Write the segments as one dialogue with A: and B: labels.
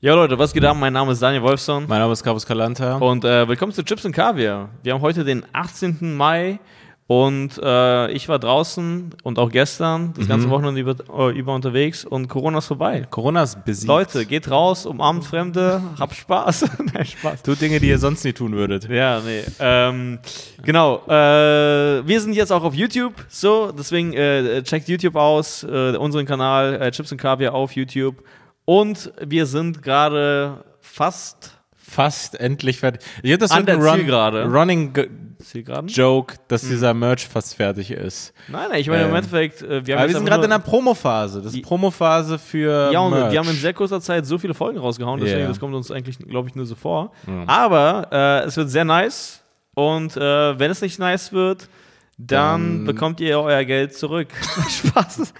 A: Ja, Leute, was geht ab? Mein Name ist Daniel Wolfson
B: Mein Name ist Carlos Calanta.
A: und äh, willkommen zu Chips und Kaviar. Wir haben heute den 18. Mai und äh, ich war draußen und auch gestern das ganze Wochenende über, äh, über unterwegs und Corona ist vorbei.
B: Corona ist besiegt.
A: Leute, geht raus, umarmt Fremde, habt Spaß. Nein, Spaß.
B: tut Dinge, die ihr sonst nie tun würdet.
A: Ja, nee. Ähm, genau. Äh, wir sind jetzt auch auf YouTube, so deswegen äh, checkt YouTube aus, äh, unseren Kanal äh, Chips und Kaviar auf YouTube. Und wir sind gerade fast
B: Fast endlich fertig. Ich hab das
A: An
B: wird ein
A: der Zielgerade. Mhm.
B: Running G-
A: Zielgeraden.
B: Joke, dass dieser Merch fast fertig ist.
A: Nein, nein, ich meine, im
B: Ähm,
A: Endeffekt, äh, wir haben
B: Aber wir
A: jetzt
B: sind
A: einfach
B: gerade in
A: nur-
B: der Promophase. Das ist
A: Die-
B: Promophase für
A: ja, und
B: Merch.
A: die haben in sehr kurzer Zeit so viele Folgen rausgehauen, deswegen,
B: Ja.
A: das kommt uns eigentlich, glaube ich, nur so vor. Aber äh, es wird sehr nice und äh, wenn es nicht nice wird, dann
B: Dann-
A: bekommt ihr euer Geld zurück. Spaß.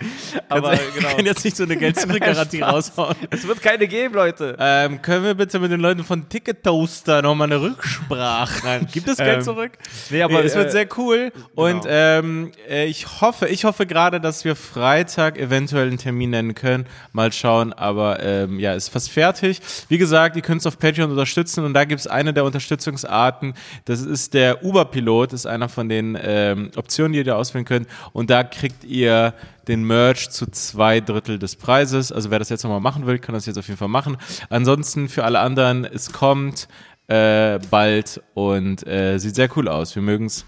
A: Aber
B: Wir
A: genau.
B: können jetzt nicht so eine geld garantie raushauen.
A: Es wird keine geben, Leute.
B: Ähm, können wir bitte mit den Leuten von Ticket Toaster nochmal eine Rücksprache? Gibt es Geld
A: Ähm,
B: zurück?
A: Nee,
B: Aber
A: aber äh,
B: es wird sehr cool und
A: genau.
B: ähm, äh, ich hoffe, ich hoffe gerade, dass wir Freitag eventuell einen Termin nennen können. Mal schauen, aber ähm, ja, ist fast fertig. Wie gesagt, ihr könnt es auf Patreon unterstützen und da gibt es eine der Unterstützungsarten. Das ist der Uber-Pilot, ist einer von den ähm, Optionen, die ihr da auswählen könnt. Und da kriegt ihr den Merch zu zwei Drittel des Preises. Also wer das jetzt nochmal machen will, kann das jetzt auf jeden Fall machen. Ansonsten für alle anderen, es kommt äh, bald und äh, sieht sehr cool aus. Wir mögen es.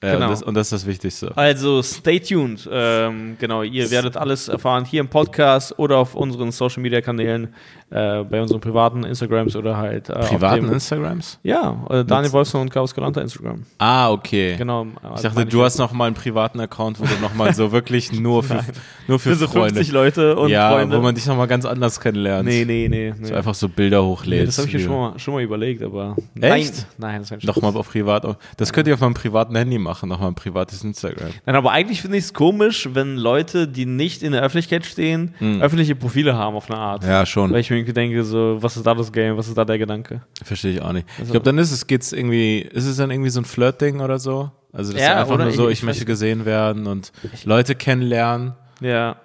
B: Äh,
A: Genau.
B: und, das, und das ist das Wichtigste.
A: Also stay tuned. Ähm, genau, ihr werdet alles erfahren hier im Podcast oder auf unseren Social Media Kanälen, äh, bei unseren privaten Instagrams oder halt äh, auf dem-
B: Instagrams?
A: Ja, äh, Daniel Wolfson und Chaos Galanta Instagram.
B: Ah, okay.
A: Genau.
B: Ich dachte, du hast noch mal einen privaten Account, wo du noch mal so wirklich nur für, nur für
A: so
B: Freunde.
A: 50 Leute und
B: ja,
A: Freunde.
B: wo man dich noch mal ganz anders kennenlernt.
A: nee, nee, nee. nee.
B: So einfach so Bilder hochlädst.
A: nee das habe ich mir
B: wie-
A: schon mal, schon mal überlegt, aber.
B: Echt?
A: Nein, nein, das war ein Scherz.
B: Noch mal auf privat. Das könnt ihr auf meinem privaten Handy machen, noch mal ein privates Instagram.
A: Nein, aber eigentlich finde ich es komisch, wenn Leute, die nicht in der Öffentlichkeit stehen, öffentliche Profile haben auf eine Art.
B: Hm. Ja, schon.
A: Weil ich mir irgendwie denke, so, was ist da das Game, was ist da der Gedanke?
B: Verstehe ich auch nicht.
A: Also
B: Ich glaube, dann ist es geht's irgendwie, ist es dann irgendwie so ein Flirt-Ding oder so? Also das
A: Ja,
B: ist einfach
A: oder
B: nur so,
A: ich-
B: ich,
A: ich
B: möchte gesehen werden und Leute kennenlernen.
A: Ja.
B: Leute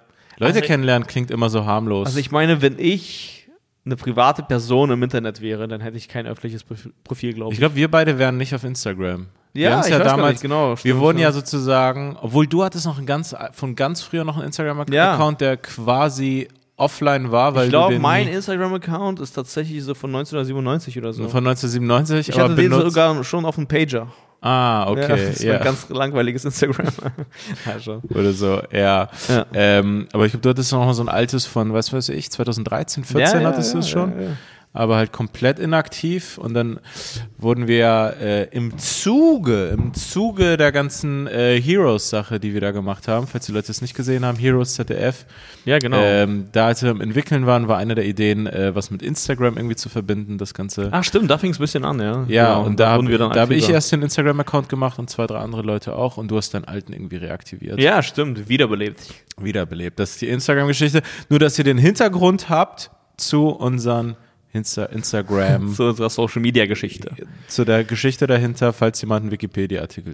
A: Also ich-
B: kennenlernen klingt immer so harmlos.
A: Also ich meine, wenn ich eine private Person im Internet wäre, dann hätte ich kein öffentliches Profi- Profil, glaube
B: ich
A: ich.
B: glaube, wir beide wären nicht auf Instagram. wir
A: Ja,
B: haben's
A: ich weiß gar nicht, genau,
B: Wir
A: stimmt,
B: wurden ja
A: ja.
B: sozusagen, obwohl du hattest noch ein ganz von ganz früher noch einen Instagram-Account,
A: Ja.
B: der quasi offline war, weil
A: Ich
B: du
A: glaube,
B: den
A: mein
B: nie-
A: Instagram-Account ist tatsächlich so von 1997 oder so.
B: von 1997,
A: ich
B: aber
A: hatte den
B: benutzt.
A: sogar schon auf dem Pager.
B: ah, okay,
A: das
B: ja,
A: war ein ganz langweiliges Instagram. ja, schon.
B: oder so, ja.
A: Ja.
B: Ähm, aber ich glaube, du hattest noch mal so ein altes von, was weiß ich, 2013, 14 hattest du es schon.
A: Ja, ja.
B: aber halt komplett inaktiv. Und dann wurden wir äh, im Zuge, im Zuge der ganzen äh, Heroes-Sache, die wir da gemacht haben, falls die Leute es nicht gesehen haben, Heroes ZDF,
A: ja genau.
B: ähm, da als wir am Entwickeln waren, war eine der Ideen, äh, was mit Instagram irgendwie zu verbinden, das Ganze.
A: Ach stimmt, da fing es ein bisschen an, ja.
B: Ja,
A: Ah, Genau,
B: und da,
A: wurden wir dann
B: da habe ich
A: aktiver.
B: erst den Instagram-Account gemacht und zwei, drei andere Leute auch und du hast deinen alten irgendwie reaktiviert.
A: Ja, stimmt, wiederbelebt.
B: Wiederbelebt. Das ist die Instagram-Geschichte. Nur, dass ihr den Hintergrund habt zu unseren Insta Instagram.
A: Zu unserer Social-Media-Geschichte.
B: zu der Geschichte dahinter, falls jemand einen Wikipedia-Artikel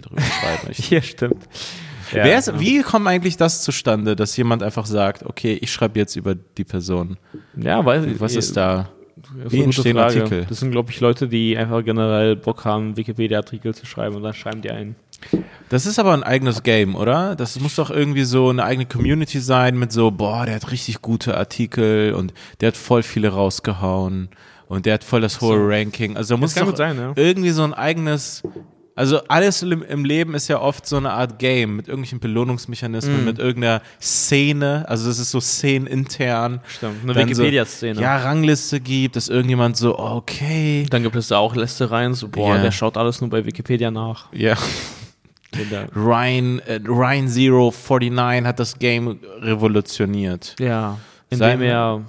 B: drüber schreiben möchte.
A: Ja, stimmt. Ja,
B: Wer ist, wie kommt eigentlich das zustande, dass jemand einfach sagt, okay, ich schreibe jetzt über die Person?
A: Ja, weiß ich.
B: Was ist da?
A: Das ist
B: Wie
A: eine gute
B: entstehen
A: Frage.
B: Artikel?
A: Das sind, glaube ich, Leute, die einfach generell Bock haben, Wikipedia-Artikel zu schreiben und dann schreiben die einen.
B: Das ist aber ein eigenes Game, oder? Das muss doch irgendwie so eine eigene Community sein mit so, boah, der hat richtig gute Artikel und der hat voll viele rausgehauen und der hat voll das hohe Ranking. Also da muss
A: kann
B: doch
A: gut sein, ja.
B: irgendwie so ein eigenes, also alles im, im Leben ist ja oft so eine Art Game mit irgendwelchen
A: Mhm.
B: Belohnungsmechanismen, mit irgendeiner Szene, also das ist so szenenintern.
A: Stimmt, eine
B: Dann
A: Wikipedia-Szene.
B: So, ja, Rangliste gibt, dass irgendjemand so, oh, okay.
A: Dann gibt es da auch Lästereien, so, boah,
B: Ja.
A: der schaut alles nur bei Wikipedia nach.
B: Ja. Ryan, äh, Ryan Zero 49 hat das Game revolutioniert.
A: Ja,
B: Sein-
A: indem er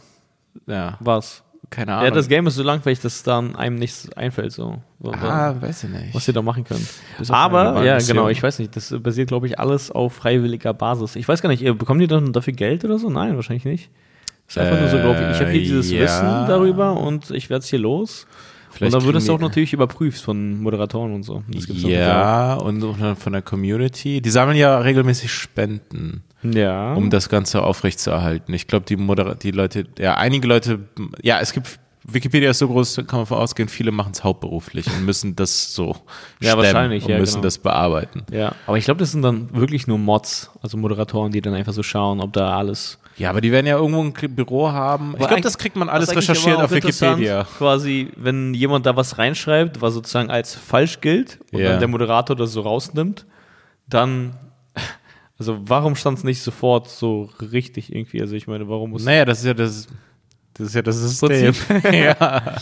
B: Ja,
A: was.
B: keine
A: Ja,
B: Ahnung.
A: das Game ist so langweilig, dass dann einem nichts einfällt, so. so
B: ah, weiß ich nicht.
A: was sie da machen können.
B: Bis auf eine
A: Aber, ja,
B: Variation.
A: genau, ich weiß nicht, das basiert, glaube ich, alles auf freiwilliger Basis. Ich weiß gar nicht, ihr- bekommen die dann dafür Geld oder so? Nein, wahrscheinlich nicht. Ist einfach nur so, glaube ich, ich habe hier
B: Äh,
A: dieses
B: ja.
A: Wissen darüber und ich werde es hier los.
B: Vielleicht
A: und dann wird es
B: kriegen
A: auch
B: die-
A: natürlich überprüft von Moderatoren und so. Das gibt's auf jeden Fall.
B: ja, und auch noch von der Community. Die sammeln ja regelmäßig Spenden,
A: Ja.
B: um das Ganze aufrechtzuerhalten. Ich glaube, die, Modera- die Leute, ja, einige Leute, ja, es gibt Wikipedia ist so groß, kann man von ausgehen, viele machen es hauptberuflich und müssen das so
A: Ja,
B: stemmen
A: wahrscheinlich,
B: und
A: ja,
B: müssen
A: genau.
B: das bearbeiten.
A: Ja, aber ich glaube, das sind dann wirklich nur Mods, also Moderatoren, die dann einfach so schauen, ob da alles.
B: Ja, aber die werden ja irgendwo ein K- Büro haben. ich glaube, das kriegt man alles recherchiert auf Wikipedia.
A: Quasi, wenn jemand da was reinschreibt, was sozusagen als falsch gilt und
B: Ja.
A: dann der Moderator das so rausnimmt, dann. Also, warum stand es nicht sofort so richtig irgendwie? Also, ich meine, warum muss.
B: Naja, das ist ja das, das ist ja das System. ja.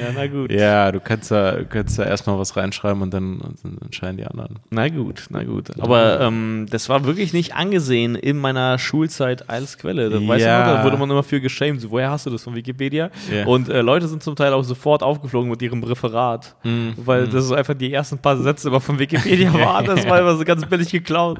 A: Ja, na gut.
B: ja, du kannst da, du kannst da erstmal was reinschreiben und dann, und dann entscheiden die anderen.
A: Na gut, na gut. Aber ähm, das war wirklich nicht angesehen in meiner Schulzeit als Quelle. Da, weißt du,
B: Ja.
A: noch, da wurde man immer für geschämt. So, woher hast du das von Wikipedia?
B: Ja.
A: Und äh, Leute sind zum Teil auch sofort aufgeflogen mit ihrem Referat,
B: Mhm.
A: weil das ist einfach die ersten paar Sätze immer von Wikipedia waren. Das war immer so ganz billig geklaut.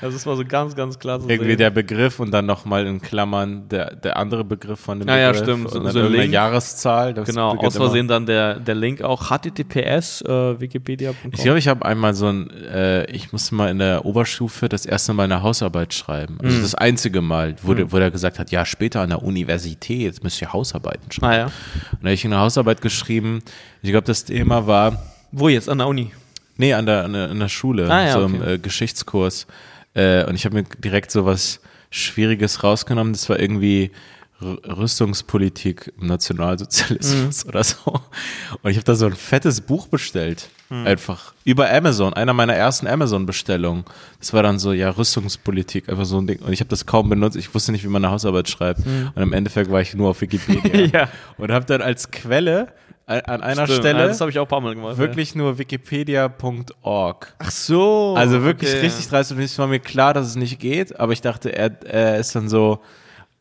A: Also es war so ganz, ganz klar zu
B: Irgendwie
A: sehen.
B: der Begriff und dann nochmal in Klammern der, der andere Begriff von dem
A: Ja, ja,
B: Begriff.
A: stimmt.
B: Und
A: So-
B: dann
A: so ein
B: irgendeine
A: Link.
B: Jahreszahl. Das
A: Genau,
B: geht
A: aus
B: immer.
A: Versehen dann der, der Link auch https äh, wikipedia.com.
B: Ich glaube, ich habe einmal so ein, äh, ich musste mal in der Oberstufe das erste Mal eine Hausarbeit schreiben. Also
A: Mhm.
B: das einzige Mal, wo, der- wo er gesagt hat, ja, später an der Universität müsst ihr Hausarbeiten schreiben.
A: Ah, ja.
B: Und da habe ich eine Hausarbeit geschrieben. Ich glaube, das Thema war,
A: Wo jetzt? An der Uni.
B: nee, an der, an der, an der Schule,
A: Ah, ja,
B: so im
A: okay.
B: äh, Geschichtskurs. Äh, und ich habe mir direkt so was Schwieriges rausgenommen. Das war irgendwie R Rüstungspolitik im
A: Mhm.
B: Nationalsozialismus oder so. Und ich habe da so ein fettes Buch bestellt.
A: Mhm.
B: Einfach über Amazon, einer meiner ersten Amazon-Bestellungen. Das war dann so, ja, Rüstungspolitik, einfach so ein Ding. Und ich habe das kaum benutzt. Ich wusste nicht, wie man eine Hausarbeit schreibt. Und im Endeffekt war ich nur auf Wikipedia.
A: Mhm. Ja.
B: Und habe dann als Quelle a- an einer
A: Stimmt.
B: Stelle
A: Ah, Das habe ich auch ein paar Mal gemacht.
B: wirklich nur wikipedia.org.
A: Ja. Ach so.
B: Also wirklich
A: okay.
B: richtig dreist und es war mir klar, dass es nicht geht, aber ich dachte, er, er ist dann so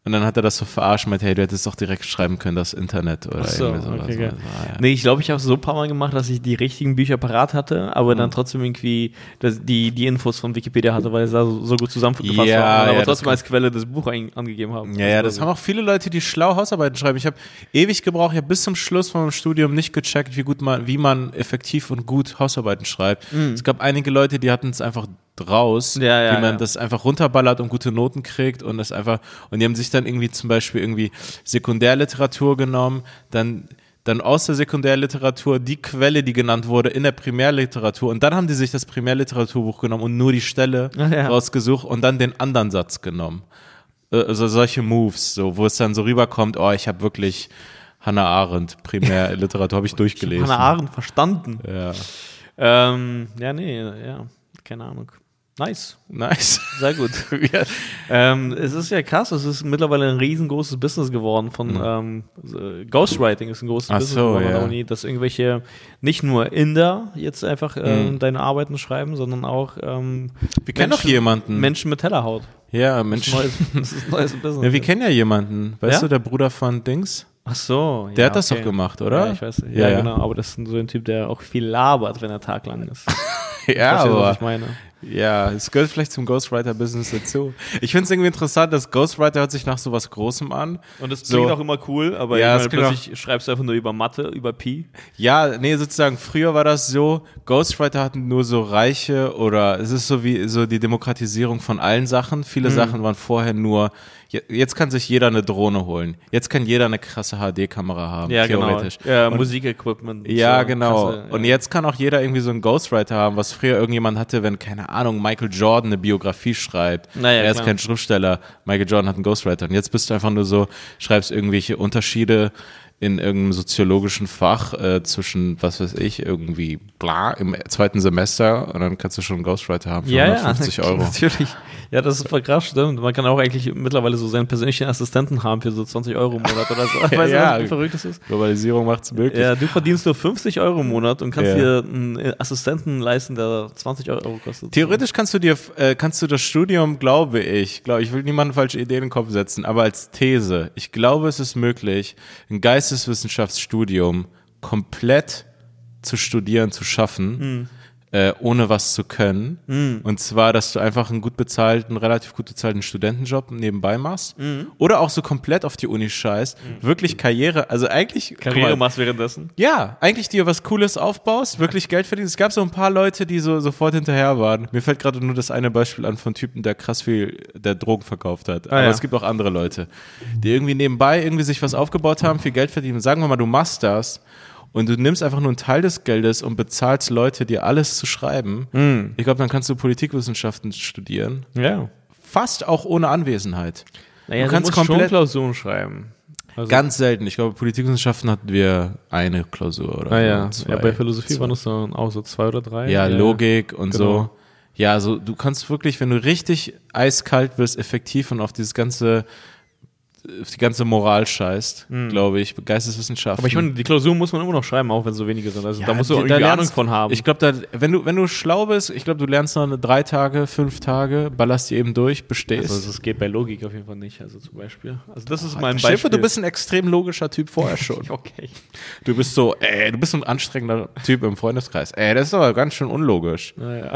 B: und dann hat er das so verarscht, meinte, hey, du hättest doch direkt schreiben können, das Internet oder
A: Ach so,
B: irgendwie so.
A: okay,
B: so.
A: geil.
B: Ah, ja.
A: Nee, ich glaube, ich habe es so ein paar Mal gemacht, dass ich die richtigen Bücher parat hatte, aber
B: Mhm.
A: dann trotzdem irgendwie das, die, die Infos von Wikipedia hatte, weil es da so, so gut zusammengefasst
B: Ja,
A: war. Aber
B: ja, das
A: trotzdem als Quelle das Buch ein, angegeben haben. Also
B: Ja, ja, Also, das haben auch viele Leute, die schlau Hausarbeiten schreiben. Ich habe ewig gebraucht, ich habe bis zum Schluss von meinem Studium nicht gecheckt, wie gut man, wie man effektiv und gut Hausarbeiten schreibt. Es gab einige Leute, die hatten es einfach raus,
A: Mhm. Ja, ja,
B: wie man
A: ja.
B: das einfach runterballert und gute Noten kriegt und das einfach und die haben sich dann irgendwie zum Beispiel irgendwie Sekundärliteratur genommen, dann dann aus der Sekundärliteratur die Quelle, die genannt wurde, in der Primärliteratur. Und dann haben die sich das Primärliteraturbuch genommen und nur die Stelle
A: Ach ja.
B: rausgesucht und dann den anderen Satz genommen äh, so solche Moves, so wo es dann so rüberkommt, oh, ich habe wirklich Hannah Arendt, Primärliteratur, habe ich durchgelesen.
A: Hannah Arendt verstanden.
B: Ja,
A: Ähm, ja, nee, ja, keine Ahnung. Nice,
B: nice.
A: sehr gut.
B: ja.
A: ähm, es ist ja krass, es ist mittlerweile ein riesengroßes Business geworden von ähm, so, Ghostwriting ist ein großes
B: Mhm. Ach
A: Business
B: so,
A: geworden an der
B: ja.
A: Uni, dass irgendwelche nicht nur Inder jetzt einfach
B: Mhm.
A: ähm, deine Arbeiten schreiben, sondern auch ähm,
B: Wir kennen doch
A: Menschen-
B: jemanden.
A: Menschen mit Tellerhaut.
B: ja,
A: Das
B: Mensch.
A: ist neues, das ist neues Business.
B: Ja, wir kennen ja jemanden. Weißt
A: Ja?
B: du, der Bruder von Dings?
A: Ach so.
B: Der hat das doch gemacht, oder?
A: Ja, ich weiß. Ja,
B: Ja, ja.
A: genau. Aber das ist so ein Typ, der auch viel labert, wenn er taglang ist. Ich
B: Ja,
A: verstehe, was ich meine.
B: Ja, es gehört vielleicht zum Ghostwriter-Business dazu. Ich finde es irgendwie interessant, dass Ghostwriter hört sich nach sowas Großem an.
A: Und das
B: So.
A: klingt auch immer cool, aber
B: Ja,
A: ich
B: das
A: meine,
B: klingt
A: plötzlich schreibst du einfach nur über Mathe, über Pi.
B: Ja, nee, sozusagen, früher war das so, Ghostwriter hatten nur so Reiche oder es ist so wie so die Demokratisierung von allen Sachen. Viele Sachen waren vorher nur, je- jetzt kann sich jeder eine Drohne holen. Jetzt kann jeder eine krasse HD-Kamera haben, theoretisch.
A: Ja, genau. Musikequipment.
B: Ja,
A: so
B: genau.
A: krasse, ja.
B: Und jetzt kann auch jeder irgendwie so einen Ghostwriter haben, was früher irgendjemand hatte, wenn, keine Ahnung, Michael Jordan eine Biografie schreibt.
A: Naja,
B: er ist
A: klar.
B: kein Schriftsteller. Michael Jordan hat einen Ghostwriter. Und jetzt bist du einfach nur so, schreibst irgendwelche Unterschiede in irgendeinem soziologischen Fach äh, zwischen, was weiß ich, irgendwie bla im zweiten Semester und dann kannst du schon einen Ghostwriter haben für
A: ja,
B: 150
A: ja,
B: Euro.
A: Natürlich. Ja, das ist voll krass, stimmt. Man kann auch eigentlich mittlerweile so seinen persönlichen Assistenten haben für so 20 Euro im Monat oder so. Weißt
B: Ja.
A: du, wie verrückt das ist?
B: Globalisierung macht's möglich.
A: Ja, du verdienst nur 50 Euro im Monat und kannst
B: Ja.
A: dir einen Assistenten leisten, der 20 Euro kostet.
B: Theoretisch kannst du dir, äh, kannst du das Studium, glaube ich, glaube ich, will niemanden falsche Ideen in den Kopf setzen, aber als These, ich glaube, es ist möglich, ein Geisteswissenschaftsstudium komplett zu studieren, zu schaffen, äh, ohne was zu können. Und zwar, dass du einfach einen gut bezahlten, relativ gut bezahlten Studentenjob nebenbei machst. Oder auch so komplett auf die Uni scheißt. Wirklich Karriere, also eigentlich.
A: Karriere
B: guck mal,
A: machst währenddessen.
B: Ja, eigentlich dir was Cooles aufbaust, wirklich Geld verdienst. Es gab so ein paar Leute, die so sofort hinterher waren. Mir fällt gerade nur das eine Beispiel an von Typen, der krass viel der Drogen verkauft hat. Aber
A: Ah, ja.
B: es gibt auch andere Leute, die irgendwie nebenbei irgendwie sich was aufgebaut haben, viel Geld verdienen. Sagen wir mal, du machst das und du nimmst einfach nur einen Teil des Geldes und bezahlst Leute, dir alles zu schreiben.
A: Hm.
B: Ich glaube, dann kannst du Politikwissenschaften studieren.
A: Ja.
B: Fast auch ohne Anwesenheit.
A: Naja,
B: du kannst komplett
A: Klausuren schreiben. Also
B: ganz selten. Ich glaube, Politikwissenschaften hatten wir eine Klausur oder
A: Naja,
B: so,
A: Ah, ja,
B: zwei.
A: bei Philosophie waren es dann auch so zwei oder drei.
B: ne? Ja, Logik und so.
A: Genau.
B: Ja, so du kannst wirklich, wenn du richtig eiskalt wirst, effektiv und auf dieses ganze, auf die ganze Moral scheißt, glaube Mhm. ich, Geisteswissenschaften.
A: Aber ich meine, die Klausur muss man immer noch schreiben, auch wenn es so wenige sind. Also da musst du auch
B: die-
A: irgendwie Ahnung
B: lernst-
A: von haben.
B: Ich glaube, da, wenn du, wenn du schlau bist, ich glaube, du lernst noch eine drei Tage, fünf Tage, ballast die eben durch, bestehst.
A: also, das geht bei Logik auf jeden Fall nicht, also zum Beispiel. Also das ist mein
B: mein
A: Beispiel.
B: du bist ein extrem logischer Typ vorher schon.
A: okay.
B: Du bist so, ey, du bist so ein anstrengender Typ im Freundeskreis. Ey, das ist aber ganz schön unlogisch.
A: Naja.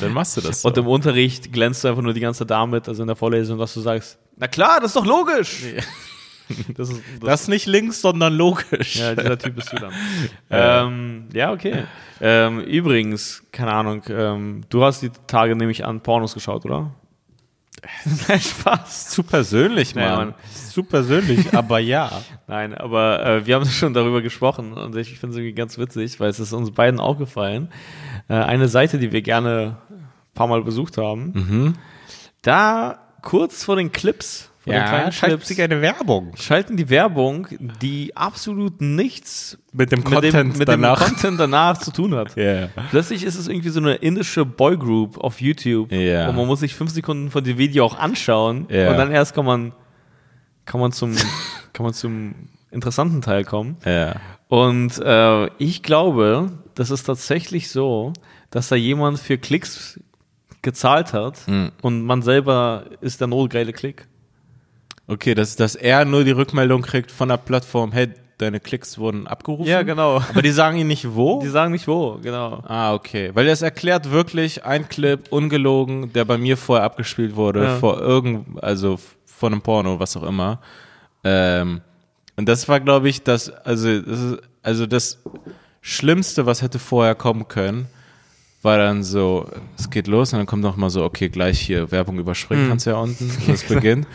B: Dann machst du das.
A: Und im Unterricht glänzt du einfach nur die ganze Zeit damit, also in der Vorlesung, dass du sagst, na klar, das ist doch logisch. Das ist, das
B: Das ist nicht links, sondern logisch.
A: ja, dieser Typ bist du dann. ähm, ja, okay. Ähm, übrigens, keine Ahnung, ähm, du hast die Tage nämlich an Pornos geschaut, oder? Nein, Spaß.
B: Zu persönlich,
A: Nee,
B: Mann.
A: Mann.
B: Zu persönlich, aber ja.
A: Nein, aber äh, wir haben schon darüber gesprochen und ich finde es irgendwie ganz witzig, weil es ist uns beiden aufgefallen. Äh, eine Seite, die wir gerne ein paar Mal besucht haben, da kurz vor den Clips, vor den kleinen Clips,
B: eine Werbung.
A: schalten die Werbung, die absolut nichts
B: Mit dem
A: mit, dem,
B: Content
A: mit
B: danach.
A: dem Content danach zu tun hat.
B: Ja.
A: Plötzlich ist es irgendwie so eine indische Boygroup auf YouTube
B: Ja.
A: und man muss sich fünf Sekunden von dem Video auch anschauen
B: Ja.
A: und dann erst kann man, kann man zum, kann man zum interessanten Teil kommen.
B: Ja.
A: Und äh, ich glaube, das ist tatsächlich so, dass da jemand für Klicks gezahlt hat
B: Mhm.
A: und man selber ist der notgeile Klick.
B: Okay, dass, dass er nur die Rückmeldung kriegt von der Plattform, hey, deine Klicks wurden abgerufen.
A: genau.
B: Aber die sagen ihn nicht wo.
A: Die sagen nicht wo, genau.
B: ah, okay. Weil das erklärt wirklich ein Clip, ungelogen, der bei mir vorher abgespielt wurde,
A: Ja.
B: vor irgend, also von einem Porno, was auch immer. Ähm, und das war, glaube ich, das, also, das ist, also das Schlimmste, was hätte vorher kommen können, war dann so, es geht los und dann kommt noch mal so, okay, gleich hier Werbung
A: Hm.
B: überspringen kannst du ja unten, wo es beginnt.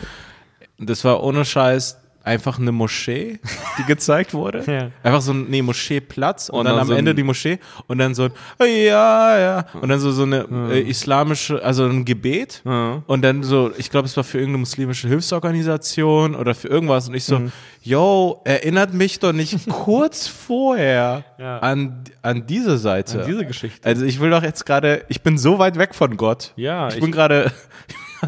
B: Und Das war ohne Scheiß einfach eine Moschee, die gezeigt wurde.
A: Ja.
B: Einfach so ein, nee, Moscheeplatz und,
A: Und
B: dann,
A: dann
B: am
A: so ein-
B: Ende die Moschee und dann so ein, "Ah, ja, ja. Und dann so, so eine äh, islamische, also ein Gebet.
A: Ja.
B: Und dann so, ich glaube, es war für irgendeine muslimische Hilfsorganisation oder für irgendwas. Und ich so, yo, erinnert mich doch nicht kurz vorher
A: Ja.
B: an, an diese Seite.
A: An diese Geschichte.
B: Also ich will doch jetzt gerade, ich bin so weit weg von Gott.
A: Ja,
B: ich,
A: ich-
B: bin gerade,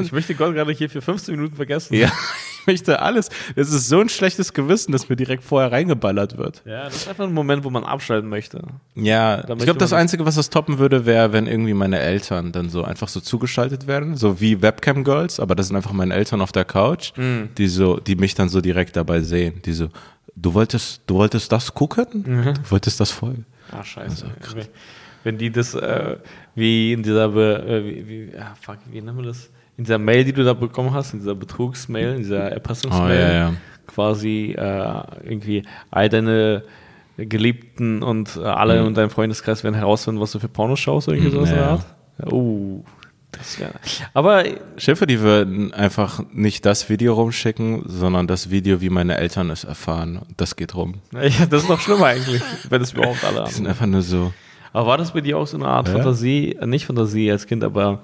A: Ich möchte Gott gerade hier für 15 Minuten vergessen.
B: ja, ich möchte alles. Das ist so ein schlechtes Gewissen, dass mir direkt vorher reingeballert wird.
A: Ja, das ist einfach ein Moment, wo man abschalten möchte.
B: Ja, ich
A: möchte
B: glaube, das
A: man-
B: Einzige, was das toppen würde, wäre, wenn irgendwie meine Eltern dann so einfach so zugeschaltet werden, so wie Webcam Girls, aber das sind einfach meine Eltern auf der Couch,
A: Mm.
B: die so, die mich dann so direkt dabei sehen, die so, du wolltest, du wolltest das gucken?
A: Mhm.
B: Du wolltest das voll.
A: Ah,
B: Also,
A: scheiße. Wenn- Wenn die das, äh, wie in dieser, Be äh, wie, wie, ah, fuck, wie nennt man das? In dieser Mail, die du da bekommen hast, in dieser Betrugsmail, in dieser Erpressungsmail,
B: Oh, ja, ja.
A: quasi äh, irgendwie all deine Geliebten und äh, alle in deinem Freundeskreis werden herausfinden, was du für Pornos schaust oder irgendwie
B: Mhm,
A: sowas in der
B: ja.
A: Art. Oh, das wäre. Aber äh,
B: Schiffe, die würden einfach nicht das Video rumschicken, sondern das Video, wie meine Eltern es erfahren. Das geht rum.
A: ja, das ist noch schlimmer eigentlich, wenn es überhaupt alle
B: Die sind
A: haben.
B: einfach nur so.
A: Aber war das bei dir auch so eine Art
B: Ja.
A: Fantasie, äh, nicht Fantasie als Kind, aber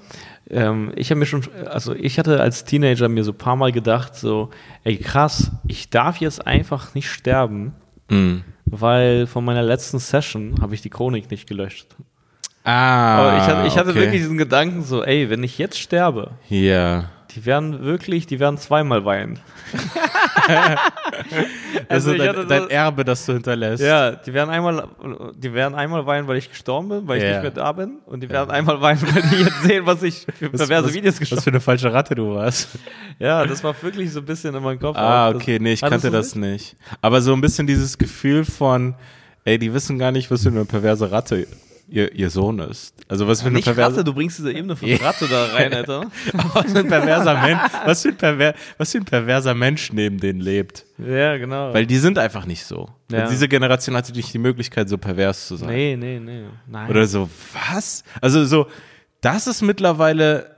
A: ähm, ich habe mir schon, also ich hatte als Teenager mir so ein paar Mal gedacht, so, ey krass, ich darf jetzt einfach nicht sterben,
B: mm.
A: weil von meiner letzten Session habe ich die Chronik nicht gelöscht.
B: Ah.
A: Aber Oh, ich hatte, ich hatte
B: okay.
A: wirklich diesen Gedanken so, ey, wenn ich jetzt sterbe,
B: Ja.
A: die werden wirklich, die werden zweimal weinen.
B: Also,
A: ich hatte
B: dein,
A: so-
B: dein Erbe, das du hinterlässt.
A: Ja, die werden einmal, die werden einmal weinen, weil ich gestorben bin, weil ich
B: Ja.
A: nicht mehr da bin. Und die werden einmal weinen, weil die jetzt sehen, was ich für
B: Was-
A: perverse
B: was-
A: Videos geschaut
B: Was für eine falsche Ratte du warst.
A: Ja, das war wirklich so ein bisschen in meinem Kopf.
B: Ah,
A: auch. Das-
B: okay, nee, ich
A: Hattest
B: kannte
A: du
B: das nicht. Aber so ein bisschen dieses Gefühl von, ey, die wissen gar nicht, was für eine perverse Ratte ihr, ihr Sohn ist. Also was für eine
A: Nicht
B: perverse,
A: Ratte, du bringst diese Ebene von Ratte da rein, Alter.
B: was für ein perverser Mensch, was für ein, perver, was für ein perverser Mensch neben denen lebt.
A: Ja, genau.
B: Weil die sind einfach nicht so.
A: Ja.
B: Und Diese Generation hatte nicht die Möglichkeit, so pervers zu sein.
A: nee, nee, nee. Nein.
B: Oder so, was? Also so, das ist mittlerweile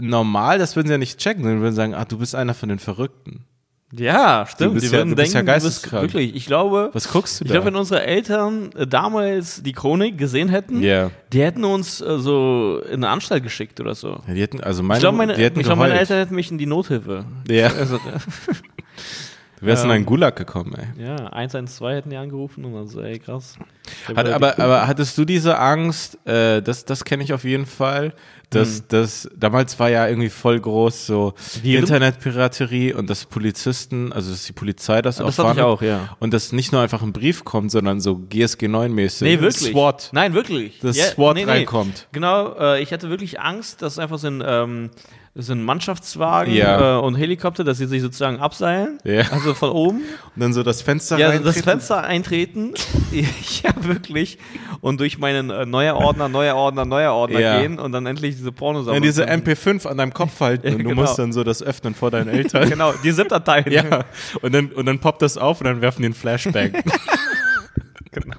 B: normal, das würden sie ja nicht checken, sondern würden sagen, ah, du bist einer von den Verrückten.
A: ja, stimmt.
B: Du bist
A: die
B: ja-
A: würden
B: du
A: denken,
B: bist ja geisteskrank.
A: wirklich, ich glaube,
B: Was guckst du
A: ich
B: da?
A: glaube, wenn unsere Eltern äh, damals die Chronik gesehen hätten,
B: Ja.
A: die hätten uns äh, so in eine Anstalt geschickt oder so.
B: ja, die hätten, also meine,
A: Ich glaube, meine,
B: die hätten
A: ich glaub, meine
B: geheult.
A: Eltern hätten mich in die Nothilfe.
B: Ja.
A: Also,
B: Du wärst in
A: Ähm,
B: einen Gulag gekommen, ey.
A: ja, 112 hätten die angerufen und dann so, ey, krass. Ich hab
B: Hat,
A: wieder
B: aber, aber hattest du diese Angst, äh, das, das kenne ich auf jeden Fall,
A: Hm.
B: dass, dass damals war ja irgendwie voll groß so
A: Viren?
B: Internetpiraterie und dass Polizisten, also dass die Polizei das,
A: Das
B: auch
A: hatte ich
B: fahndet.
A: auch, ja.
B: Und dass nicht nur einfach ein Brief kommt, sondern so GSG 9-mäßig.
A: Nee, wirklich.
B: SWAT.
A: Nein, wirklich.
B: Dass SWAT reinkommt.
A: Genau, äh, ich hatte wirklich Angst, dass einfach so ein, ähm, so ein Mannschaftswagen
B: Ja.
A: äh, und Helikopter, dass sie sich sozusagen abseilen.
B: Ja.
A: Also von oben.
B: Und dann so das Fenster
A: Ja, also
B: rein.
A: das Fenster eintreten. ja, wirklich. Und durch meinen äh, neuer Ordner, neuer Ordner, neuer Ordner
B: Ja.
A: gehen und dann endlich diese Pornos
B: Wenn
A: aber-
B: diese MP5 an deinem Kopf halten und du
A: genau.
B: musst dann so das öffnen vor deinen Eltern.
A: Genau, die ZIP-Dateien.
B: Ja, und dann, und dann poppt das auf und dann werfen die einen Flashback. Genau.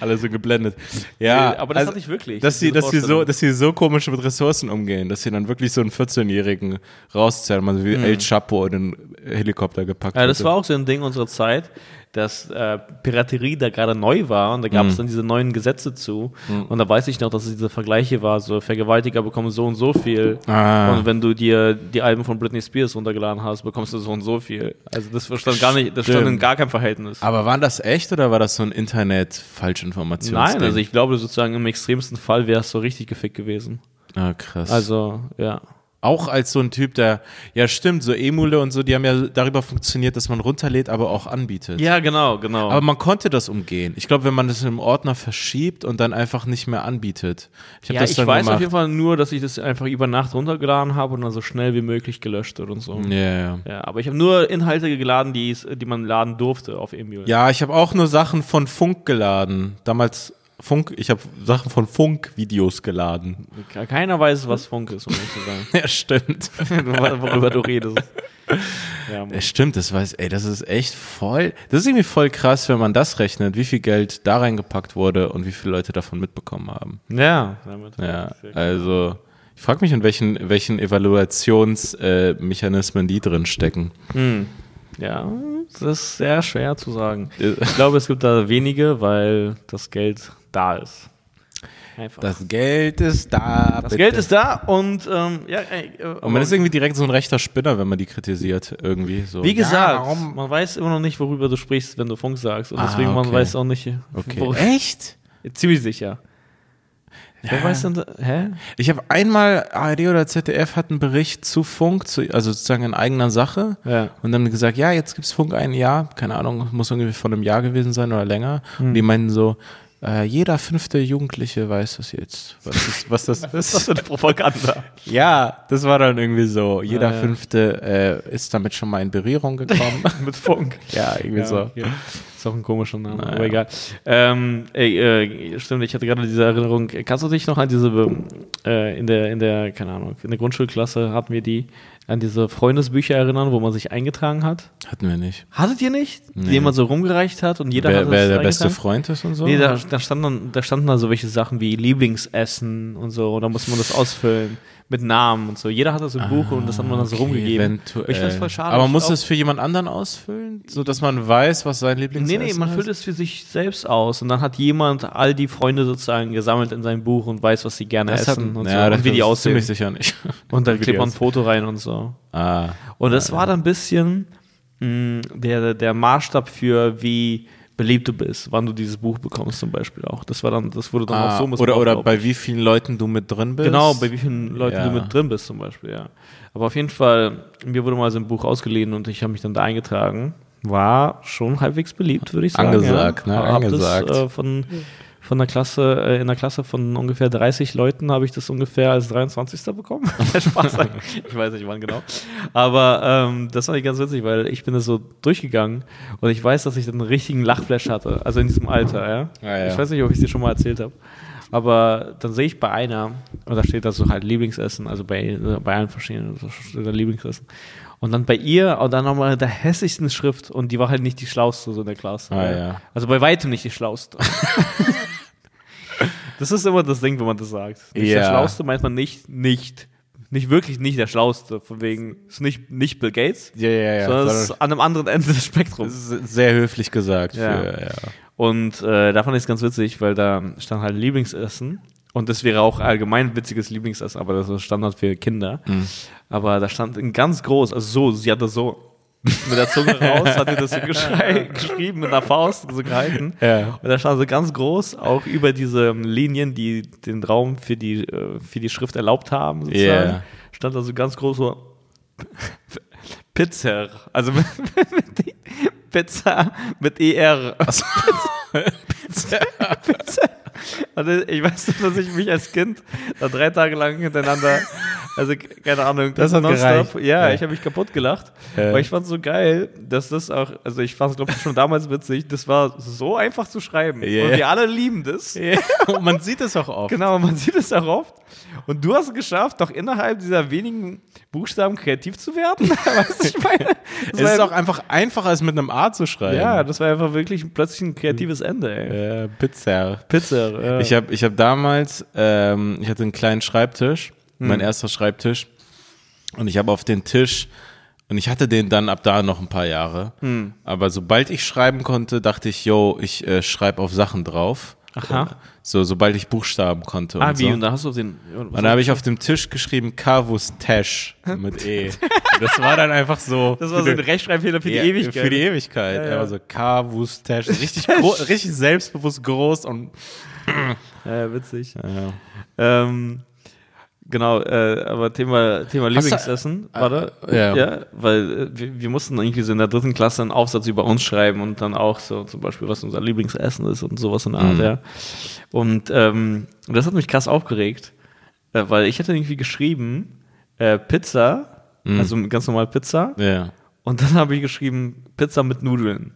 B: Alle so geblendet. Ja, also,
A: Nee, aber das hatte ich wirklich,
B: Dass sie,
A: diese
B: dass sie so,
A: Vorstellung.
B: dass sie so komisch mit Ressourcen umgehen, dass sie dann wirklich so einen 14-Jährigen rauszählen, man so wie El Chapo in den Helikopter gepackt
A: Mhm. Ja, das
B: hätte.
A: war auch so ein Ding unserer Zeit, dass äh, Piraterie da gerade neu war und da gab es dann diese neuen Gesetze zu. Und da weiß ich noch, dass es diese Vergleiche war, so Vergewaltiger bekommen so und so viel.
B: Ah.
A: Und wenn du dir die Alben von Britney Spears runtergeladen hast, bekommst du so und so viel. Also das stand gar nicht, das stand in
B: Stimmt.
A: gar keinem Verhältnis.
B: Aber war das echt oder war das so ein Internet-Falschinformations?
A: Nein, also ich glaube sozusagen im extremsten Fall wäre es so richtig gefickt gewesen.
B: Ah, krass.
A: Also, ja.
B: auch als so ein Typ, der, ja stimmt, so Emule und so, die haben ja darüber funktioniert, dass man runterlädt, aber auch anbietet.
A: Ja, genau, genau.
B: Aber man konnte das umgehen. Ich glaube, wenn man das im Ordner verschiebt und dann einfach nicht mehr anbietet. Ich habe
A: ja,
B: das
A: ich
B: dann
A: weiß
B: gemacht.
A: auf jeden Fall nur, dass ich das einfach über Nacht runtergeladen habe und dann so schnell wie möglich gelöscht und so.
B: Ja, ja.
A: Ja, aber ich habe nur Inhalte geladen, die, es- die man laden durfte auf Emule.
B: ja, ich habe auch nur Sachen von Funk geladen. Damals Funk, ich habe Sachen von Funk-Videos geladen.
A: Ke- Keiner weiß, was Funk ist, um ehrlich zu sein.
B: Ja, stimmt.
A: Wor- Worüber du redest. Ja, Mann.
B: Ja, stimmt, das weiß, ey, das ist echt voll. Das ist irgendwie voll krass, wenn man das rechnet, wie viel Geld da reingepackt wurde und wie viele Leute davon mitbekommen haben.
A: ja. damit-
B: Ja, also ich frage mich, in welchen, in welchen Evaluationsmechanismen äh, Mechanismen die drin stecken.
A: ja, das ist sehr schwer zu sagen. Ich glaube, es gibt da wenige, weil das Geld da ist. Einfach. Das,
B: Das Geld ist da. Das
A: Geld ist da und ähm, ja, ey, äh,
B: Und man ist irgendwie direkt so ein rechter Spinner, wenn man die kritisiert, irgendwie. So.
A: wie gesagt,
B: Ja, warum?
A: man weiß immer noch nicht, worüber du sprichst, wenn du Funk sagst. Und
B: Ah,
A: deswegen man
B: okay.
A: weiß auch nicht,
B: Okay.
A: wo-
B: Echt?
A: ziemlich sicher. Wer
B: Ja.
A: weiß denn, da- hä?
B: Ich habe einmal, ARD oder ZDF hat einen Bericht zu Funk, zu, also sozusagen in eigener Sache.
A: Ja.
B: Und dann gesagt, ja, jetzt gibt's Funk ein Jahr, keine Ahnung, muss irgendwie von einem Jahr gewesen sein oder länger. Und die meinten so, äh, jeder fünfte Jugendliche weiß das jetzt, was das, was das
A: Was ist das für eine Propaganda?
B: Ja, das war dann irgendwie so. Jeder
A: Ah, ja.
B: fünfte äh, ist damit schon mal in Berührung gekommen.
A: Mit Funk.
B: ja, irgendwie so.
A: okay. Ist auch ein komischer Name,
B: Naja.
A: aber egal. Ähm, ey, äh, stimmt, ich hatte gerade diese Erinnerung. Kannst du dich noch an diese, be- äh, in der, in der, keine Ahnung, in der Grundschulklasse hatten wir die, an diese Freundesbücher erinnern, wo man sich eingetragen hat?
B: Hatten wir nicht.
A: Hattet ihr nicht? Die jemand so rumgereicht hat und jeder
B: Wer,
A: hat
B: wer
A: das
B: der beste
A: eingetragen?
B: Freund ist und so?
A: Nee, da, da, standen dann, da standen dann so welche Sachen wie Lieblingsessen und so, und da musste man das ausfüllen mit Namen und so. Jeder hatte so ein Buch und das hat man dann so
B: Ah, Okay,
A: rumgegeben.
B: eventuell.
A: Ich fand's voll schade.
B: Aber
A: Ich
B: muss
A: auch-
B: das für jemand anderen ausfüllen, so dass man weiß, was sein Lieblings
A: Nee, nee, man füllt es für sich selbst aus und dann hat jemand all die Freunde sozusagen gesammelt in seinem Buch und weiß, was sie gerne
B: das
A: essen
B: hat,
A: und,
B: halt ja,
A: so,
B: das
A: und wie die
B: ist
A: aussehen.
B: Ziemlich sicher nicht.
A: Und dann
B: Wie die
A: klebt man ein
B: aussehen.
A: Foto rein und so.
B: Ah.
A: Und das war dann ein bisschen mh, der, der Maßstab für, wie beliebt du bist, wann du dieses Buch bekommst zum Beispiel auch. Das war dann, das wurde dann auch
B: Ah,
A: so
B: oder oder
A: glaub
B: bei wie vielen Leuten du mit drin bist.
A: Genau, bei wie vielen Leuten
B: Ja.
A: du mit drin bist zum Beispiel, ja. Aber auf jeden Fall, mir wurde mal so ein Buch ausgeliehen und ich habe mich dann da eingetragen. War schon halbwegs beliebt, würde ich sagen.
B: Angesagt,
A: ja.
B: ne?
A: Hab
B: Angesagt.
A: Das, äh, von, von der Klasse, äh, in der Klasse von ungefähr 30 Leuten habe ich das ungefähr als 23. bekommen. Spaß. ich weiß nicht wann genau. Aber ähm, das fand ich ganz witzig, weil ich bin das so durchgegangen und ich weiß, dass ich dann einen richtigen Lachflash hatte. Also in diesem Alter, ja.
B: Ja, ja.
A: Ich weiß nicht, ob ich es dir schon mal erzählt habe. Aber dann sehe ich bei einer, und da steht da so halt Lieblingsessen, also bei, äh, bei allen verschiedenen so steht da Lieblingsessen. Und dann bei ihr, und dann nochmal der hässlichsten Schrift, und die war halt nicht die schlauste so in der Klasse.
B: Ah, ja.
A: Also bei weitem nicht die schlauste. das ist immer das Ding, wenn man das sagt. Nicht der
B: Ja.
A: schlauste meint man nicht, nicht. Nicht wirklich nicht der schlauste, von wegen, ist nicht, nicht Bill Gates,
B: Ja, ja, ja.
A: sondern es
B: Sondern-
A: ist an einem anderen Ende des Spektrums.
B: Das ist sehr höflich gesagt.
A: Ja.
B: Für, ja.
A: Und äh, da fand ich es ganz witzig, weil da stand halt Lieblingsessen. Und das wäre auch allgemein witziges Lieblingsessen, aber das ist Standard für Kinder. Aber da stand in ganz groß, also so, sie hat das so mit der Zunge raus, hat ihr das so geschrei- geschrieben mit einer Faust, so gehalten.
B: Ja.
A: Und da stand so ganz groß, auch über diese Linien, die den Raum für die, äh, für die Schrift erlaubt haben, sozusagen,
B: Yeah.
A: stand da so ganz groß so Pizza. Also mit, mit, mit Pizza mit E ER.
B: Achso.
A: Also ich weiß noch, dass ich mich als Kind da drei Tage lang hintereinander, also keine Ahnung,
B: Das hat
A: nonstop-
B: gereicht.
A: Ja,
B: Ja.
A: ich habe mich kaputt gelacht.
B: Ja.
A: Aber ich fand es so geil, dass das auch, also ich fand es glaube ich schon damals witzig, das war so einfach zu schreiben.
B: Ja.
A: Und wir alle lieben das.
B: Und man sieht es auch oft.
A: Genau, man sieht es auch oft. Und du hast es geschafft, doch innerhalb dieser wenigen Buchstaben kreativ zu werden. weißt du, ich meine, das
B: Es ist
A: war-
B: auch einfach einfacher, als mit einem A zu schreiben.
A: ja, das war einfach wirklich plötzlich ein kreatives Ende, ey.
B: Äh, Pizza.
A: Pizza. ja.
B: Ich habe ich hab damals, ähm, ich hatte einen kleinen Schreibtisch,
A: Mhm.
B: mein erster Schreibtisch. Und ich habe auf den Tisch, und ich hatte den dann ab da noch ein paar Jahre.
A: Mhm.
B: Aber sobald ich schreiben konnte, dachte ich, yo, ich äh, schreibe auf Sachen drauf.
A: Aha.
B: So, sobald ich Buchstaben konnte.
A: ah,
B: und
A: wie?
B: so.
A: Und da hast du auf den. was
B: Und dann habe ich auf dem Tisch geschrieben Carvus Tash mit E. Das war dann einfach so.
A: Das war so ein Rechtschreibfehler für die E- Ewigkeit.
B: Für die Ewigkeit.
A: Ja,
B: Ja,
A: ja.
B: Also Carvus Tash. Richtig, gro richtig selbstbewusst groß und.
A: ja, witzig. Ähm, genau, äh, aber Thema, Thema
B: Hast du- äh,
A: Lieblingsessen, warte.
B: ja.
A: weil äh, wir, wir mussten irgendwie so in der dritten Klasse einen Aufsatz über uns schreiben und dann auch so zum Beispiel, was unser Lieblingsessen ist und sowas in der
B: Mhm.
A: Art, ja. Und ähm, das hat mich krass aufgeregt, äh, weil ich hätte irgendwie geschrieben, äh, Pizza,
B: Mhm.
A: also ganz normal Pizza,
B: Ja.
A: und dann habe ich geschrieben, Pizza mit Nudeln.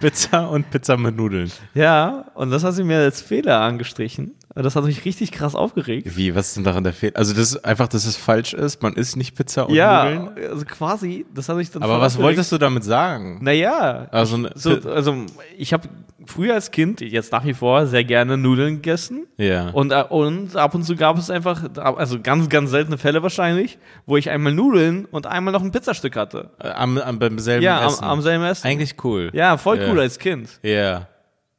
B: Pizza und Pizza mit Nudeln.
A: Ja, und das hat sie mir als Fehler angestrichen. Das hat mich richtig krass aufgeregt.
B: Wie, was ist denn daran der Fehler? Also, das ist einfach, dass es falsch ist. Man isst nicht Pizza und
A: ja,
B: Nudeln.
A: also quasi, das habe ich dann
B: Aber was wolltest du damit sagen?
A: Naja,
B: Also, ne-
A: so, also ich habe früher als Kind, jetzt nach wie vor, sehr gerne Nudeln gegessen.
B: ja.
A: Und, äh, und ab und zu gab es einfach, also ganz, ganz seltene Fälle wahrscheinlich, wo ich einmal Nudeln und einmal noch ein Pizzastück hatte.
B: Äh, am, am, beim selben
A: Ja, am,
B: Essen.
A: am selben Essen.
B: Eigentlich cool.
A: Ja, voll
B: Ja.
A: cool Also als Kind.
B: Ja.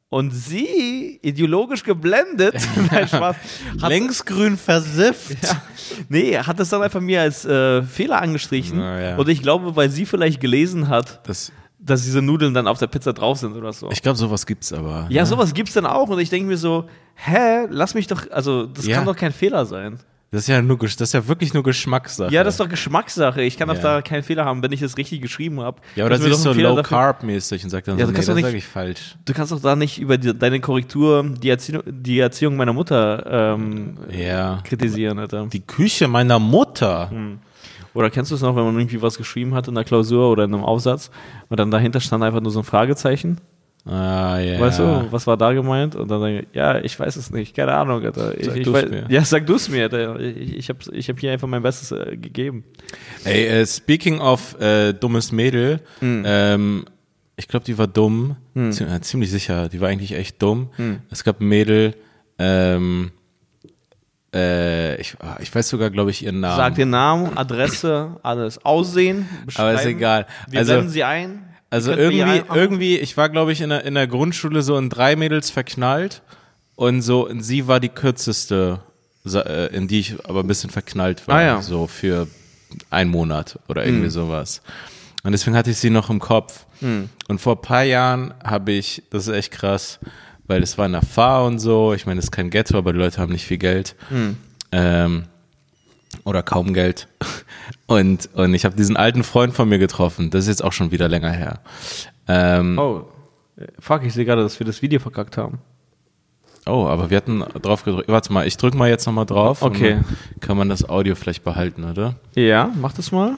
A: Und sie, ideologisch geblendet, nein, Spaß, hat,
B: Längsgrün versifft.
A: Ja. Nee, hat das dann einfach mir als äh, Fehler angestrichen.
B: Na ja.
A: Und ich glaube, weil sie vielleicht gelesen hat,
B: Das,
A: dass diese Nudeln dann auf der Pizza drauf sind oder so.
B: ich glaube, sowas gibt's aber. ne?
A: ja, sowas gibt's dann auch. Und ich denke mir so, hä, lass mich doch, also das
B: Ja.
A: kann doch kein Fehler sein.
B: Das ist ja nur, Gesch- das ist ja wirklich nur Geschmackssache.
A: Ja, das ist doch Geschmackssache. Ich kann doch
B: Ja.
A: da keinen Fehler haben, wenn ich das richtig geschrieben habe.
B: Ja, oder
A: Ist mir
B: sie
A: doch
B: ist
A: ein
B: so
A: Fehler
B: low
A: dafür-
B: carb mäßig und sagt dann
A: Ja,
B: so,
A: du
B: nee, das
A: kannst
B: ist
A: doch nicht-
B: wirklich falsch.
A: Du kannst doch da nicht über die, deine Korrektur die Erziehung, die Erziehung meiner Mutter ähm,
B: Ja.
A: kritisieren, Alter.
B: Die Küche meiner Mutter.
A: Hm. Oder kennst du es noch, wenn man irgendwie was geschrieben hat in der Klausur oder in einem Aufsatz und dann dahinter stand einfach nur so ein Fragezeichen?
B: Ah, ja.
A: Weißt du, was war da gemeint? Und dann denke ich, ja, ich weiß es nicht, keine Ahnung, Alter. Ich,
B: Sag
A: ich
B: du's
A: weiß,
B: mir.
A: Ja, sag du es mir, Alter. Ich, ich habe ich hab hier einfach mein Bestes äh, gegeben.
B: Ey, äh, speaking of äh, dummes Mädel, ähm, ich glaube, die war dumm. Zie- äh, ziemlich sicher, die war eigentlich echt dumm. Es gab ein Mädel, ähm, äh, ich, ah, ich weiß sogar, glaube ich, ihren Namen.
A: Sag den Namen, Adresse, alles. Aussehen,
B: Ah. aber ist
A: beschreiben.
B: egal.
A: Wir also,
B: also,
A: blenden sie ein.
B: Also
A: Ihr könnt mir
B: irgendwie,
A: ein-
B: irgendwie, ich war, glaube ich, in der, in der Grundschule so in drei Mädels verknallt und so, und sie war die kürzeste, sa- äh, in die ich aber ein bisschen verknallt war.
A: Ah, ja. Hm.
B: So für einen Monat oder irgendwie sowas. Und deswegen hatte ich sie noch im Kopf.
A: Hm.
B: Und vor ein paar Jahren habe ich, das ist echt krass, weil es war in der Fahr und so, ich meine, es ist kein Ghetto, aber die Leute haben nicht viel Geld.
A: Hm.
B: Ähm, oder kaum Geld. Und, und ich habe diesen alten Freund von mir getroffen. Das ist jetzt auch schon wieder länger her. Ähm,
A: Oh, äh, fuck, ich sehe gerade, dass wir das Video verkackt haben.
B: oh, aber wir hatten drauf gedrückt. Warte mal, ich drücke mal jetzt nochmal drauf.
A: Okay.
B: Und dann kann man das Audio vielleicht behalten, oder?
A: Ja, mach das mal.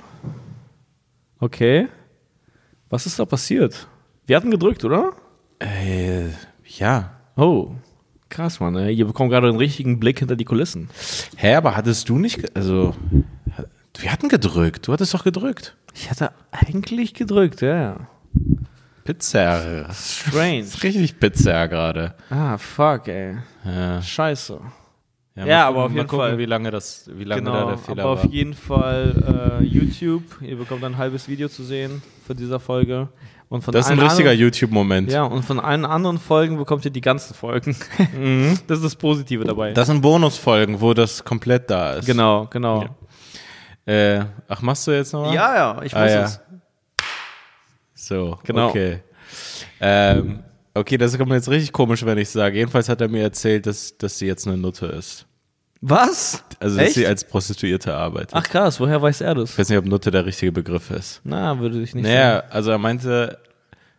A: Okay. Was ist da passiert? Wir hatten gedrückt, oder?
B: Äh, ja.
A: Oh. Krass, Mann. Ey. Ihr bekommt gerade einen richtigen Blick hinter die Kulissen.
B: Hä, aber hattest du nicht, ge- also, wir hatten gedrückt. Du hattest doch gedrückt.
A: Ich hatte eigentlich gedrückt, ja.
B: Pizza. Das
A: Strange.
B: ist richtig Pizza gerade.
A: ah, fuck, ey.
B: Ja,
A: Scheiße. Ja,
B: Ja, mal
A: aber auf
B: gucken-
A: jeden
B: mal gucken,
A: Fall.
B: wie lange das, wie lange da
A: Genau,
B: der Fehler
A: aber
B: war.
A: auf jeden Fall äh, YouTube. Ihr bekommt ein halbes Video zu sehen von dieser Folge. Und von
B: Das ist ein
A: allen
B: richtiger
A: anderen-
B: YouTube-Moment.
A: Ja, und von allen anderen Folgen bekommt ihr die ganzen Folgen. Das ist das Positive dabei.
B: Mhm. Das sind Bonusfolgen, wo das komplett da ist.
A: genau, genau.
B: Äh, ach, machst du jetzt nochmal?
A: ja, ich
B: Ah, ja. So,
A: Genau.
B: okay. Ähm, okay, das kommt mir jetzt richtig komisch, wenn ich sage. Jedenfalls hat er mir erzählt, dass, dass sie jetzt eine Nutte ist.
A: Was?
B: Also, dass
A: Echt?
B: sie als Prostituierte arbeitet.
A: Ach krass, woher weiß er
B: Ich
A: das?
B: weiß nicht, ob Nutte der richtige Begriff ist.
A: Na, würde ich nicht
B: Naja, also er meinte,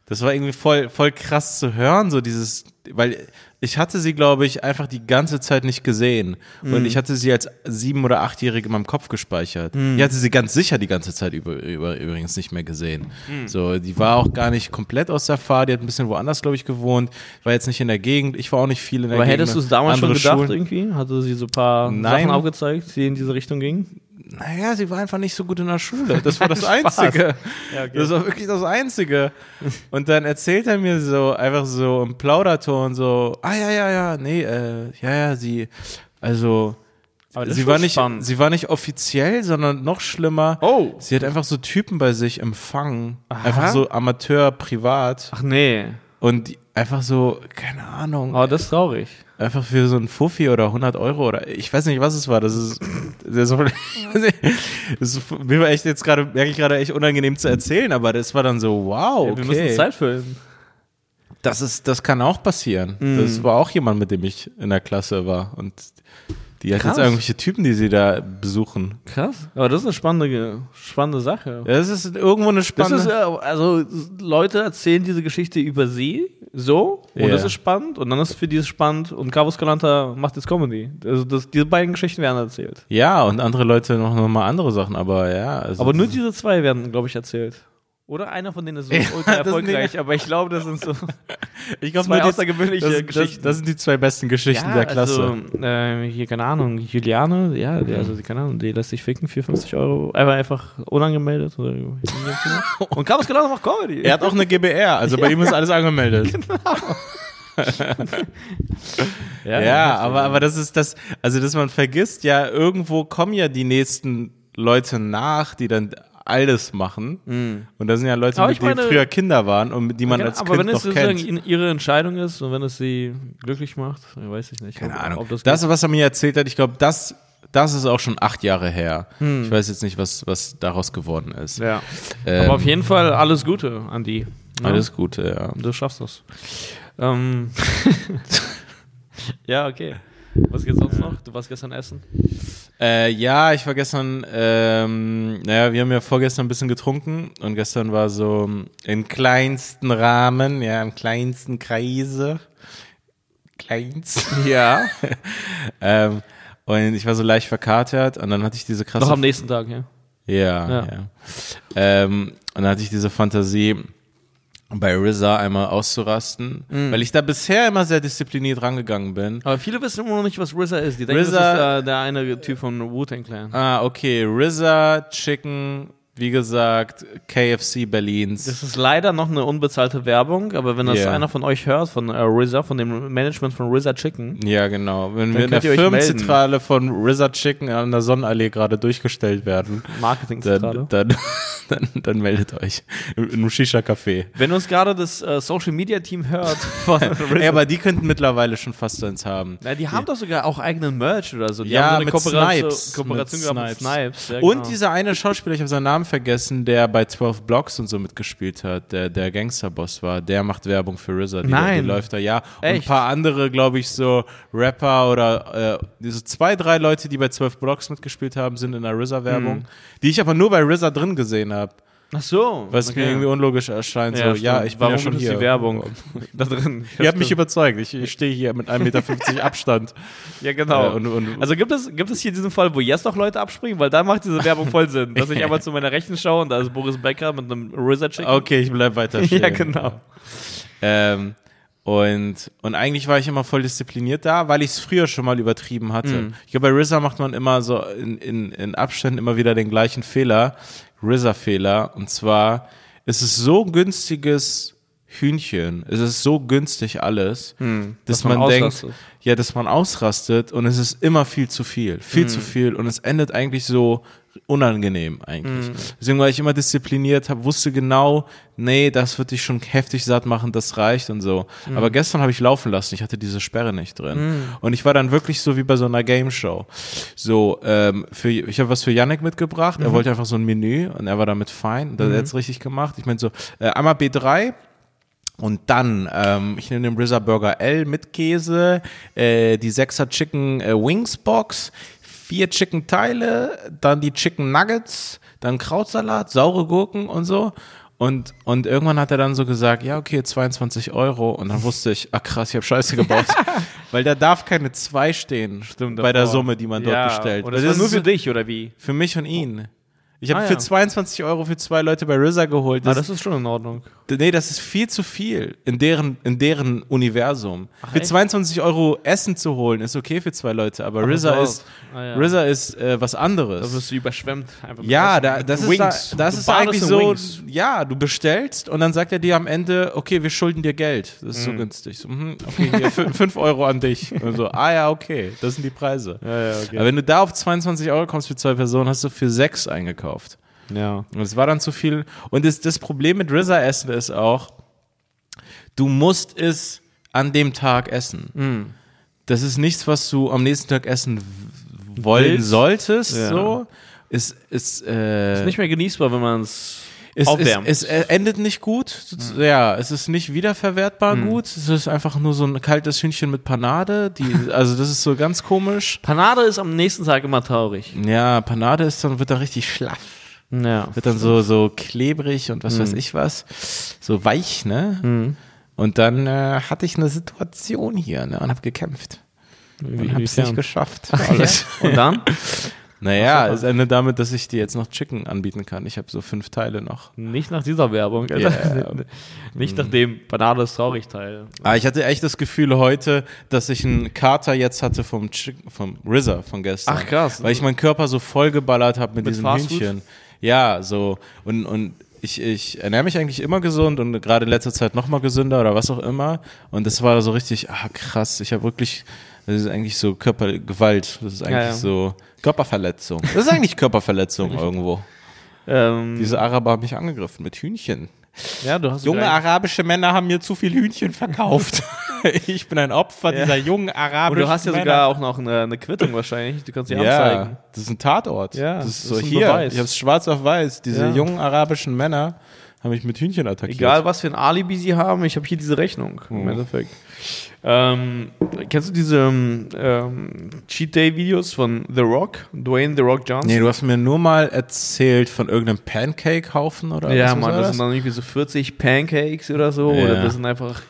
B: das war irgendwie voll, voll krass zu hören, so dieses, weil ich hatte sie, glaube ich, einfach die ganze Zeit nicht gesehen.
A: Mhm.
B: Und ich hatte sie als sieben- oder achtjährige in meinem Kopf gespeichert.
A: Mhm.
B: Ich hatte sie ganz sicher die ganze Zeit über, über, übrigens nicht mehr gesehen.
A: Mhm.
B: So, die war auch gar nicht komplett aus der Fahrt, die hat ein bisschen woanders, glaube ich, gewohnt, war jetzt nicht in der Gegend, ich war auch nicht viel in der
A: Aber
B: Gegend.
A: hättest du es damals schon
B: Andere
A: gedacht
B: Schulen.
A: irgendwie? Hatte sie so ein paar
B: Nein.
A: Sachen aufgezeigt, die in diese Richtung gingen?
B: Naja, sie war einfach nicht so gut in der Schule. Das war das
A: Nein, Spaß.
B: Einzige.
A: Ja, okay.
B: Das war wirklich das Einzige. Und dann erzählt er mir so, einfach so im Plauderton so, ah ja, ja, ja, nee, äh, ja, ja, sie, also,
A: Aber das ist
B: sie
A: schon
B: war, nicht,
A: spannend.
B: sie war nicht offiziell, sondern noch schlimmer.
A: Oh.
B: Sie hat einfach so Typen bei sich empfangen.
A: Aha.
B: Einfach so Amateur, privat.
A: Ach nee,
B: Und die, einfach so, keine Ahnung
A: aber das ist traurig.
B: einfach für so ein Fuffi oder 100 Euro oder ich weiß nicht, was es war. Das ist, das ist, das ist mir war echt jetzt gerade, merke ich gerade echt unangenehm zu erzählen, aber das war dann so, wow,
A: Wir müssen
B: okay.
A: Zeit füllen.
B: Das ist, das kann auch passieren.
A: Mhm.
B: Das war auch jemand, mit dem ich in der Klasse war und die hat
A: Krass.
B: jetzt irgendwelche Typen, die sie da besuchen.
A: Krass. Aber das ist eine spannende, Ge- spannende Sache.
B: Ja, Das ist irgendwo eine
A: Das ist, äh,
B: spannende.
A: also Leute erzählen diese Geschichte über sie, so, und
B: Ja.
A: das ist spannend, und dann ist für die es spannend, und Carlos Calanta macht jetzt Comedy. Also das, diese beiden Geschichten werden erzählt.
B: Ja, und andere Leute noch, noch mal andere Sachen, aber ja. Also
A: äh, Aber nur diese zwei werden, glaube ich, erzählt. Oder einer von denen ist so ultra
B: das sind die-
A: erfolgreich, aber ich glaube, das sind so
B: ich glaub,
A: zwei
B: nur die-
A: außergewöhnliche
B: das, das,
A: Geschichten.
B: das sind die zwei besten Geschichten der Klasse.
A: Also, äh, hier, keine Ahnung, Juliane, ja, die, also die, keine Ahnung, die lässt sich ficken, 450 Euro, aber einfach unangemeldet. Oder, und Carlos Calanta macht Comedy.
B: Er hat auch eine GBR, also bei ihm ist alles angemeldet. Ja, aber, aber das ist das, also dass man vergisst, ja, irgendwo kommen ja die nächsten Leute nach, die dann alles machen. Und da sind ja Leute,
A: Aber
B: mit
A: ich
B: denen
A: meine-
B: früher Kinder waren und die man
A: Genau,
B: als
A: aber
B: Kind
A: wenn es
B: noch
A: sozusagen
B: kennt.
A: in- ihre Entscheidung ist und wenn es sie glücklich macht, dann weiß ich nicht.
B: Keine Ahnung.
A: Ob das,
B: das, was er mir erzählt hat, ich glaube, das, das ist auch schon acht Jahre her. Ich weiß jetzt nicht, was, was daraus geworden ist.
A: ja.
B: Ähm,
A: aber auf jeden Fall alles Gute an die. ne?
B: alles Gute, ja.
A: Du schaffst das. Ähm. ja, okay. Was geht's sonst noch? Du warst gestern essen?
B: Äh, ja, ich war gestern, ähm, naja, wir haben ja vorgestern ein bisschen getrunken und gestern war so m, im kleinsten Rahmen, ja, im kleinsten Kreise. Kleinst. Ja. ähm, und ich war so leicht verkatert und dann hatte ich diese krasse.
A: Noch am nächsten Tag, ja.
B: Ja,
A: Ja.
B: ja. Ähm, und dann hatte ich diese Fantasie, bei RZA einmal auszurasten,
A: Mhm.
B: weil ich da bisher immer sehr diszipliniert rangegangen bin.
A: Aber viele wissen immer noch nicht, was RZA ist. Die denken,
B: RZA
A: das ist äh, der eine Typ von Wu-Tang Clan.
B: Ah, okay. RZA, Chicken, wie gesagt, KFC Berlins.
A: Das ist leider noch eine unbezahlte Werbung, aber wenn das
B: Ja.
A: einer von euch hört, von äh, RZA, von dem Management von RZA Chicken,
B: Ja, genau. Wenn wir in der
A: könnt ihr euch
B: Firmenzentrale von RZA Chicken an der Sonnenallee gerade durchgestellt werden, dann,
A: Marketingzentrale.
B: dann, dann, dann meldet euch im im Shisha-Café.
A: Wenn uns gerade das äh, Social Media Team hört von
B: Ey, aber die könnten mittlerweile schon fast eins haben.
A: Na, die haben doch sogar auch eigenen Merch oder so. Die
B: Ja,
A: haben so eine
B: mit
A: Kooperation,
B: Snipes.
A: Kooperation
B: Mit
A: gehabt mit
B: Snipes.
A: Snipes. Ja,
B: Und
A: genau.
B: dieser eine Schauspieler, ich habe seinen Namen vergessen, der bei 12 Blocks und so mitgespielt hat, der, der Gangsterboss war, der macht Werbung für RZA. Die,
A: Nein.
B: Die läuft da, ja. Und ein
A: Echt?
B: paar andere, glaube ich, so Rapper oder äh, diese zwei, drei Leute, die bei 12 Blocks mitgespielt haben, sind in der
A: Hm.
B: RZA-Werbung, die ich aber nur bei RZA drin gesehen habe,
A: Ach so.
B: was mir irgendwie unlogisch erscheint. Ja, so, ja
A: stimmt.
B: ich bin
A: Warum
B: ja schon
A: ist
B: hier.
A: die Werbung da drin?
B: Ihr habt mich
A: stimmt.
B: überzeugt. Ich, ich stehe hier mit 1,50 Meter Abstand.
A: ja, genau.
B: Äh, und- und-
A: also gibt es, gibt es hier diesen Fall, wo jetzt noch Leute abspringen? Weil da macht diese Werbung voll Sinn. Dass ich einmal zu meiner Rechten schaue und da Also, ist Boris Becker mit einem RZA Chicken. genau.
B: Okay, ich bleib weiter stehen.
A: ja, genau.
B: Ähm, Und, und eigentlich war ich immer voll diszipliniert da, weil ich es früher schon mal übertrieben hatte. Ich glaube, bei RZA macht man immer so in, in, in Abständen immer wieder den gleichen Fehler, RZA-Fehler. Und zwar ist es so günstiges Hühnchen, es ist so günstig alles, dass,
A: man
B: man, denkt,
A: ausrastet.
B: ja, dass man ausrastet und es ist immer viel zu viel, viel zu viel und es endet eigentlich so unangenehm eigentlich. Deswegen war ich immer diszipliniert, hab, wusste genau, nee, das wird dich schon heftig satt machen, das reicht und so. Aber gestern habe ich laufen lassen, ich hatte diese Sperre nicht drin und ich war dann wirklich so wie bei so einer Game Show. So, ähm, für, ich habe was für Yannick mitgebracht, er wollte einfach so ein Menü und er war damit fein, und das hat's richtig gemacht. Ich meinte so, äh, einmal B3 und dann, ähm, ich nehme den Brizzer Burger L mit Käse, äh, die 6er Chicken äh, Wings Box, vier Chicken Teile, dann die Chicken Nuggets, dann Krautsalat, saure Gurken und so. Und, und irgendwann hat er dann so gesagt, ja, okay, 22 Euro. Und dann wusste ich, ah krass, ich habe Scheiße gebaut. Weil da darf keine zwei stehen bei der Summe, die man dort bestellt.
A: Und
B: Weil
A: das, war nur
B: ist-
A: für dich, oder wie?
B: für mich und ihn. Ich habe
A: Ah,
B: für
A: ja.
B: 22 Euro für zwei Leute bei RZA geholt.
A: Ah,
B: Das-
A: das ist schon in Ordnung.
B: Nee, das ist viel zu viel in deren, in deren Universum. für
A: echt?
B: 22 Euro Essen zu holen, ist okay für zwei Leute, aber RZA
A: dort.
B: ist,
A: Ah, ja.
B: RZA ist äh, was
A: Da
B: anderes.
A: wirst du überschwemmt. Einfach mit
B: Ja,
A: Essen.
B: da, das ist,
A: Wings.
B: da, das
A: Du
B: ist
A: badest
B: eigentlich
A: in
B: so,
A: Wings.
B: ja, du bestellst und dann sagt er dir am Ende, okay, wir schulden dir Geld. Das ist so günstig. So, mhm, okay, hier, 5 Euro an dich. Und so, ah ja, okay, das sind die Preise.
A: Ja, ja, okay.
B: Aber wenn du da auf 22 Euro kommst für zwei Personen, hast du für sechs eingekauft.
A: ja.
B: Und es war dann zu viel. Und das, das Problem mit RZA-Essen ist auch, du musst es an dem Tag essen.
A: Mm.
B: Das ist nichts, was du am nächsten Tag essen w- wollen
A: Willst?
B: solltest.
A: Ja.
B: So. Es, es, äh,
A: Nicht mehr genießbar, wenn man es
B: es, es,
A: aufwärmt.
B: es äh, endet nicht gut. sozu-
A: Mm.
B: Ja, es ist nicht wiederverwertbar gut. Es ist einfach nur so ein kaltes Hühnchen mit Panade. Die, also das ist so ganz komisch.
A: Panade ist am nächsten Tag immer traurig.
B: Ja, Panade ist dann, wird dann richtig schlaff.
A: Ja.
B: wird dann so, so klebrig und was weiß ich was, so weich, ne? Und dann äh, hatte ich eine Situation hier, ne? Und habe gekämpft. Und habe es nicht geschafft. Alles.
A: Und dann?
B: Naja, es endet damit, dass ich dir jetzt noch Chicken anbieten kann. Ich habe so fünf Teile noch.
A: Nicht nach dieser Werbung. Alter. Nicht nach dem Banane ist traurig Teil.
B: Ah, ich hatte echt das Gefühl heute, dass ich einen Kater jetzt hatte vom Chicken, vom RZA von gestern.
A: Ach, krass.
B: Weil ich meinen Körper so vollgeballert habe mit,
A: Mit
B: diesem
A: Fast Food?
B: Hühnchen. Ja, so und und ich, ich ernähre mich eigentlich immer gesund und gerade in letzter Zeit noch mal gesünder oder was auch immer und das war so richtig ah krass, ich habe wirklich das ist eigentlich so Körpergewalt, das ist eigentlich
A: ja.
B: so Körperverletzung. Das ist eigentlich Körperverletzung irgendwo.
A: Ähm,
B: Diese Araber haben mich angegriffen mit Hühnchen.
A: ja, du hast
B: Junge
A: gleich-
B: arabische Männer haben mir zu viel Hühnchen verkauft. ich bin ein Opfer dieser jungen
A: Und
B: arabischen
A: du hast ja
B: Männer.
A: sogar auch noch eine, eine Quittung wahrscheinlich. Du kannst sie
B: ja,
A: anzeigen.
B: das ist ein Tatort.
A: Ja,
B: das ist
A: das
B: so
A: ist ein
B: hier.
A: Beweis.
B: Ich habe schwarz auf weiß. Diese
A: Ja.
B: jungen arabischen Männer haben mich mit Hühnchen attackiert.
A: Egal, was für ein Alibi sie haben, ich habe hier diese Rechnung im Endeffekt. Ähm, kennst du diese ähm, Cheat Day-Videos von The Rock? Dwayne The Rock Johnson?
B: Nee, du hast mir nur mal erzählt von irgendeinem Pancake-Haufen oder
A: Ja,
B: was
A: Mann,
B: war
A: das sind dann irgendwie so 40 Pancakes oder so. Oder
B: Ja.
A: das sind einfach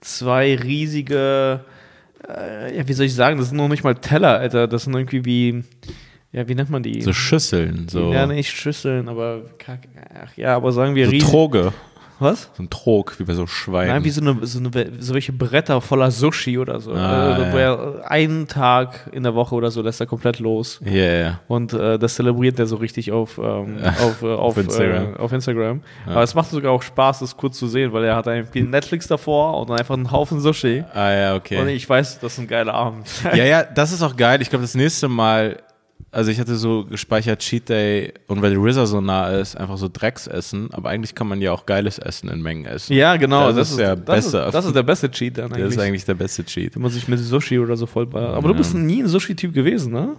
A: zwei riesige, äh, ja, wie soll ich sagen, das sind noch nicht mal Teller, Alter. Das sind irgendwie wie, ja, wie nennt man die?
B: So Schüsseln, so,
A: Ja, nicht Schüsseln, aber Kack, ach ja, aber sagen wir
B: so
A: riesig.
B: Troge.
A: Was?
B: So ein Trog, wie bei so Schweinen.
A: Nein, wie so eine, so eine so welche Bretter voller Sushi oder so.
B: Ah,
A: also,
B: ja.
A: wo er einen Tag in der Woche oder so lässt er komplett los.
B: Ja, yeah.
A: Und äh, das zelebriert er so richtig auf, ähm, auf, äh, auf,
B: Auf Instagram.
A: Äh, auf Instagram. Aber es macht sogar auch Spaß, das kurz zu sehen, weil er hat ein viel Netflix davor und dann einfach einen Haufen Sushi.
B: Ah ja, okay.
A: Und ich weiß, das ist ein geiler Abend.
B: ja, ja, das ist auch geil. Ich glaube, das nächste Mal, also ich hatte so gespeichert Cheat Day und weil RZA so nah ist, einfach so Drecks essen. Aber eigentlich kann man ja auch geiles Essen in Mengen essen.
A: ja, genau.
B: Das ist ja
A: das
B: besser.
A: Ist, das ist der beste Cheat dann
B: Das
A: eigentlich.
B: ist eigentlich der beste Cheat.
A: Wenn man sich mit Sushi oder so voll. Aber du bist nie ein Sushi-Typ gewesen, ne?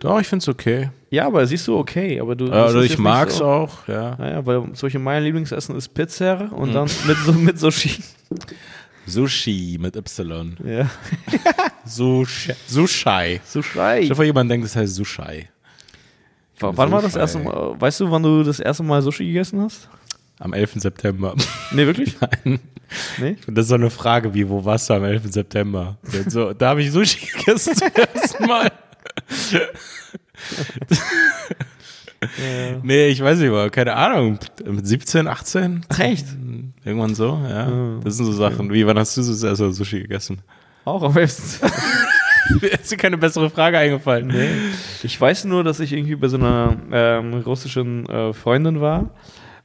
B: Doch, ich find's okay.
A: Ja, aber siehst du, okay. Aber du, du bist
B: Also ich
A: jetzt nicht
B: mag's
A: so-
B: auch, ja.
A: Naja, weil zum Beispiel mein Lieblingsessen ist Pizza
B: Hm.
A: und dann mit, so, mit Sushi.
B: Sushi mit Y.
A: Ja.
B: Sushi. Sushi.
A: Sushi.
B: Stell dir jemand denkt, das heißt Sushi.
A: W- Wann war das
B: Sushi.
A: erste Mal? Weißt du, wann du das erste Mal Sushi gegessen hast?
B: Am 11. September.
A: Nee, wirklich?
B: Nein.
A: Nee?
B: Und das ist so eine Frage wie, wo warst du am 11. September? Und So, da habe ich Sushi gegessen zum ersten Mal. Nee, ich weiß nicht mal, keine Ahnung. Mit 17, 18?
A: Ach, echt? Ah,
B: Irgendwann so, ja. Das sind so Sachen. Wie, wann hast du das erste Mal Sushi gegessen?
A: Auch am besten.
B: Mir ist dir keine bessere Frage eingefallen.
A: Ich weiß nur, dass ich irgendwie bei so einer ähm, russischen äh, Freundin war.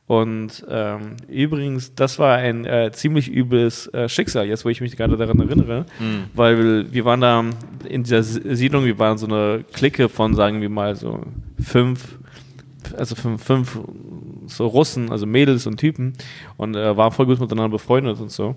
A: Und ähm, übrigens, das war ein äh, ziemlich übles äh, Schicksal, jetzt wo ich mich gerade daran erinnere, weil wir waren da in dieser S- Siedlung, wir waren so eine Clique von, sagen wir mal, so fünf, also fünf, fünf so Russen, also Mädels und Typen und äh, waren voll gut miteinander befreundet und so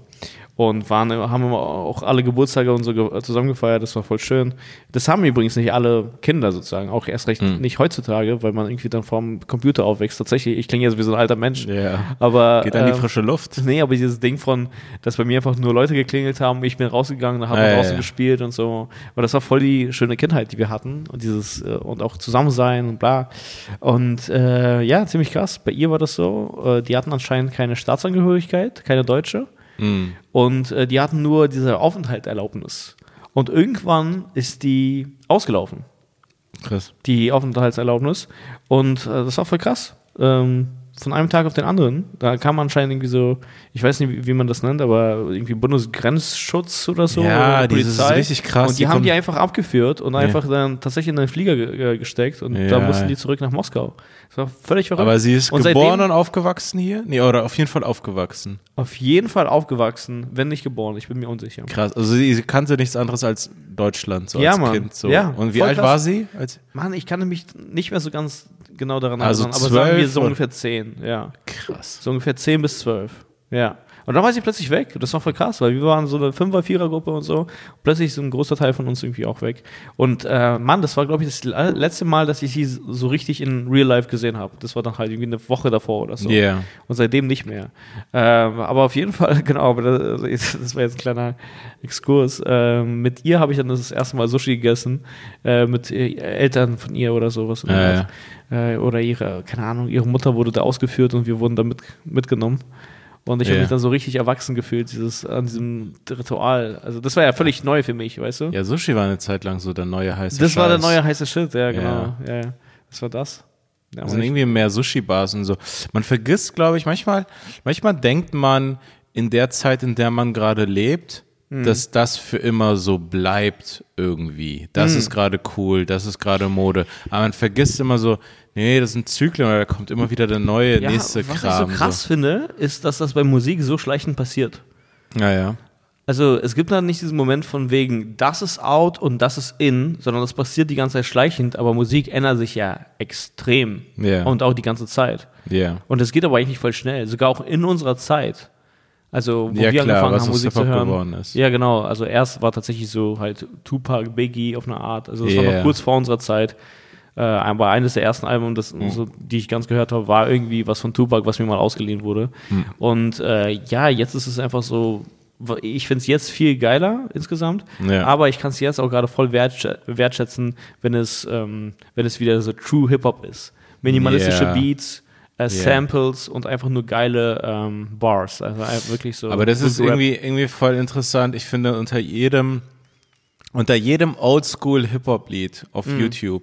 A: und waren, haben immer auch alle Geburtstage und so ge zusammengefeiert, das war voll schön. Das haben übrigens nicht alle Kinder sozusagen, auch erst recht
B: Hm.
A: nicht heutzutage, weil man irgendwie dann vorm Computer aufwächst. Tatsächlich, ich klinge jetzt wie so ein alter Mensch,
B: Ja.
A: aber
B: Geht an die
A: ähm,
B: frische Luft.
A: Nee, aber dieses Ding von, dass bei mir einfach nur Leute geklingelt haben, ich bin rausgegangen, dann haben
B: Ah, Ja,
A: wir
B: ja,
A: draußen
B: ja.
A: gespielt und so. Aber das war voll die schöne Kindheit, die wir hatten und dieses äh, und auch zusammen sein und bla. Und äh, ja, ziemlich krass. Bei ihr war das so. Äh, die hatten anscheinend keine Staatsangehörigkeit, keine Deutsche.
B: Mhm.
A: Und äh, die hatten nur diese Aufenthaltserlaubnis. Und irgendwann ist die ausgelaufen
B: Krass.
A: die Aufenthaltserlaubnis. Und äh, das war voll krass. Ähm, von einem Tag auf den anderen. Da kam anscheinend irgendwie so, ich weiß nicht, wie, wie man das nennt, aber irgendwie Bundesgrenzschutz oder so.
B: Ja,
A: oder
B: das ist richtig krass.
A: Und
B: Die
A: die haben
B: kommen-
A: die einfach abgeführt und einfach dann tatsächlich in den Flieger ge äh, gesteckt und
B: Ja.
A: da mussten die zurück nach Moskau. Das war völlig verrückt.
B: Aber sie ist
A: und
B: geboren
A: seitdem
B: und aufgewachsen hier? Nee, oder auf jeden Fall aufgewachsen.
A: auf jeden Fall aufgewachsen, wenn nicht geboren. Ich bin mir unsicher.
B: Krass. Also sie sie kannte nichts anderes als Deutschland so
A: Ja,
B: als
A: Mann.
B: Kind. So.
A: Ja,
B: Und wie
A: voll
B: alt
A: krass.
B: war sie? Als
A: Mann, ich kann mich nicht mehr so ganz genau daran
B: Also
A: erinnern, aber sagen wir
B: zwölf
A: so
B: oder-
A: ungefähr zehn, ja.
B: Krass.
A: So ungefähr 10 bis 12. Ja. Und dann war sie plötzlich weg. Das war voll krass, weil wir waren so eine Fünfer-, Vierer-Gruppe und so. Plötzlich ist ein großer Teil von uns irgendwie auch weg. Und äh, Mann, das war, glaube ich, das le- letzte Mal, dass ich sie so richtig in Real Life gesehen habe. Das war dann halt irgendwie eine Woche davor oder so.
B: Yeah.
A: Und seitdem nicht mehr. Ähm, aber auf jeden Fall, genau, aber das, das war jetzt ein kleiner Exkurs. Ähm, mit ihr habe ich dann das erste Mal Sushi gegessen, äh, mit äh, Eltern von ihr oder sowas. in der
B: Ja,
A: Art. Äh, oder ihre, keine Ahnung, ihre Mutter wurde da ausgeführt und wir wurden da mit, mitgenommen. Und ich
B: Ja.
A: habe mich dann so richtig erwachsen gefühlt, dieses, an diesem Ritual. Also das war ja völlig neu für mich, weißt du?
B: Ja, Sushi war eine Zeit lang so der neue heiße
A: das war der
B: Scheiß.
A: neue heiße Shit, ja, genau. Ja. Ja, Das war das. Ja,
B: Es
A: Mann,
B: sind
A: ich-
B: irgendwie mehr Sushi-Bars und so. Man vergisst, glaube ich, manchmal, manchmal denkt man in der Zeit, in der man gerade lebt,
A: Mhm.
B: dass das für immer so bleibt irgendwie. Das
A: Mhm.
B: ist gerade cool, das ist gerade Mode. Aber man vergisst immer so, nee, das sind Zyklen, oder da kommt immer wieder der neue,
A: Ja,
B: nächste
A: was ich
B: Kram.
A: so krass finde, ist, dass das bei Musik so schleichend passiert.
B: So. Ja, ja.
A: Also es gibt dann nicht diesen Moment von wegen, das ist out und das ist in, sondern das passiert die ganze Zeit schleichend, aber Musik ändert sich ja extrem
B: Ja.
A: und auch die ganze Zeit.
B: Yeah.
A: Und es geht aber eigentlich voll schnell, sogar auch in unserer Zeit. Also wo
B: Ja,
A: wir
B: klar,
A: angefangen
B: was
A: haben,
B: aus
A: Musik zu
B: Hip-Hop
A: hören.
B: geworden ist.
A: Ja, genau. Also erst war tatsächlich so halt Tupac, Biggie auf eine Art. Also das war
B: Yeah.
A: noch kurz vor unserer Zeit. Äh, aber eines der ersten Alben, das,
B: Hm.
A: so, die ich ganz gehört habe, war irgendwie was von Tupac, was mir mal ausgeliehen wurde.
B: Hm.
A: Und äh, ja, jetzt ist es einfach so, ich finde es jetzt viel geiler insgesamt,
B: Ja.
A: aber ich kann es jetzt auch gerade voll wertsch wertschätzen, wenn es, ähm, wenn es wieder so True Hip-Hop ist. Minimalistische
B: Ja.
A: Beats, äh, Samples und einfach nur geile ähm, Bars. Also äh, wirklich so.
B: Aber das
A: gut
B: ist
A: Rap.
B: irgendwie, irgendwie voll interessant. Ich finde, unter jedem, unter jedem Oldschool-Hip-Hop-Lied auf
A: Mhm.
B: YouTube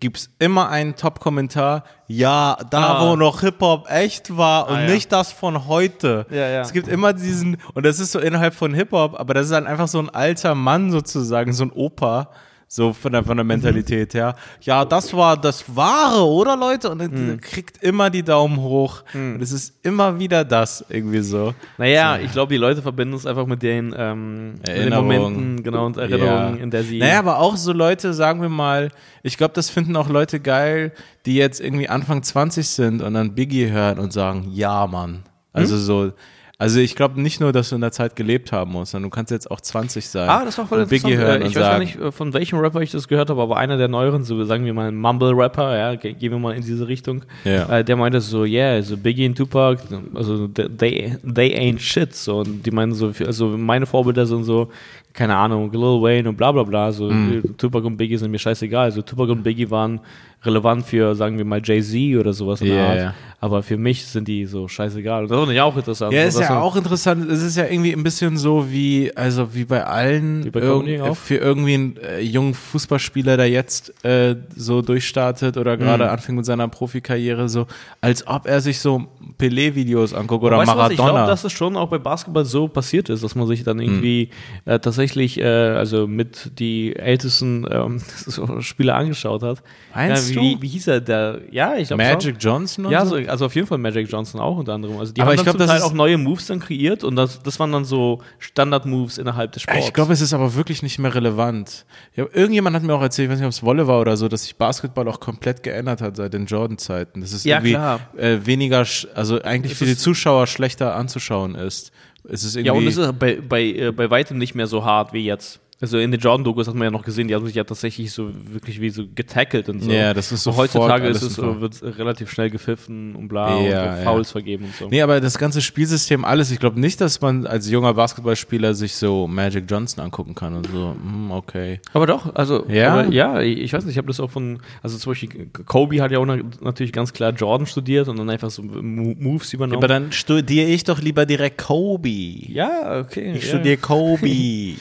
B: gibt's immer einen Top-Kommentar. Ja, da
A: Ah.
B: wo noch Hip-Hop echt war und
A: Ah, ja.
B: nicht das von heute.
A: Ja, ja.
B: Es gibt immer diesen, und das ist so innerhalb von Hip-Hop, aber das ist dann einfach so ein alter Mann sozusagen, so ein Opa. So von der, von
A: Mhm.
B: der Mentalität her. Ja, das war das Wahre, oder Leute? Und dann
A: Mhm.
B: kriegt immer die Daumen hoch. Und es ist immer wieder das irgendwie so.
A: Naja, ich glaube, die Leute verbinden es einfach mit den, ähm, mit den
B: Erinnerungen.
A: Momenten genau, und Erinnerungen,
B: Ja.
A: in der sie.
B: Naja, aber auch so Leute, sagen wir mal, ich glaube, das finden auch Leute geil, die jetzt irgendwie Anfang 20 sind und dann Biggie hören und sagen, ja, Mann. Also
A: Hm?
B: so. Also ich glaube nicht nur, dass du in der Zeit gelebt haben musst, sondern du kannst jetzt auch 20 sein.
A: Ah, das war voll
B: und Biggie
A: interessant.
B: hören
A: Äh,
B: und
A: ich weiß gar
B: sagen,
A: nicht, äh, von welchem Rapper ich das gehört habe, aber einer der neueren, so sagen wir mal Mumble-Rapper, ja, ge- gehen wir mal in diese Richtung,
B: Ja.
A: äh, der meinte so, yeah, so Biggie und Tupac, also they, they ain't shit, so, und die meinen so, also meine Vorbilder sind so, keine Ahnung, Lil Wayne und bla bla bla, so
B: Mhm.
A: äh, Tupac und Biggie sind mir scheißegal, also Tupac und Biggie waren relevant für, sagen wir mal, Jay-Z oder sowas in der
B: Ja,
A: Art,
B: ja.
A: aber für mich sind die so scheißegal, und das finde ich auch interessant,
B: Ja,
A: so,
B: ist
A: dass
B: ja ja auch interessant. Es ist ja irgendwie ein bisschen so wie, also wie bei allen,
C: Wie bei
B: irg-
C: Cody auch.
B: für irgendwie einen äh, jungen Fußballspieler, der jetzt äh, so durchstartet oder
A: Mhm.
B: gerade anfängt mit seiner Profikarriere, so als ob er sich so Pelé-Videos anguckt oder
A: Weißt du was, ich glaube,
B: Maradona.
A: dass es schon auch bei Basketball so passiert ist, dass man sich dann irgendwie äh, tatsächlich, äh, also mit die ältesten ähm, so Spieler angeschaut hat.
B: Meinst
A: ja,
B: du?
A: wie, Wie hieß er da? Ja, ich glaube
B: Magic Johnson und
A: Ja,
B: so?
A: so, also auf jeden Fall Magic Johnson auch unter anderem. Also die
B: Aber
A: haben
B: ich
A: dann
B: glaub,
A: zum
B: das
A: Teil
B: ist-
A: auch neue Moves dann kreiert und das, das waren dann so Standard-Moves innerhalb des Sports.
B: Ich glaube, es ist aber wirklich nicht mehr relevant. Ja, irgendjemand hat mir auch erzählt, ich weiß nicht, ob es Wolle war oder so, dass sich Basketball auch komplett geändert hat seit den Jordan-Zeiten. Das ist
A: Ja,
B: irgendwie
A: klar.
B: Äh, weniger, sch- also eigentlich für die
A: ist-
B: Zuschauer schlechter anzuschauen ist. Es ist irgendwie
A: ja, und es ist bei, bei, äh, bei weitem nicht mehr so hart wie jetzt. Also in den Jordan-Dokus hat man ja noch gesehen, die haben sich ja tatsächlich so wirklich wie so getackelt und so.
B: Ja, das ist
A: Und
B: sofort
A: Heutzutage
B: alles
A: ist es,
B: ein Foul.
A: so, wird relativ schnell gepfiffen und bla
B: Ja,
A: und
B: ja.
A: Fouls vergeben und so.
B: Nee, aber das ganze Spielsystem, alles, ich glaube nicht, dass man als junger Basketballspieler sich so Magic Johnson angucken kann und so, hm, okay.
A: Aber doch, also
B: Ja?
A: aber ja, ich ich weiß nicht, ich habe das auch von, also zum Beispiel Kobe hat ja auch na- natürlich ganz klar Jordan studiert und dann einfach so Mo- Moves übernommen.
B: Aber dann studiere ich doch lieber direkt Kobe.
A: ja, okay.
B: Ich
A: ja.
B: studiere Kobe.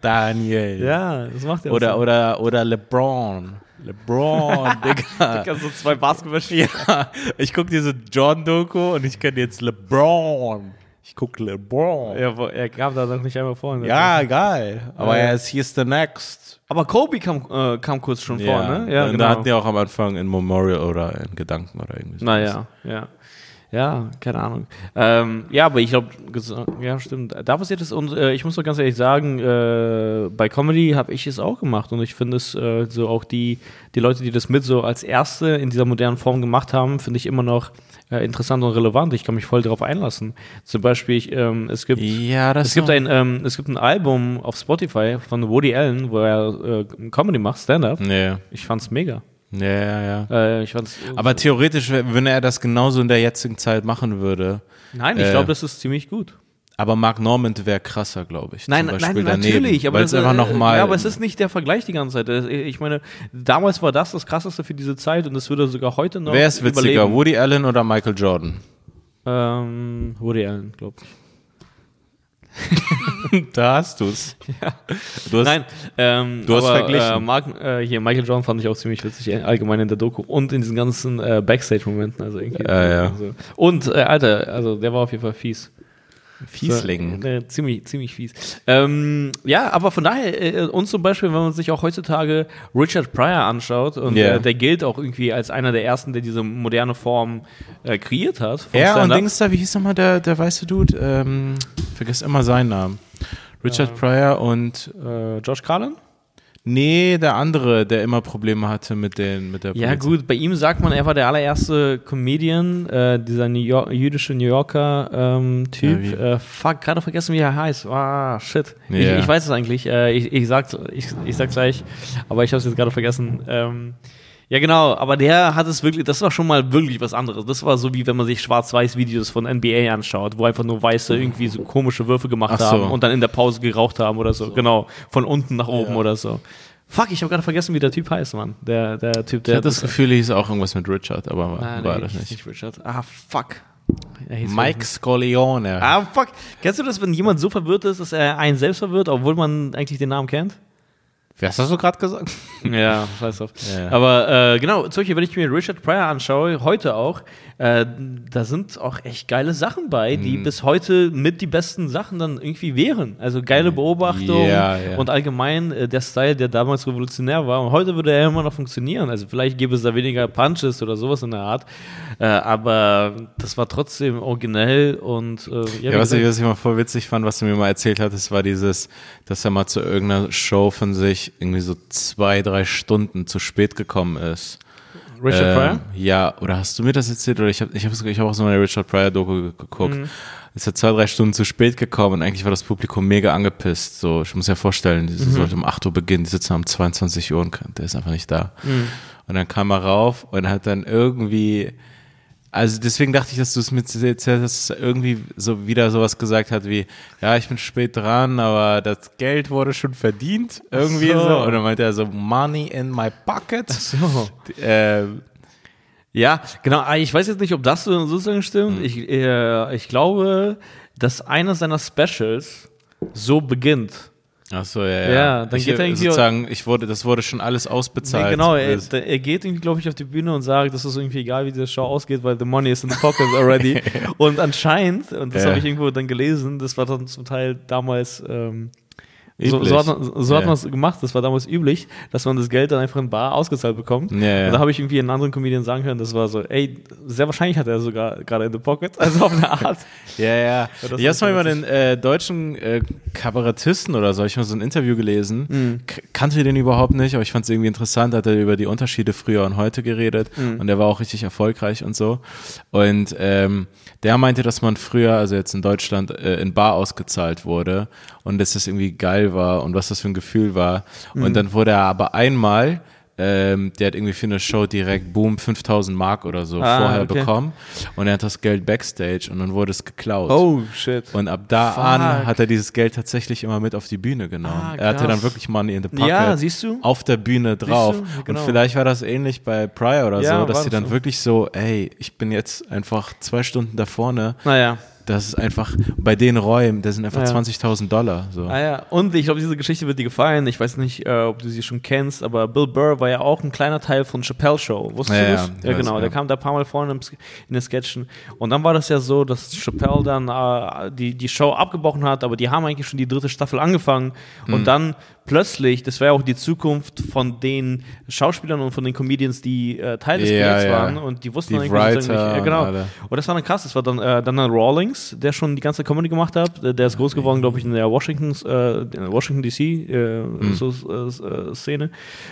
B: Daniel.
A: Ja, das macht ja
B: Oder,
A: Sinn.
B: oder, oder LeBron. LeBron, Digga.
A: so zwei Basketballspieler.
B: ja, ich gucke diese John-Doku und ich kenne jetzt LeBron. Ich gucke LeBron.
A: Ja, wo- er kam da noch nicht einmal vor. in der
B: Ja, geil. Aber
A: Ja.
B: er ist here's the next.
A: Aber Kobe kam, äh, kam kurz schon vor, ne?
B: und da hatten die auch am Anfang in Memorial oder in Gedanken oder irgendwie so.
A: Naja, ja. Ja, keine Ahnung. Ähm, ja, aber ich glaube, ja, stimmt. Da passiert es, und äh, ich muss doch ganz ehrlich sagen, äh, bei Comedy habe ich es auch gemacht und ich finde es äh, so auch die, die Leute, die das mit so als Erste in dieser modernen Form gemacht haben, finde ich immer noch äh, interessant und relevant. Ich kann mich voll darauf einlassen. Zum Beispiel, ich, ähm, es gibt.
B: Ja, das
A: Es gibt,
B: noch-
A: ein, ähm, es gibt ein Album auf Spotify von Woody Allen, wo er äh, Comedy macht, Stand-Up.
B: Nee.
A: Ich fand's mega.
B: Ja, ja, ja.
A: Äh, ich fand's,
B: Aber theoretisch, w- wenn er das genauso in der jetzigen Zeit machen würde.
A: nein, ich
B: äh,
A: glaube, das ist ziemlich gut.
B: Aber Mark Normand wäre krasser, glaube ich. zum
A: Nein, nein,
B: Beispiel daneben,
A: natürlich. Aber
B: weil
A: das
B: es einfach
A: äh,
B: noch mal-
A: Ja, aber es ist nicht der Vergleich die ganze Zeit. Äh, Ich meine, damals war das das Krasseste für diese Zeit und das würde sogar heute noch.
B: Wer ist witziger,
A: überleben.
B: Woody Allen oder Michael Jordan?
A: Ähm, Woody Allen, glaube ich.
B: Da hast du's. Du hast,
A: Nein, ähm,
B: Du hast
A: aber,
B: verglichen.
A: Äh, Mark, äh, hier, Michael Jordan fand ich auch ziemlich witzig, äh, allgemein in der Doku und in diesen ganzen äh, Backstage-Momenten. Also irgendwie.
B: Ja, ja.
A: Also. Und, äh, Alter, also der war auf jeden Fall fies.
B: Fiesling.
A: So, äh, ziemlich, ziemlich fies. Ähm, ja, aber von daher, äh, uns zum Beispiel, wenn man sich auch heutzutage Richard Pryor anschaut, und
B: Ja.
A: äh, der gilt auch irgendwie als einer der ersten, der diese moderne Form äh, kreiert hat. Vom
B: Er und
A: Stand-up.
B: Dings da, wie hieß nochmal der, der weiße Dude? Ähm, vergiss immer seinen Namen. Richard Pryor und
A: äh, Josh Carlin?
B: nee, der andere, der immer Probleme hatte mit den mit der
A: Ja,
B: Polizei.
A: gut, bei ihm sagt man, er war der allererste Comedian, äh, dieser New York, jüdische New Yorker ähm, Typ.
B: Ja, wie-
A: äh, fuck, gerade vergessen, wie er heißt. Ah, shit.
B: Ja.
A: Ich, ich weiß es eigentlich. Äh, ich, ich, sag's, ich, ich sag's gleich, aber ich habe es jetzt gerade vergessen. Ähm, ja, genau, aber der hat es wirklich, das war schon mal wirklich was anderes. Das war so wie wenn man sich Schwarz-Weiß-Videos von NBA anschaut, wo einfach nur Weiße irgendwie so komische Würfe gemacht
B: Ach so.
A: haben und dann in der Pause geraucht haben oder so. Genau, von unten nach oben oder so. Fuck, ich habe gerade vergessen, wie der Typ heißt, Mann. Der, der Typ,
B: Ich
A: der.
B: hatte das Gefühl, hieß auch irgendwas mit Richard, aber
A: Nein,
B: war
A: nee,
B: das
A: hieß
B: nicht.
A: Richard. Ah, fuck. Er hieß
B: Mike Scorleone.
A: Ah, fuck. Kennst du das, wenn jemand so verwirrt ist, dass er einen selbst verwirrt, obwohl man eigentlich den Namen kennt?
B: Wer hast du gerade gesagt?
A: Ja, scheiß auf.
B: Ja.
A: Aber äh, genau, zum Beispiel, wenn ich mir Richard Pryor anschaue, heute auch, äh, da sind auch echt geile Sachen bei,
B: Mhm.
A: die bis heute mit die besten Sachen dann irgendwie wären. Also geile Beobachtungen
B: Mhm. Ja, ja.
A: und allgemein äh, der Style, der damals revolutionär war. Und heute würde er immer noch funktionieren. Also vielleicht gäbe es da weniger Punches oder sowas in der Art. Äh, aber das war trotzdem originell und äh, wie
B: Ja, was ich,
A: gesagt,
B: was ich mal voll witzig fand, was du mir mal erzählt hattest, war dieses, dass er mal zu irgendeiner Show von sich irgendwie so zwei, drei Stunden zu spät gekommen ist.
A: Richard Pryor?
B: Ähm, Ja, oder hast du mir das erzählt? Oder ich habe ich hab, ich hab auch so eine Richard Pryor-Doku ge- geguckt.
A: Mhm.
B: Ist ja zwei, drei Stunden zu spät gekommen und eigentlich war das Publikum mega angepisst. So, ich muss ja vorstellen, die
A: Mhm.
B: sollte um 8 Uhr beginnen, die sitzen um 22 Uhr und kann- der ist einfach nicht da.
A: Mhm.
B: Und dann kam er rauf und hat dann irgendwie also deswegen dachte ich, dass du es mit erzählt hast, dass er irgendwie so wieder sowas gesagt hat wie, ja, ich bin spät dran, aber das Geld wurde schon verdient. Irgendwie so.
A: so.
B: Und dann meinte er so, Money in my pocket.
A: So.
B: Ähm,
A: Ja, genau. Ah, Ich weiß jetzt nicht, ob das so- sozusagen
B: Hm.
A: stimmt. Ich, äh, ich glaube, dass eines seiner Specials so beginnt.
B: Ach so, ja, ja.
A: Ja, dann
B: ich,
A: geht er irgendwie-
B: sozusagen, ich wurde, das wurde schon alles
A: Nee,
B: ausbezahlt. Also,
A: genau, er,
B: Das-
A: er geht, glaube ich, auf die Bühne und sagt, das ist irgendwie egal, wie diese Show ausgeht, weil the money is in the pocket already. und anscheinend, und das
B: Ja.
A: habe ich irgendwo dann gelesen, das war dann zum Teil damals, ähm, so,
B: Üblich.
A: so hat, man- so hat
B: Ja.
A: man es gemacht, das war damals üblich, dass man das Geld dann einfach in bar ausgezahlt bekommt.
B: Ja, ja.
A: Und da habe ich irgendwie einen anderen Comedian sagen hören, das war so, ey, sehr wahrscheinlich hat er sogar gerade in the pocket, also auf eine Art.
B: Ja, ja.
A: das
B: Ich hab's
A: ist
B: mal über
A: witzig.
B: den äh, deutschen äh, Kabarettisten oder so, ich hab mal so ein Interview gelesen.
A: Mhm.
B: K- Kannte den überhaupt nicht, aber ich fand's irgendwie interessant. Da hat er über die Unterschiede früher und heute geredet
A: Mhm.
B: und der war auch richtig erfolgreich und so. Und ähm, der meinte, dass man früher, also jetzt in Deutschland, äh, in Bar ausgezahlt wurde und dass das irgendwie geil war und was das für ein Gefühl war.
A: Mhm.
B: Und dann wurde er aber einmal. Ähm, der hat irgendwie für eine Show direkt, boom, 5000 Mark oder so
A: Ah,
B: vorher
A: okay.
B: bekommen. Und er hat das Geld backstage und dann wurde es geklaut.
A: shit.
B: Und ab da
A: Oh, Fuck.
B: an hat er dieses Geld tatsächlich immer mit auf die Bühne genommen.
A: Ah,
B: er hatte
A: krass.
B: dann wirklich Money in the Pocket.
A: Ja, siehst du?
B: Auf der Bühne drauf.
A: du? Genau.
B: Und vielleicht war das ähnlich bei Pryor oder
A: Ja,
B: so,
A: war
B: dass die
A: das
B: dann
A: so.
B: wirklich so, ey, ich bin jetzt einfach zwei Stunden da vorne.
A: Naja.
B: Das ist einfach, bei den Räumen, da sind einfach
A: Ja.
B: 20.000 Dollar. So.
A: Ah ja, und ich glaube, diese Geschichte wird dir gefallen. Ich weiß nicht, äh, ob du sie schon kennst, aber Bill Burr war ja auch ein kleiner Teil von Chappelle Show. Wusstest
B: Ja,
A: du
B: ja,
A: das?
B: ich
A: Ja,
B: weiß,
A: genau.
B: ja.
A: Der kam da ein paar Mal vorne im, Sk- in den Sketchen. Und dann war das ja so, dass Chappelle dann äh, die, die Show abgebrochen hat, aber die haben eigentlich schon die dritte Staffel angefangen.
B: Hm.
A: Und dann plötzlich, das war ja auch die Zukunft von den Schauspielern und von den Comedians, die äh, Teil des
B: Ja,
A: Projekts
B: ja.
A: waren. Und die wussten
B: Die
A: dann irgendwie sozusagen
B: Writer
A: nicht. Ja, genau.
B: und alle.
A: Und das war dann krass. Das war dann, äh, dann Rawlings, der schon die ganze Comedy gemacht hat. Äh, Der ist groß geworden, glaube ich, in der Washingtons, äh, in Washington DC äh,
B: Hm.
A: so, äh, äh, Szene.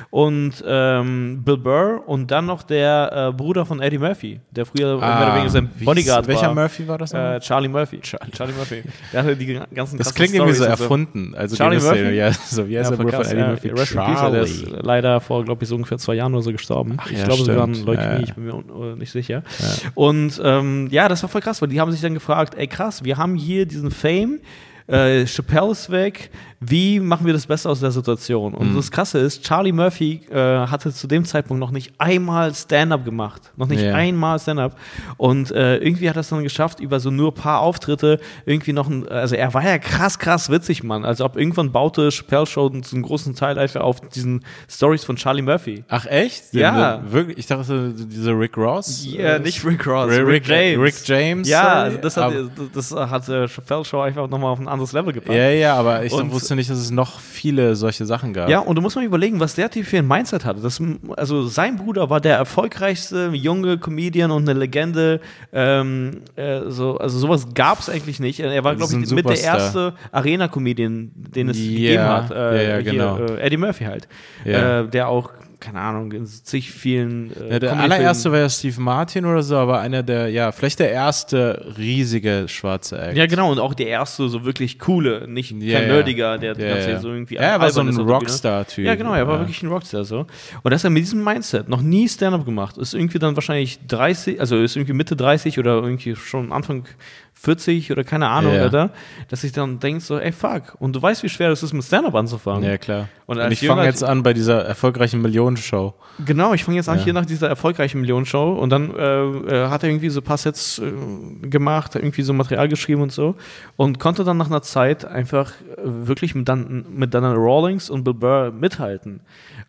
A: Und ähm, Bill Burr und dann noch der äh, Bruder von Eddie Murphy, der früher mehr oder weniger sein
B: Ah, wie hieß-
A: Bodyguard
B: Welcher
A: war.
B: Murphy war das? nochmal?
A: Äh, Charlie Murphy. Charlie Murphy. Der hatte die ganzen krassen
B: das klingt irgendwie so
A: Storys und
B: erfunden. Also
A: Charlie
B: die Szene,
A: Murphy?
B: Ja, so, wie heißt der
A: voll
B: Bruder
A: krass,
B: von Eddie
A: ja.
B: Murphy?
A: Rest in Peace, der ist leider vor, glaube ich, so ungefähr zwei Jahren oder so gestorben. ich
B: ja,
A: glaube sogar an
B: stimmt.
A: Leukämie,
B: Ja, ja.
A: ich bin mir un- äh, nicht sicher. Und ähm, ja, das war voll krass, weil die haben sich dann gefragt, ey krass, wir haben hier diesen Fame, äh, Chappelle ist weg, wie machen wir das Beste aus der Situation? Und das Krasse ist, Charlie Murphy äh, hatte zu dem Zeitpunkt noch nicht einmal Stand-Up gemacht. Noch nicht
B: Ja.
A: einmal Stand-Up. Und äh, irgendwie hat er es dann geschafft, über so nur ein paar Auftritte irgendwie noch ein, also er war ja krass, krass witzig, Mann. Also ab irgendwann baute Chappelle Show zum großen Teil einfach auf diesen Stories von Charlie Murphy.
B: Ach echt? Den-
A: Ja.
B: den- Wirklich? Ich dachte, diese Rick Ross. äh,
A: Rick Ross,
B: Rick, Rick James.
A: Ja,
B: sorry,
A: also das hat,
B: aber-
A: das hat äh, Chappelle Show einfach nochmal auf ein anderes Level gepackt.
B: ja, ja, aber ich
A: Und-
B: wusste nicht, dass es noch viele solche Sachen gab.
A: Ja, und du musst mal überlegen, was der Typ für ein Mindset hatte. Das, also sein Bruder war der erfolgreichste junge Comedian und eine Legende. Ähm, äh, so, also sowas gab es eigentlich nicht. Er war,
B: Das
A: glaube
B: ist
A: ich,
B: ein
A: mit der
B: Superstar.
A: erste Arena-Comedian, den es
B: Ja,
A: gegeben hat.
B: ja, ja,
A: hier,
B: genau.
A: äh, Eddie Murphy halt.
B: Ja.
A: Äh, der auch, keine Ahnung, in zig vielen äh,
B: Ja, der
A: Comedy-Filmen-
B: allererste war ja Steve Martin oder so, aber einer der, ja, vielleicht der erste riesige schwarze Act.
A: Ja, genau, und auch der erste so wirklich coole, nicht
B: Ja,
A: kein
B: ja.
A: Nerdiger, der
B: Ja,
A: die ganze
B: ja.
A: Zeit so irgendwie
B: Ja, er war so
A: albern
B: ein
A: ist auf der Bühne.
B: Rockstar-Typ.
A: Ja, genau, er war
B: Ja.
A: wirklich ein Rockstar so. Und dass er mit diesem Mindset noch nie Stand-up gemacht, ist irgendwie dann wahrscheinlich 30, also ist irgendwie Mitte 30 oder irgendwie schon Anfang 40 oder keine Ahnung,
B: Ja.
A: Alter, dass ich dann denke so, ey, fuck, und du weißt, wie schwer es ist, mit Stand-up anzufangen.
B: Ja, klar.
A: Und
B: Und,
A: als
B: ich fange
A: Jünger-
B: jetzt an bei dieser erfolgreichen Millionenshow.
A: Genau, ich fange jetzt an
B: Ja.
A: hier nach dieser erfolgreichen Millionenshow und dann äh, äh, hat er irgendwie so ein paar Sets äh, gemacht, irgendwie so Material geschrieben und so und konnte dann nach einer Zeit einfach äh, wirklich mit dann mit Dana Rawlings und Bill Burr mithalten.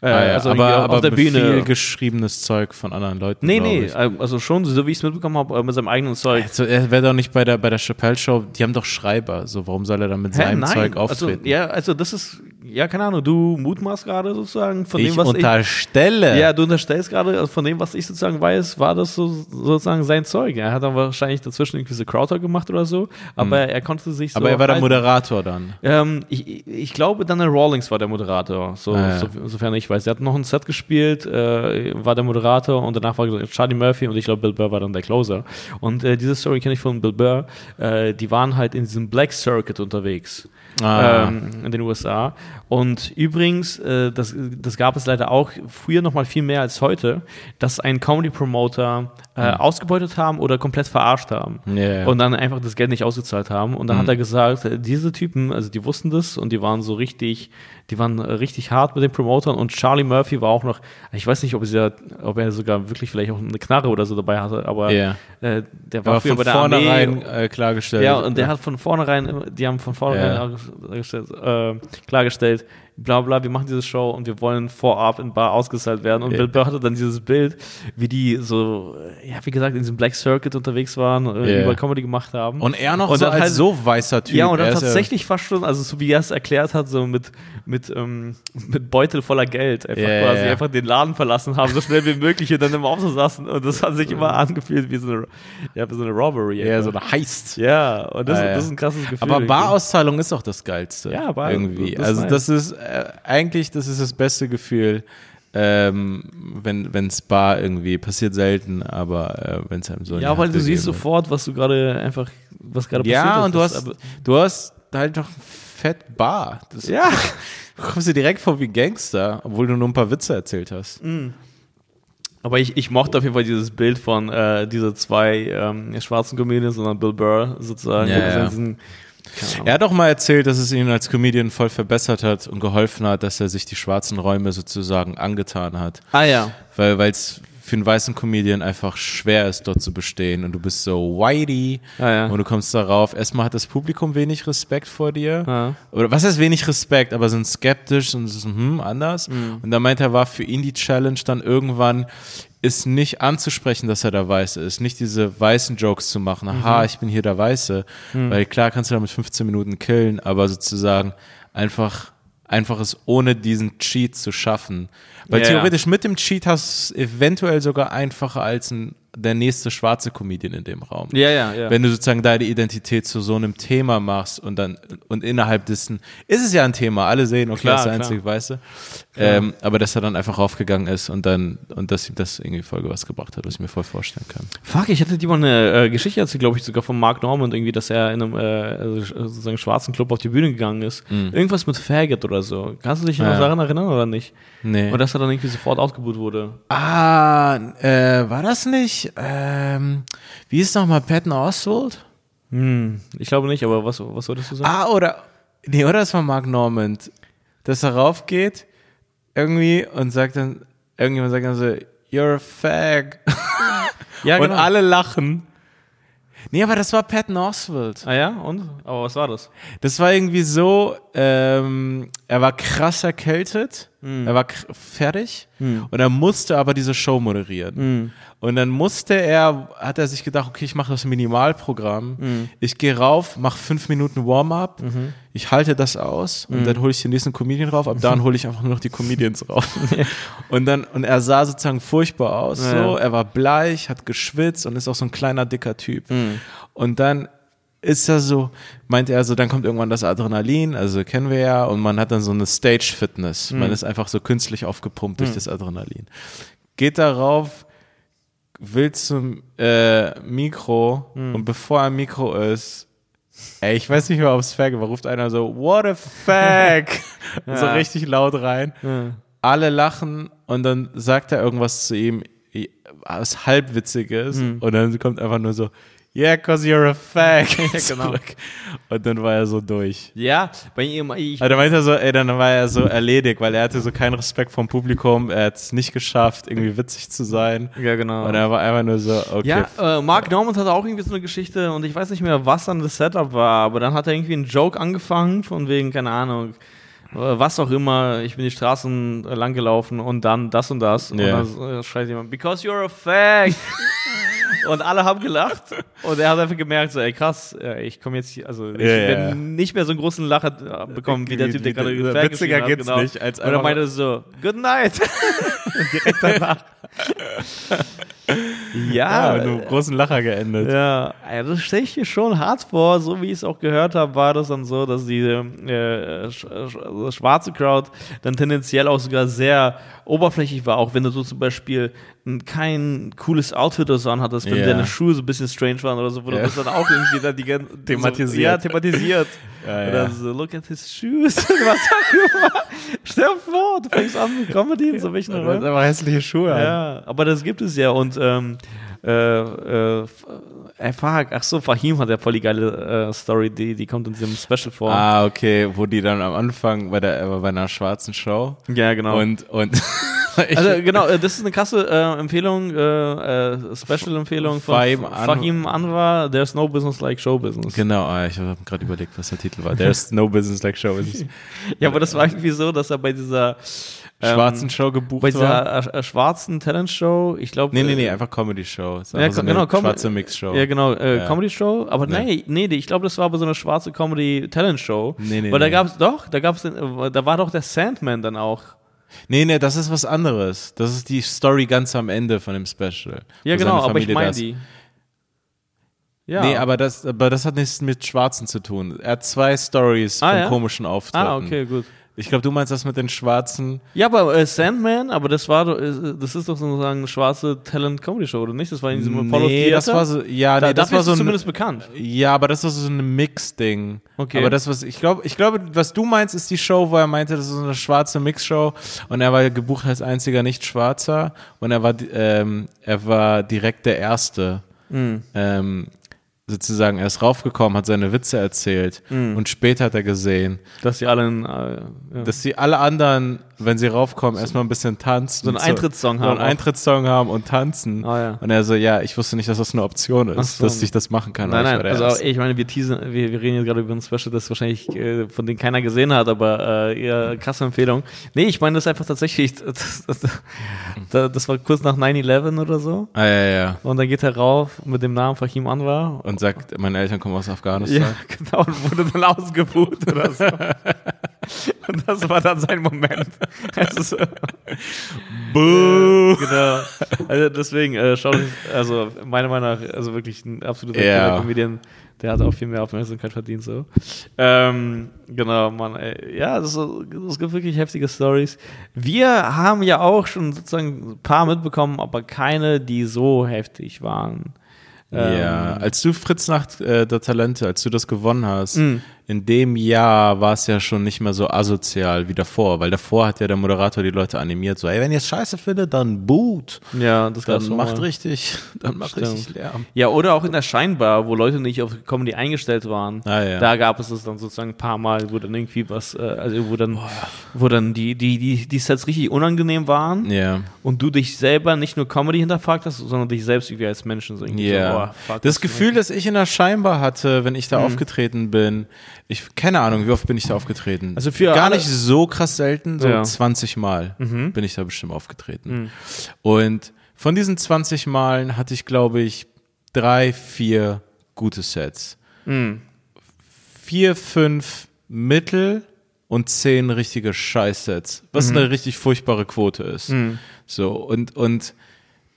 A: Äh,
B: Ah, ja,
A: irgendwie auf der
B: mit
A: Bühne.
B: viel geschriebenes Zeug von anderen Leuten.
A: Nee,
B: glaub
A: nee,
B: ich.
A: äh, also schon, so wie ich es mitbekommen habe, äh, mit seinem eigenen Zeug.
B: Also, er wäre doch nicht bei der, bei der Chappelle-Show, die haben doch Schreiber, so warum soll er dann mit seinem Zeug
A: also,
B: auftreten?
A: ja, also das ist, ja, keine Ahnung, du mutmaßt gerade sozusagen von
B: ich
A: dem, was ich,
B: unterstelle.
A: Ja, du unterstellst gerade, also von dem, was ich sozusagen weiß, war das so, sozusagen sein Zeug. Er hat dann wahrscheinlich dazwischen irgendwie so Crowder gemacht oder so, aber er konnte sich so.
B: Hm. aber er war der
A: halten.
B: Moderator dann.
A: Ähm, ich, ich glaube, Daniel Rawlings war der Moderator, so,
B: Ah, ja.
A: so, sofern ich weiß. Er hat noch ein Set gespielt, äh, war der Moderator und danach war Charlie Murphy und ich glaube, Bill Burr war dann der Closer. Und äh, diese Story kenne ich von Bill Burr. Äh, die waren halt in diesem Black Circuit unterwegs.
B: Ah.
A: Ähm, in den USA. Und übrigens, äh, das, das gab es leider auch früher noch mal viel mehr als heute, dass ein Comedy-Promoter äh,
B: Hm.
A: ausgebeutet haben oder komplett verarscht haben.
B: Ja, Mhm. ja.
A: Und dann einfach das Geld nicht ausgezahlt haben. Und dann hat er gesagt, äh, diese Typen, also die wussten das und die waren so richtig, Die waren äh, richtig hart mit den Promotern und Charlie Murphy war auch noch, ich weiß nicht, ob, es ja, ob er sogar wirklich vielleicht auch eine Knarre oder so dabei hatte, aber
B: Ja.
A: äh, der war
B: Aber
A: früher
B: von
A: bei der Armee
B: vornherein äh, klargestellt.
A: ja, und der hat von vornherein, immer- die haben von vornherein
B: Ja.
A: dargestellt, äh, klargestellt, bla bla, wir machen diese Show und wir wollen vorab in Bar ausgezahlt werden. Und
B: Ja.
A: Bill Burr hatte dann dieses Bild, wie die so, äh, ja, wie gesagt, in diesem Black Circuit unterwegs waren, äh,
B: Ja.
A: über Comedy gemacht haben.
B: Und er noch
A: Und
B: so
A: dann
B: als
A: halt-
B: so weißer Typ.
A: ja, und
B: Er
A: dann
B: ist
A: tatsächlich fast schon, also so wie er es erklärt hat, so mit, mit, ähm, mit Beutel voller Geld, einfach
B: Ja,
A: quasi
B: ja, ja.
A: einfach den Laden verlassen haben, so schnell wie möglich und dann immer auf so saßen. Und das hat sich immer angefühlt wie so eine, ja, wie so eine Robbery.
B: Ja,
A: einfach.
B: so eine Heist.
A: Ja, und das,
B: Ah, ja.
A: das ist ein krasses Gefühl.
B: Aber
A: irgendwie.
B: Barauszahlung ist auch das Geilste.
A: Ja, Bar-
B: Irgendwie.
A: das ist
B: also,
A: nice.
B: das ist äh, eigentlich das, ist das beste Gefühl, ähm, wenn es Bar irgendwie passiert, selten, aber äh, wenn es einem so. in
A: Ja,
B: die
A: weil
B: Hand
A: du siehst
B: gegeben wird.
A: sofort, was du gerade einfach, was gerade passiert
B: Ja, und du
A: Das-
B: hast,
A: aber-
B: du hast halt noch fett Bar. Das
A: ja.
B: kommst dir direkt vor wie Gangster, obwohl du nur ein paar Witze erzählt hast.
A: Aber ich, ich mochte auf jeden Fall dieses Bild von äh, diese zwei ähm, schwarzen Comedians, sondern Bill Burr sozusagen.
B: Ja,
A: mit
B: ja.
A: diesen- keine Ahnung.
B: Er hat auch mal erzählt, dass es ihn als Comedian voll verbessert hat und geholfen hat, dass er sich die schwarzen Räume sozusagen angetan hat.
A: Ah ja.
B: Weil es für einen weißen Comedian einfach schwer ist, dort zu bestehen. Und du bist so whitey
A: Ah, ja.
B: und du kommst darauf. Erstmal hat das Publikum wenig Respekt vor dir.
A: Ja.
B: Oder was heißt wenig Respekt, aber sind skeptisch und so, hm, anders.
A: Mhm.
B: Und da meint er, war für ihn die Challenge dann irgendwann ist nicht anzusprechen, dass er der Weiße ist, nicht diese weißen Jokes zu machen,
A: Mhm.
B: aha, ich bin hier der Weiße, weil klar kannst du damit 15 Minuten killen, aber sozusagen einfach einfach es ohne diesen Cheat zu schaffen. Weil
A: Ja, ja.
B: theoretisch mit dem Cheat hast du es eventuell sogar einfacher als ein, der nächste schwarze Comedian in dem Raum.
A: Ja, ja, ja.
B: Wenn du sozusagen deine Identität zu so einem Thema machst und dann und innerhalb dessen ist es ja ein Thema, alle sehen, okay,
A: Klar,
B: das ist der
A: klar.
B: einzige Weiße. Ähm, aber dass er dann einfach raufgegangen ist und dann und dass ihm das irgendwie Folge was gebracht hat, was ich mir voll vorstellen kann.
A: Fuck, ich hatte dir mal eine äh, Geschichte erzählt, glaube ich, sogar von Mark Norman, irgendwie, dass er in einem äh, also sch- sozusagen schwarzen Club auf die Bühne gegangen ist. Irgendwas mit Faggot oder so. Kannst du dich noch
B: Mhm. Ja.
A: daran erinnern oder nicht?
B: Nee.
A: Und dass er dann irgendwie sofort ausgebucht wurde.
B: ah, äh, war das nicht? Ähm, wie ist nochmal Patton Oswald? Mhm.
A: Hm, ich glaube nicht, aber was, was wolltest du sagen?
B: Ah, oder. Nee, oder es war Mark Normand, dass er raufgeht irgendwie und sagt dann, irgendjemand sagt dann so, you're a fag.
A: ja,
B: Ah,
A: genau.
B: Und alle lachen. Nee, aber das war Patton Oswald.
A: Ah ja, und? Aber was war das?
B: Das war irgendwie so, ähm, er war krass erkältet, er war kr- fertig und er musste aber diese Show moderieren. Und dann musste er, hat er sich gedacht, okay, ich mache das Minimalprogramm, ich gehe rauf, mache fünf Minuten Warm-up, ich halte das aus und dann hole ich den nächsten Comedian rauf, ab dann hole ich einfach nur noch die Comedians rauf. und dann, und er sah sozusagen furchtbar aus,
A: Ja.
B: so, er war bleich, hat geschwitzt und ist auch so ein kleiner, dicker Typ. Und dann ist ja so, meint er so, dann kommt irgendwann das Adrenalin, also kennen wir ja, und man hat dann so eine Stage-Fitness. Man ist einfach so künstlich aufgepumpt durch das Adrenalin. Geht darauf, will zum äh, Mikro und bevor er am Mikro ist, ey, ich weiß nicht mehr, ob es Fag war, ruft einer so, what a Fag! So
A: Ja.
B: richtig laut rein. Alle lachen und dann sagt er irgendwas zu ihm, i- was halbwitziges
A: Hm.
B: und dann kommt einfach nur so, yeah, cause you're a Fag.
A: genau.
B: zurück. Und dann war er so durch.
A: Ja, bei ihm, ich,
B: Aber dann meinte er so, ey, dann war er so erledigt, weil er hatte so keinen Respekt vom Publikum, er hat es nicht geschafft, irgendwie witzig zu sein.
A: ja, genau.
B: Und er war einfach nur so, okay.
A: ja, äh, Mark Norman hatte auch irgendwie so eine Geschichte und ich weiß nicht mehr, was dann das Setup war, aber dann hat er irgendwie einen Joke angefangen, von wegen, keine Ahnung, äh, was auch immer, ich bin die Straßen äh, lang gelaufen und dann das und das.
B: Ja.
A: Und dann äh, schreit jemand, because you're a fag. und alle haben gelacht und er hat einfach gemerkt, so, ey, krass, äh, ich komme jetzt hier, also ich
B: Ja, ja,
A: werde
B: ja.
A: nicht mehr so einen großen Lacher äh, bekommen, wie der
B: Wie-
A: Typ, der
B: wie-
A: gerade
B: witziger
A: Fag geschrieben hat, genau.
B: geht's nicht, als
A: und er
B: einfach-
A: meinte so, good night. Direkt danach.
B: Ja,
A: ja,
B: mit einem ah, großen Lacher geendet.
A: ah, ja, ja, das stelle ich mir schon hart vor. So wie ich es auch gehört habe, war das dann so, dass die äh, sch sch also schwarze Crowd dann tendenziell auch sogar sehr oberflächlich war. Auch wenn du so zum Beispiel n- kein cooles Outfit oder so anhattest, wenn
B: Ja.
A: deine Schuhe so ein bisschen strange waren oder so, wurde
B: Ja.
A: das dann auch irgendwie dann die ganze So,
B: Thematisiert.
A: ja, thematisiert.
B: Ja, ja.
A: Oder so, look at his shoes. Was auch immer. Stell dir vor, du fängst an mit Comedy in so welchen
B: Und er
A: Rollen.
B: hat einfach hässliche Schuhe an.
A: Ja, aber das gibt es ja und ähm, Äh, äh, ey, fuck, ach so, Fahim hat ja voll die geile äh, Story, die, die kommt in diesem Special vor.
B: Ah, okay, wo die dann am Anfang bei der äh, bei einer schwarzen Show
A: Ja, genau.
B: und und ich,
A: also genau, äh, das ist eine krasse äh, Empfehlung, äh, äh, Special-Empfehlung von
B: Fahim
A: Fahim,
B: Anwar.
A: Anwar. There's no business like show business.
B: genau, ah, ich habe gerade überlegt, was der Titel war. There's no business like show. Business.
A: Ja, aber das war irgendwie so, dass er bei dieser ähm,
B: Schwarzen Show gebucht
A: bei
B: war.
A: dieser äh, äh, schwarzen Talent-Show, ich äh, glaube.
B: Nee, nee, nee, einfach Comedy Show. Ist
A: Ja,
B: einfach so eine
A: genau, Com-
B: schwarze Mix Show.
A: Ja, genau, äh,
B: Ja.
A: Comedy-Show. Aber
B: Nee.
A: nee, nee, nee, ich glaube, das war aber so eine schwarze Comedy-Talent-Show.
B: Nee, nee,
A: Weil da
B: nee.
A: gab's doch, da gab's, den, äh, da war doch der Sandman dann auch.
B: Nee, nee, das ist was anderes. Das ist die Story ganz am Ende von dem Special.
A: Ja, genau,
B: Wo seine
A: aber ich
B: Familie
A: meine
B: das-
A: die. Ja.
B: Nee, aber das, aber das hat nichts mit Schwarzen zu tun. Er hat zwei Stories
A: Ah,
B: von
A: ja?
B: komischen Auftritten.
A: ah, okay, gut.
B: Ich glaube, du meinst das mit den Schwarzen.
A: Ja, aber äh, Sandman, aber das war doch, äh, das ist doch sozusagen eine schwarze Talent-Comedy-Show, oder nicht? Das war in diesem Apollo
B: nee, das war so, ja,
A: da,
B: nee, das
A: dafür
B: war so
A: ist es
B: ein,
A: zumindest bekannt.
B: ja, aber das war so ein Mix-Ding.
A: Okay.
B: Aber das, was ich glaube, ich glaube, was du meinst, ist die Show, wo er meinte, das ist so eine schwarze Mix-Show und er war gebucht als einziger Nicht-Schwarzer und er war, di- ähm, er war direkt der Erste.
A: Mm.
B: Ähm, sozusagen, er ist raufgekommen, hat seine Witze erzählt
A: Mm.
B: und später hat er gesehen,
A: Dass sie alle einen, äh, ja.
B: dass sie alle anderen, wenn sie raufkommen, erstmal ein bisschen tanzen.
A: So einen Eintrittssong
B: So
A: haben
B: einen
A: auch.
B: Eintrittssong haben und tanzen.
A: Ah, ja.
B: Und er so, ja, ich wusste nicht, dass das eine Option ist,
A: so.
B: dass ich das machen kann.
A: Nein,
B: aber ich war
A: nein,
B: der
A: also
B: Erste.
A: ich meine, wir teasen, wir, wir reden jetzt gerade über ein Special, das wahrscheinlich äh, von denen keiner gesehen hat, aber äh, eher krasse Empfehlung. Nee, ich meine das ist einfach tatsächlich, das, das, das, das war kurz nach 9-11 oder so
B: Ah, ja, ja.
A: und dann geht er rauf mit dem Namen Fahim Anwar.
B: Und sagt, meine Eltern kommen aus Afghanistan.
A: Ja, genau, und wurde dann ausgebucht oder so. Und das war dann sein Moment. Also, so-
B: Buh.
A: genau. Also deswegen, äh, schaut, euch- also meiner Meinung nach, also wirklich ein absoluter
B: Ja.
A: yeah. Comedian, der hat auch viel mehr Aufmerksamkeit verdient, so. Ähm, genau, Mann, ey. Ja, das, ist- es gibt wirklich heftige Stories. Wir haben ja auch schon sozusagen ein paar mitbekommen, aber keine, die so heftig waren. Ähm,
B: Ja, als du Fritz Nacht äh, der Talente, als du das gewonnen hast,
A: Mhm.
B: in dem Jahr war es ja schon nicht mehr so asozial wie davor, weil davor hat ja der Moderator die Leute animiert, so, ey, wenn ihr es scheiße findet, dann boot,
A: Ja, das gab's
B: dann
A: auch
B: macht
A: mal.
B: richtig, dann macht
A: Stimmt.
B: richtig Lärm.
A: Ja, oder auch in der Scheinbar, wo Leute nicht auf Comedy eingestellt waren.
B: Ah, ja.
A: Da gab es es dann sozusagen ein paar Mal, wo dann irgendwie was, äh, also wo dann,
B: Oh,
A: wo dann die, die, die, die Sets richtig unangenehm waren
B: Ja,
A: und du dich selber nicht nur Comedy hinterfragt hast, sondern dich selbst irgendwie als Menschen so irgendwie
B: ja.
A: so, oh, fuck,
B: das Gefühl, das ich in der Scheinbar hatte, wenn
A: Mhm.
B: ich da aufgetreten bin, ich, keine Ahnung, wie oft bin ich da aufgetreten?
A: Also für
B: Gar
A: alle-
B: nicht so krass selten, so
A: Ja. Mhm.
B: 20 Mal bin ich da bestimmt aufgetreten. Und von diesen 20 Malen hatte ich, glaube ich, drei, vier gute Sets. Vier, fünf Mittel und zehn richtige Scheißsets, was
A: Mhm.
B: eine richtig furchtbare Quote ist. So, und, und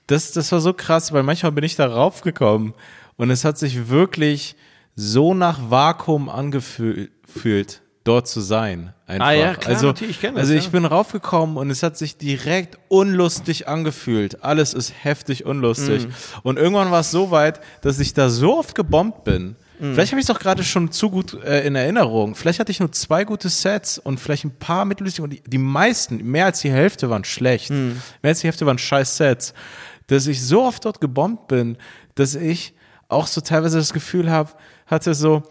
B: das, das war so krass, weil manchmal bin ich da raufgekommen und es hat sich wirklich so nach Vakuum angefühlt, dort zu sein. Einfach.
A: Ah ja, klar,
B: also,
A: natürlich, ich kenn das,
B: Also ich
A: ja.
B: bin raufgekommen und es hat sich direkt unlustig angefühlt. Alles ist heftig unlustig. Und irgendwann war es so weit, dass ich da so oft gebombt bin. Vielleicht habe ich es doch gerade schon zu gut äh, in Erinnerung. Vielleicht hatte ich nur zwei gute Sets und vielleicht ein paar mittellustige. Und die, die meisten, mehr als die Hälfte waren schlecht. Mehr als die Hälfte waren scheiß Sets. Dass ich so oft dort gebombt bin, dass ich auch so teilweise das Gefühl habe, hatte so,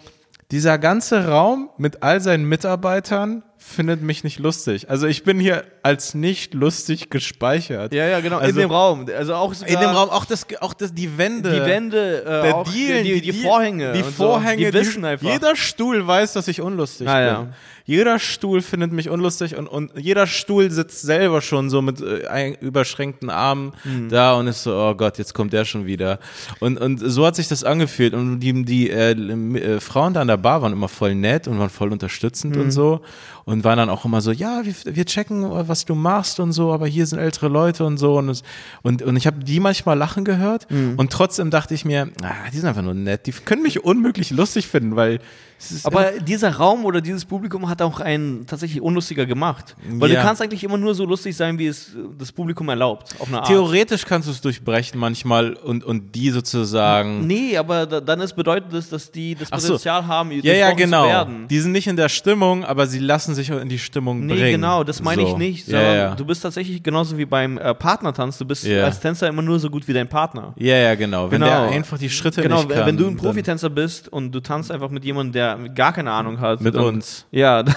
B: dieser ganze Raum mit all seinen Mitarbeitern findet mich nicht lustig. Also ich bin hier als nicht lustig gespeichert.
A: Ja, ja, genau, in
B: Also-
A: dem Raum. Also auch sogar
B: In dem Raum auch das, auch das, die Wände.
A: die Wände, äh,
B: Der
A: auch
B: Deal,
A: die, die, die Vorhänge.
B: Die
A: und
B: Vorhänge,
A: so. die wissen einfach.
B: Jeder Stuhl weiß, dass ich unlustig
A: Ah, ja.
B: bin. Jeder Stuhl findet mich unlustig und, und jeder Stuhl sitzt selber schon so mit äh, ein, überschränkten Armen da und ist so, oh Gott, jetzt kommt der schon wieder. Und, und so hat sich das angefühlt. Und die, die äh, m- äh, Frauen da an der Bar waren immer voll nett und waren voll unterstützend und so. Und waren dann auch immer so, ja, wir, wir checken, was du machst und so, aber hier sind ältere Leute und so. Und, es, und, und ich habe die manchmal lachen gehört. Und trotzdem dachte ich mir, ah, die sind einfach nur nett. Die können mich unmöglich lustig finden, weil ist
A: Aber dieser Raum oder dieses Publikum hat auch einen tatsächlich unlustiger gemacht. Weil
B: Ja.
A: du kannst eigentlich immer nur so lustig sein, wie es äh, das Publikum erlaubt. Auf eine Art.
B: Theoretisch kannst du es durchbrechen manchmal und, und die sozusagen.
A: Nee, aber da, dann ist bedeutet das, dass die das
B: Ach so.
A: Potenzial haben,
B: Ja, ja,
A: durchbrochen zu
B: genau.
A: werden.
B: Die sind nicht in der Stimmung, aber sie lassen sich in die Stimmung
A: Nee,
B: bringen.
A: genau, das meine
B: So.
A: ich nicht.
B: Ja,
A: sondern
B: ja.
A: Du bist tatsächlich genauso wie beim äh, Partnertanz, du bist
B: Ja.
A: als Tänzer immer nur so gut wie dein Partner.
B: ja, ja, genau. Wenn
A: Genau.
B: der einfach die Schritte
A: Genau,
B: nicht kann.
A: wenn du ein
B: dann-
A: Profitänzer bist und du tanzt einfach mit jemandem, der gar keine Ahnung hat.
B: Mit
A: dann,
B: uns.
A: Ja, da-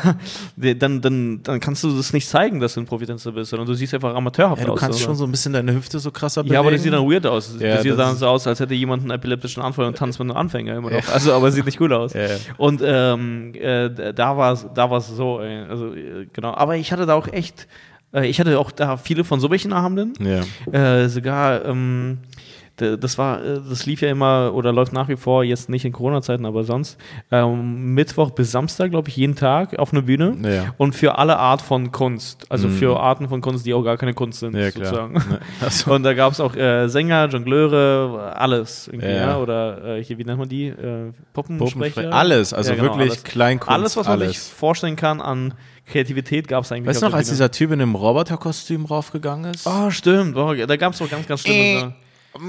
A: dann, dann, dann kannst du das nicht zeigen, dass du ein Profitänzer bist, sondern du siehst einfach amateurhaft
B: Ja, du
A: aus.
B: kannst
A: oder?
B: schon so ein bisschen deine Hüfte so krasser bewegen.
A: ja, aber das sieht dann weird aus.
B: Ja,
A: das sieht
B: das
A: dann
B: ist-
A: so aus, als hätte jemand einen epileptischen Anfall und tanzt mit einem Anfänger immer noch.
B: Ja.
A: Also, aber sieht nicht cool aus.
B: Ja, ja.
A: Und ähm, äh, da war es da war's so, ey. also äh, genau. Aber ich hatte da auch echt, äh, ich hatte auch da viele von solchen Abenden.
B: Ja.
A: Äh, sogar, ähm, d- das war, äh, das lief ja immer oder läuft nach wie vor, jetzt nicht in Corona-Zeiten, aber sonst, ähm, Mittwoch bis Samstag, glaube ich, jeden Tag auf einer Bühne.
B: Ja.
A: Und für alle Art von Kunst. Also
B: Mhm.
A: für Arten von Kunst, die auch gar keine Kunst sind,
B: Ja, klar.
A: sozusagen.
B: Achso.
A: Und da gab es auch äh, Sänger, Jongleure, alles. Irgendwie,
B: Ja.
A: ja. Oder äh, hier, wie nennt man die? Äh, Poppensprecher?
B: Puppensprecher. Alles, also
A: Ja, genau,
B: wirklich
A: Alles.
B: Kleinkunst.
A: alles, was man sich
B: alles.
A: vorstellen kann an Kreativität, gab es eigentlich.
B: Weißt du
A: auf
B: noch,
A: der
B: als
A: Bühne.
B: dieser Typ in dem Roboterkostüm raufgegangen ist?
A: Oh, stimmt. Boah, da gab es auch ganz, ganz schlimme
B: Äh,
A: Sachen.
B: Boah.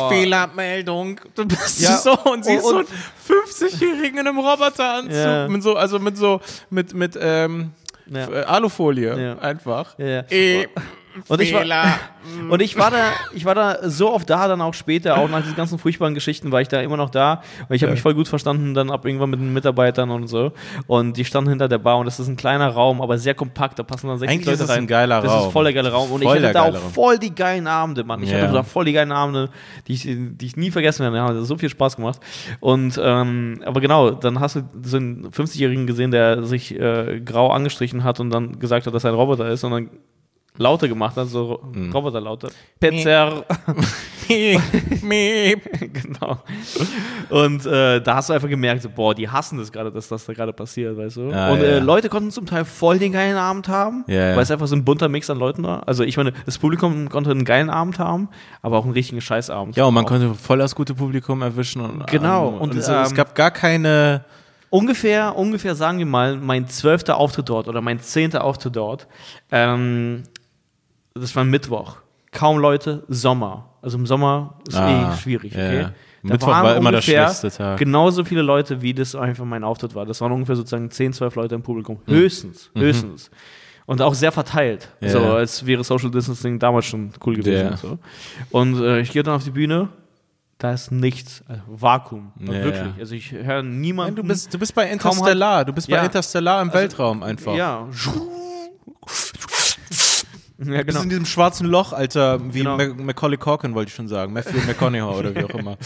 A: Boah.
B: Fehlermeldung. Du bist
A: Ja,
B: so und siehst
A: und-
B: so einen 50-Jährigen in einem Roboteranzug.
A: Ja.
B: Mit so, also mit so, mit, mit ähm,
A: Ja.
B: äh, Alufolie
A: Ja.
B: einfach.
A: Ja, ja.
B: Äh,
A: Und ich war-
B: Fehler.
A: Und ich war da, ich war da so oft da, dann auch später, auch nach diesen ganzen furchtbaren Geschichten war ich da immer noch da. Und ich habe mich voll gut verstanden, dann ab irgendwann mit den Mitarbeitern und so. Und die standen hinter der Bar und das ist ein kleiner Raum, aber sehr kompakt. Da passen dann 60
B: Eigentlich
A: Leute
B: ist es
A: rein.
B: ein geiler
A: das
B: Raum.
A: ist voll der geile Raum. Und
B: Voll
A: ich
B: der
A: hatte da auch
B: geile Raum.
A: voll die geilen Abende, Mann. Ich
B: Ja.
A: hatte da voll die geilen Abende, die ich, die ich nie vergessen werde. Ja, das hat so viel Spaß gemacht. Und ähm, aber genau, dann hast du so einen 50-Jährigen gesehen, der sich äh, grau angestrichen hat und dann gesagt hat, dass er ein Roboter ist und dann Laute gemacht hat, so Ro-
B: Mhm.
A: Roboterlaute. Petzer.
B: Miep, miep.
A: genau. Und äh, da hast du einfach gemerkt, so, boah, die hassen das gerade, dass das da gerade passiert, weißt du?
B: Ja,
A: und
B: Ah, ja,
A: äh,
B: ja.
A: Leute konnten zum Teil voll den geilen Abend haben,
B: Ja, ja.
A: weil es einfach so ein bunter Mix an Leuten war. Also ich meine, das Publikum konnte einen geilen Abend haben, aber auch einen richtigen Scheißabend.
B: Ja, und man
A: Auch
B: konnte voll das gute Publikum erwischen. Und,
A: Genau,
B: ähm, und,
A: und,
B: es, es
A: ähm,
B: gab gar keine.
A: ungefähr, ungefähr sagen wir mal, mein zwölfter Auftritt dort oder mein zehnter Auftritt dort, ähm, das war Mittwoch. Kaum Leute, Sommer. Also im Sommer ist
B: Ah,
A: eh schwierig,
B: ja,
A: okay?
B: ja.
A: Da
B: Mittwoch
A: waren
B: war immer der
A: ungefähr
B: schlechteste Tag.
A: Genauso viele Leute, wie das einfach mein Auftritt war. Das waren ungefähr sozusagen 10, 12 Leute im Publikum. Höchstens, höchstens. Und auch sehr verteilt.
B: Mhm. Ja,
A: So,
B: ja.
A: als wäre Social Distancing damals schon cool gewesen.
B: Ja.
A: Und, so. und äh, ich gehe dann auf die Bühne, da ist nichts. Also Vakuum.
B: Ja, ja.
A: wirklich. Also ich höre niemanden.
B: Nein, du bist, du bist bei
A: hat-
B: Interstellar. Du bist bei
A: Ja.
B: Interstellar im Weltraum einfach.
A: Ja. Ja,
B: Du bist
A: genau.
B: in diesem schwarzen Loch, Alter, wie
A: Genau.
B: Mac- Macaulay Corkin wollte ich schon sagen. Matthew McConaughey oder wie auch immer.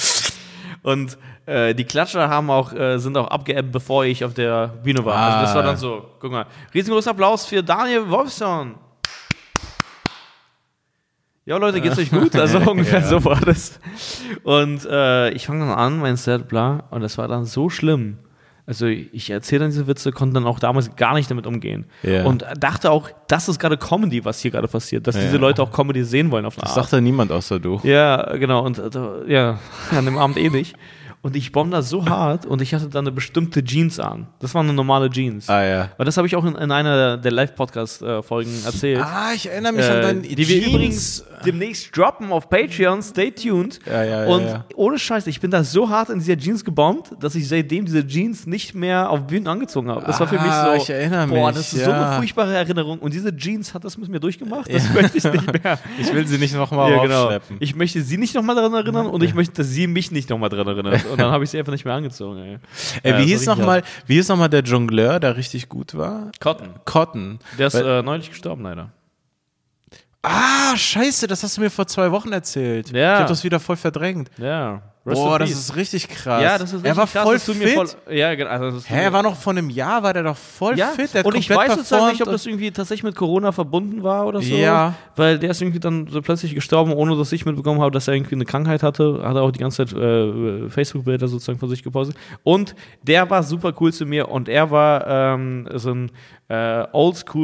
A: Und äh, die Klatscher haben auch, äh, sind auch abgeebbt, bevor ich auf der Bühne war. Also das war
B: Ah.
A: dann so, guck mal. Riesengroßer Applaus für Daniel Wolfson. Ja, Leute, geht's euch gut? Also ungefähr so war das. Und äh, ich fange dann an, mein Set, bla, und das war dann so schlimm. Also ich erzähle dann diese Witze, konnte dann auch damals gar nicht damit umgehen.
B: Ja.
A: Und dachte auch, das ist gerade Comedy, was hier gerade passiert, dass diese
B: Ja.
A: Leute auch Comedy sehen wollen auf eine
B: Das
A: Art.
B: dachte niemand außer du.
A: Ja, genau. Und äh, da- ja, an dem Abend eh nicht. Und ich bomb da so hart und ich hatte dann eine bestimmte Jeans an. Das war eine normale Jeans.
B: Ah ja.
A: Aber das habe ich auch in, in einer der Live-Podcast-Folgen äh, erzählt.
B: Ah, ich erinnere mich an
A: Äh,
B: deinen
A: die wir übrigens demnächst droppen auf Patreon. Stay tuned.
B: Ja, ja, ja,
A: und
B: ja.
A: ohne Scheiß, ich bin da so hart in dieser Jeans gebombt, dass ich seitdem diese Jeans nicht mehr auf Bühnen angezogen habe. Das war für mich
B: Ah,
A: so.
B: ich erinnere
A: Boah,
B: mich,
A: das ist so eine
B: ja.
A: furchtbare Erinnerung. Und diese Jeans hat das mit mir durchgemacht. Das möchte ich nicht mehr.
B: Ich will sie nicht nochmal
A: Ja,
B: ja,
A: genau.
B: aufschleppen.
A: Ich möchte sie nicht nochmal daran erinnern und ich möchte, dass sie mich nicht nochmal daran erinnert. Und dann habe ich sie einfach nicht mehr angezogen. Ey,
B: Ey,
A: Ja,
B: wie,
A: so
B: hieß
A: richtig
B: noch mal, wie hieß nochmal der Jongleur, der richtig gut war?
A: Cotton.
B: Cotton.
A: Der ist
B: Weil-
A: äh, neulich gestorben, leider.
B: ah, scheiße, das hast du mir vor zwei Wochen erzählt.
A: Ja.
B: Ich habe das wieder voll verdrängt.
A: Ja. Rest
B: Boah,
A: in
B: das
A: peace.
B: ist richtig krass.
A: Ja, das ist richtig
B: Er war
A: krass,
B: voll
A: das tut
B: fit.
A: Mir voll, ja, genau, also das tut
B: Hä,
A: mir-
B: er war noch vor einem Jahr, war der doch voll
A: ja,
B: fit. Der hat
A: und ich
B: komplett
A: weiß jetzt auch nicht, ob
B: performt
A: das irgendwie tatsächlich mit Corona verbunden war oder so.
B: Ja.
A: Weil der ist irgendwie dann so plötzlich gestorben, ohne dass ich mitbekommen habe, dass er irgendwie eine Krankheit hatte. Hat er auch die ganze Zeit äh, Facebook-Bilder sozusagen von sich gepostet. Und der war super cool zu mir und er war ähm, so ein äh,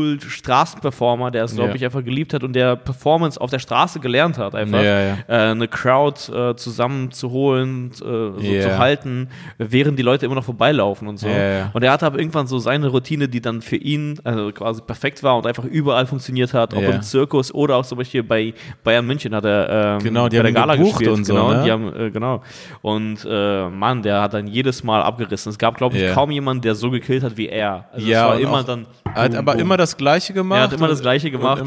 A: Oldschool-Straßenperformer, der es, glaube
B: Ja.
A: ich, einfach geliebt hat und der Performance auf der Straße gelernt hat, einfach
B: Ja, ja.
A: Äh, eine Crowd äh, zusammenzuholen holen, äh, so
B: Ja.
A: zu halten, während die Leute immer noch vorbeilaufen und so.
B: Ja, ja.
A: Und er hatte aber irgendwann so seine Routine, die dann für ihn also quasi perfekt war und einfach überall funktioniert hat, ob
B: Ja.
A: im Zirkus oder auch zum Beispiel bei Bayern München hat er ähm,
B: Genau, die
A: bei
B: haben ihn gebucht und so,
A: genau,
B: ne?
A: die haben, äh, genau. Und äh, Mann, der hat dann jedes Mal abgerissen. Es gab, glaube ich,
B: Ja.
A: kaum jemanden, der so gekillt hat wie er. Also
B: Ja,
A: es war
B: und
A: immer
B: auch-
A: dann.
B: Er hat
A: boom,
B: aber
A: boom.
B: immer das Gleiche gemacht.
A: Er hat immer das Gleiche gemacht und,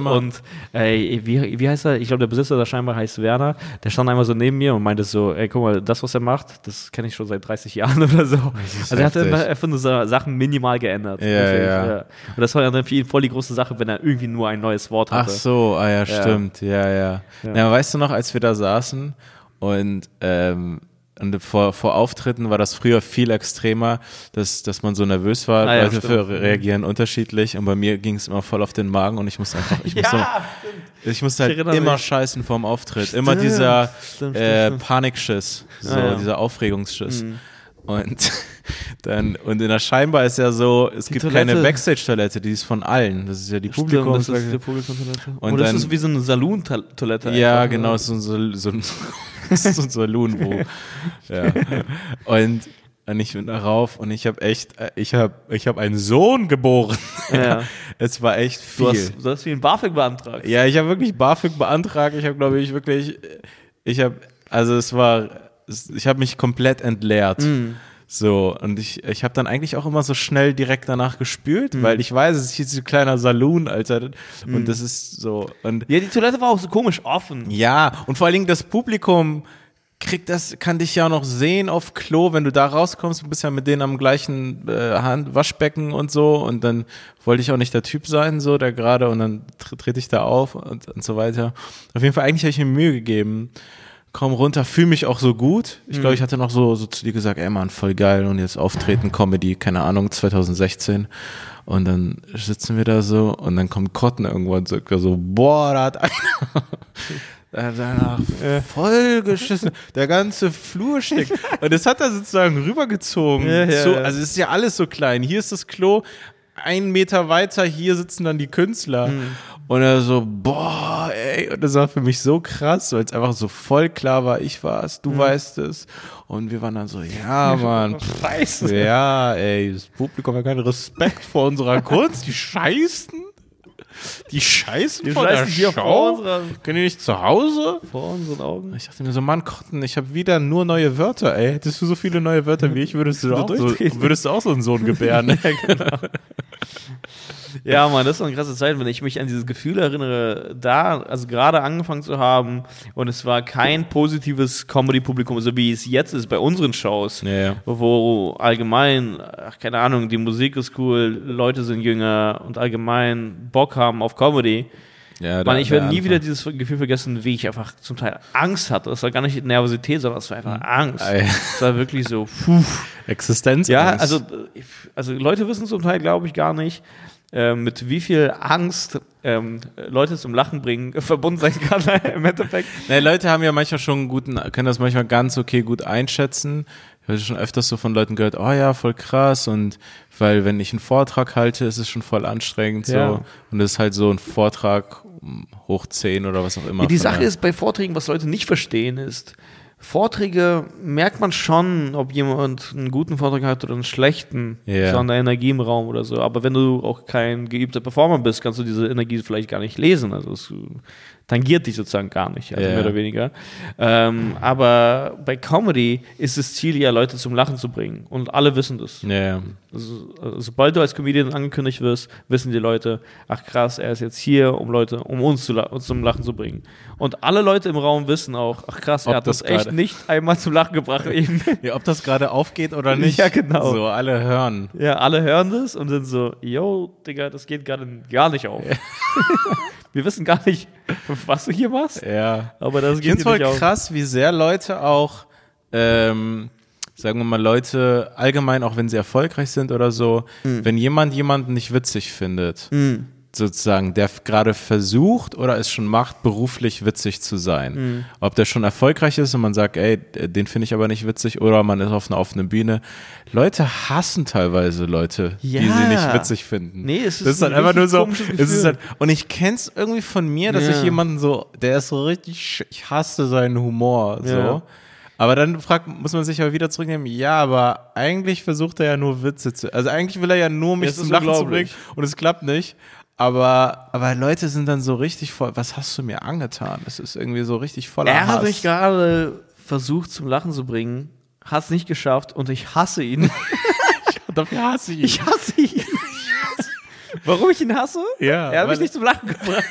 B: immer-
A: ey, wie, wie heißt er? Ich glaube, der Besitzer da scheinbar heißt Werner. Der stand einmal so neben mir und meinte so: Ey, guck mal, das, was er macht, das kenne ich schon seit 30 Jahren oder so. Also, er hat
B: heftig.
A: immer einfach nur so Sachen minimal geändert.
B: Ja,
A: Wirklich,
B: ja.
A: Und das war dann für ihn voll die große Sache, wenn er irgendwie nur ein neues Wort
B: Ach
A: hatte.
B: so, ah ja, stimmt, ja, ja. Na, weißt du noch, als wir da saßen und, ähm, und vor, vor Auftritten war das früher viel extremer, dass, dass man so nervös war,
A: Ah ja,
B: Leute
A: stimmt.
B: für, reagieren unterschiedlich und bei mir ging es immer voll auf den Magen und ich musste einfach, ich musste, ich musste halt
A: erinnere
B: immer
A: mich.
B: scheißen vorm Auftritt, immer
A: Stimmt,
B: dieser
A: stimmt,
B: äh,
A: stimmt,
B: Panikschiss, so,
A: Ah ja. Mhm.
B: dieser Aufregungsschiss. Und dann, und in der Scheinbar ist ja so, es gibt keine
A: Toilette.
B: Backstage-Toilette, die ist von allen. Das ist ja die
A: Publikum,
B: Publikums
A: das ist die Publikumstoilette. Und,
B: Und
A: das
B: dann-
A: ist wie so eine Saloon-Toilette.
B: ja,
A: einfach,
B: genau,
A: ne?
B: so ein, Sal- so ein, so ein Saloon, wo. ja. Und, und ich bin da rauf und ich habe echt, äh, ich habe ich hab einen Sohn geboren.
A: Ja.
B: es war echt viel.
A: Du hast, du hast wie ein BAföG beantragt.
B: ja, ich habe wirklich BAföG beantragt. Ich habe, glaube ich, wirklich, ich habe, also es war, es- ich habe mich komplett entleert.
A: Mm.
B: So, und ich, ich habe dann eigentlich auch immer so schnell direkt danach gespült,
A: Mm.
B: weil ich weiß, es ist jetzt ein kleiner Saloon, Alter. Und das ist so. Und
A: Ja, die Toilette war auch so komisch offen.
B: Ja, und vor allen Dingen das Publikum kriegt das, kann dich ja noch sehen auf Klo, wenn du da rauskommst, du bist ja mit denen am gleichen äh, Hand, Waschbecken und so und dann wollte ich auch nicht der Typ sein, so da gerade und dann tr- trete ich da auf und, und so weiter. Auf jeden Fall, eigentlich habe ich mir Mühe gegeben, komm runter, fühle mich auch so gut. Ich
A: Mhm.
B: glaube, ich hatte noch so, so zu dir gesagt, ey Mann, voll geil und jetzt auftreten, Comedy, keine Ahnung, 2016. Und dann sitzen wir da so und dann kommt Cotton irgendwann und sagt so, boah, da hat einer da hat einer
A: Äh.
B: voll geschissen. Der ganze Flur stinkt. Und das hat er sozusagen rübergezogen.
A: Ja, ja,
B: so,
A: ja.
B: also es ist ja alles so klein. Hier ist das Klo, ein Meter weiter, hier sitzen dann die Künstler.
A: Hm.
B: Und er so, boah, ey. Und das war für mich so krass, weil es einfach so voll klar war, ich war es, du
A: Hm.
B: weißt es. Und wir waren dann so, ja, Mann. pff,
A: Scheiße.
B: Ja, ey, das Publikum hat keinen Respekt vor unserer Kunst. Die scheißen. Die scheißen
A: Die
B: vor
A: scheißen
B: der
A: hier
B: Show.
A: vor unserer-
B: Können die nicht zu Hause?
A: Vor unseren Augen.
B: Ich dachte mir so, Mann, Cotton, ich habe wieder nur neue Wörter, ey. Hättest du so viele neue Wörter wie ich, würdest du, auch, so,
A: durchdrehen.
B: würdest du auch so einen Sohn gebären.
A: Ja, Mann, das war eine krasse Zeit, wenn ich mich an dieses Gefühl erinnere, da, also gerade angefangen zu haben und es war kein positives Comedy-Publikum, so wie es jetzt ist bei unseren Shows,
B: Ja, ja.
A: wo allgemein, ach, keine Ahnung, die Musik ist cool, Leute sind jünger und allgemein Bock haben auf Comedy.
B: ja,
A: Mann, ich werde nie wieder dieses Gefühl vergessen, wie ich einfach zum Teil Angst hatte. Das war gar nicht Nervosität, sondern es war einfach Angst.
B: Hm. Ei.
A: Es war wirklich so, puh.
B: Existenz.
A: Ja, also, äh, also Leute wissen zum Teil, glaube ich, gar nicht, äh, mit wie viel Angst ähm, Leute zum Lachen bringen äh, verbunden sein kann im Endeffekt.
B: Na, Leute haben ja manchmal schon einen guten, können das manchmal ganz okay gut einschätzen. Ich habe schon öfters so von Leuten gehört, oh ja, voll krass und weil wenn ich einen Vortrag halte, ist es schon voll anstrengend
A: Ja.
B: so und das ist halt so ein Vortrag um, hoch 10 oder was auch immer.
A: Ja, die
B: Von
A: Sache
B: daher-
A: ist bei Vorträgen, was Leute nicht verstehen, ist, Vorträge merkt man schon, ob jemand einen guten Vortrag hat oder einen schlechten,
B: Ja.
A: so an der Energie im Raum oder so. Aber wenn du auch kein geübter Performer bist, kannst du diese Energie vielleicht gar nicht lesen. Also es tangiert dich sozusagen gar nicht, also
B: Ja.
A: mehr oder weniger. Ähm, aber bei Comedy ist das Ziel ja, Leute zum Lachen zu bringen. Und alle wissen das.
B: Ja, ja.
A: So- also sobald du als Comedian angekündigt wirst, wissen die Leute, ach krass, er ist jetzt hier, um Leute, um uns, zu, la- uns zum Lachen zu bringen. Und alle Leute im Raum wissen auch, ach krass,
B: Ob
A: er hat
B: das
A: uns echt
B: gerade-
A: nicht einmal zum Lachen gebracht eben.
B: Ja, ob das gerade aufgeht oder nicht.
A: Ja, genau.
B: So, alle hören.
A: Ja, alle hören das und sind so, yo, Digga, das geht gerade gar nicht auf. Wir wissen gar nicht, was du hier machst,
B: Ja.
A: aber das
B: Ich finde
A: geht
B: es
A: hier
B: voll
A: nicht auf.
B: krass, wie sehr Leute auch, ähm, sagen wir mal, Leute allgemein, auch wenn sie erfolgreich sind oder so,
A: Mhm.
B: wenn jemand jemanden nicht witzig findet, sozusagen, der f- gerade versucht oder es schon macht, beruflich witzig zu sein.
A: Mhm.
B: Ob der schon erfolgreich ist und man sagt, ey, den finde ich aber nicht witzig oder man ist auf einer offenen Bühne. Leute hassen teilweise Leute, die
A: Ja.
B: sie nicht witzig finden.
A: Nee, es ist
B: das ist halt
A: ein
B: einfach nur
A: richtig
B: so,
A: komisches
B: es ist
A: Gefühl.
B: halt, und ich kenn's irgendwie von mir, dass
A: Ja.
B: ich jemanden so, der ist so richtig, sch- ich hasse seinen Humor, so.
A: Ja.
B: Aber dann fragt, muss man sich aber wieder zurücknehmen, ja, aber eigentlich versucht er ja nur Witze zu. Also eigentlich will er ja nur mich
A: Das
B: zum
A: ist
B: Lachen zu bringen
A: unglaublich.
B: und es klappt nicht. Aber, aber Leute sind dann so richtig voll, was hast du mir angetan? Es ist irgendwie so richtig voller
A: Er
B: Hass.
A: hat mich gerade versucht zum Lachen zu bringen, hat es nicht geschafft und ich hasse ihn.
B: Dafür hasse ich ihn.
A: Ich hasse ihn. Warum ich ihn hasse?
B: Ja,
A: Er hat
B: weil-
A: mich nicht zum Lachen gebracht.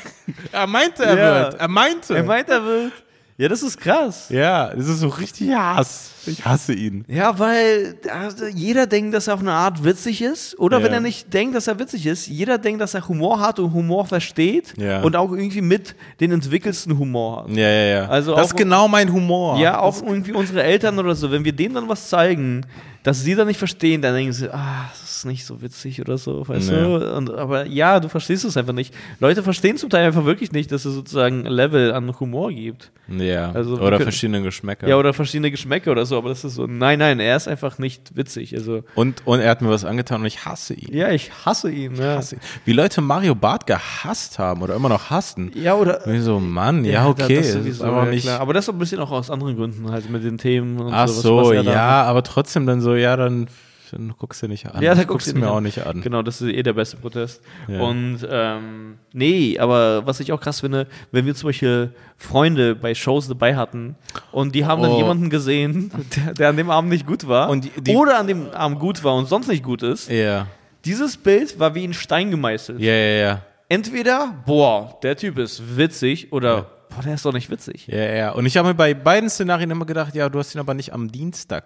B: Er meinte, er
A: Ja.
B: wird. Er meinte.
A: Er meint, er wird. Ja, das ist krass.
B: ja, das ist so richtig Hass. Ich hasse ihn.
A: Ja, weil also, jeder denkt, dass er auf eine Art witzig ist. Oder
B: Ja.
A: wenn er nicht denkt, dass er witzig ist, jeder denkt, dass er Humor hat und Humor versteht
B: Ja.
A: und auch irgendwie mit den entwickelsten Humor hat.
B: Ja, ja, ja.
A: Also
B: das
A: auch-
B: ist genau mein Humor.
A: Ja, auch irgendwie unsere Eltern oder so, wenn wir denen dann was zeigen, dass sie dann nicht verstehen, dann denken sie, ah, das ist nicht so witzig oder so, weißt
B: Nee.
A: du? Und, aber ja, du verstehst es einfach nicht. Leute verstehen zum Teil einfach wirklich nicht, dass es sozusagen ein Level an Humor gibt.
B: Ja.
A: Also, wir
B: oder
A: können-
B: verschiedene Geschmäcker.
A: Ja, oder verschiedene Geschmäcker oder so, aber das ist so, nein, nein, er ist einfach nicht witzig. Also,
B: und, und er hat mir was angetan und ich hasse ihn.
A: ja, ich hasse ihn. Ja,
B: Hasse ihn. Wie Leute Mario Barth gehasst haben oder immer noch hassen.
A: ja oder.
B: Und ich so, Mann, ja,
A: da-
B: okay.
A: das
B: das ist
A: sowieso,
B: aber
A: ja,
B: nicht.
A: klar. Aber das so ein bisschen auch aus anderen Gründen, halt mit den Themen und
B: Ach
A: so. was-
B: so,
A: was er da-
B: ja, aber trotzdem dann so, ja, dann, dann guckst du nicht an.
A: Ja, da
B: Ich guck's
A: guckst du
B: mir auch nicht an.
A: Genau, das ist eh der beste Protest.
B: Ja.
A: Und ähm, nee, aber was ich auch krass finde, wenn wir zum Beispiel Freunde bei Shows dabei hatten und die haben dann
B: Oh.
A: jemanden gesehen, der, der an dem Abend nicht gut war
B: Und die- die-
A: oder an dem Abend gut war und sonst nicht gut ist,
B: Ja,
A: dieses Bild war wie in Stein gemeißelt.
B: ja, ja, ja.
A: Entweder, boah, der Typ ist witzig oder boah, der ist doch nicht witzig.
B: Ja, ja. Und ich habe mir bei beiden Szenarien immer gedacht, ja, du hast ihn aber nicht am Dienstag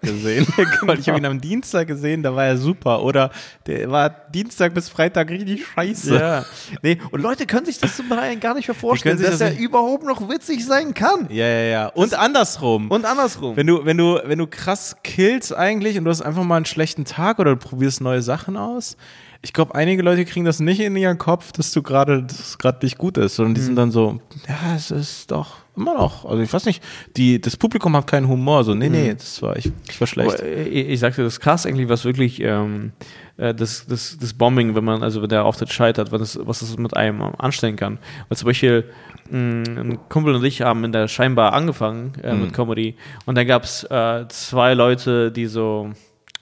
B: gesehen. Weil ich habe ihn am Dienstag gesehen, da war er super. Oder der war Dienstag bis Freitag richtig scheiße.
A: Ja. Nee, und Leute können sich das zum Teil gar nicht mehr
B: Die
A: vorstellen,
B: können sich
A: dass
B: das
A: er
B: nicht-
A: überhaupt noch witzig sein kann.
B: Ja, ja, ja. Und andersrum.
A: Und andersrum.
B: wenn du, wenn du, wenn du krass killst eigentlich und du hast einfach mal einen schlechten Tag oder du probierst neue Sachen aus, ich glaube, einige Leute kriegen das nicht in ihren Kopf, dass du gerade, dass es gerade nicht gut ist, sondern die sind dann so, ja, es ist doch immer noch. Also ich weiß nicht, die, das Publikum hat keinen Humor, so, nee, nee, das war, ich, ich war schlecht.
A: Aber, äh, Ich, ich sagte, das ist krass eigentlich, was wirklich ähm, äh, das, das, das Bombing, wenn man, also wenn der Auftritt scheitert, was das, was das mit einem anstellen kann. Weil zum Beispiel mh, ein Kumpel und ich haben in der scheinbar angefangen äh,
B: Mhm.
A: mit Comedy und dann gab es äh, zwei Leute, die so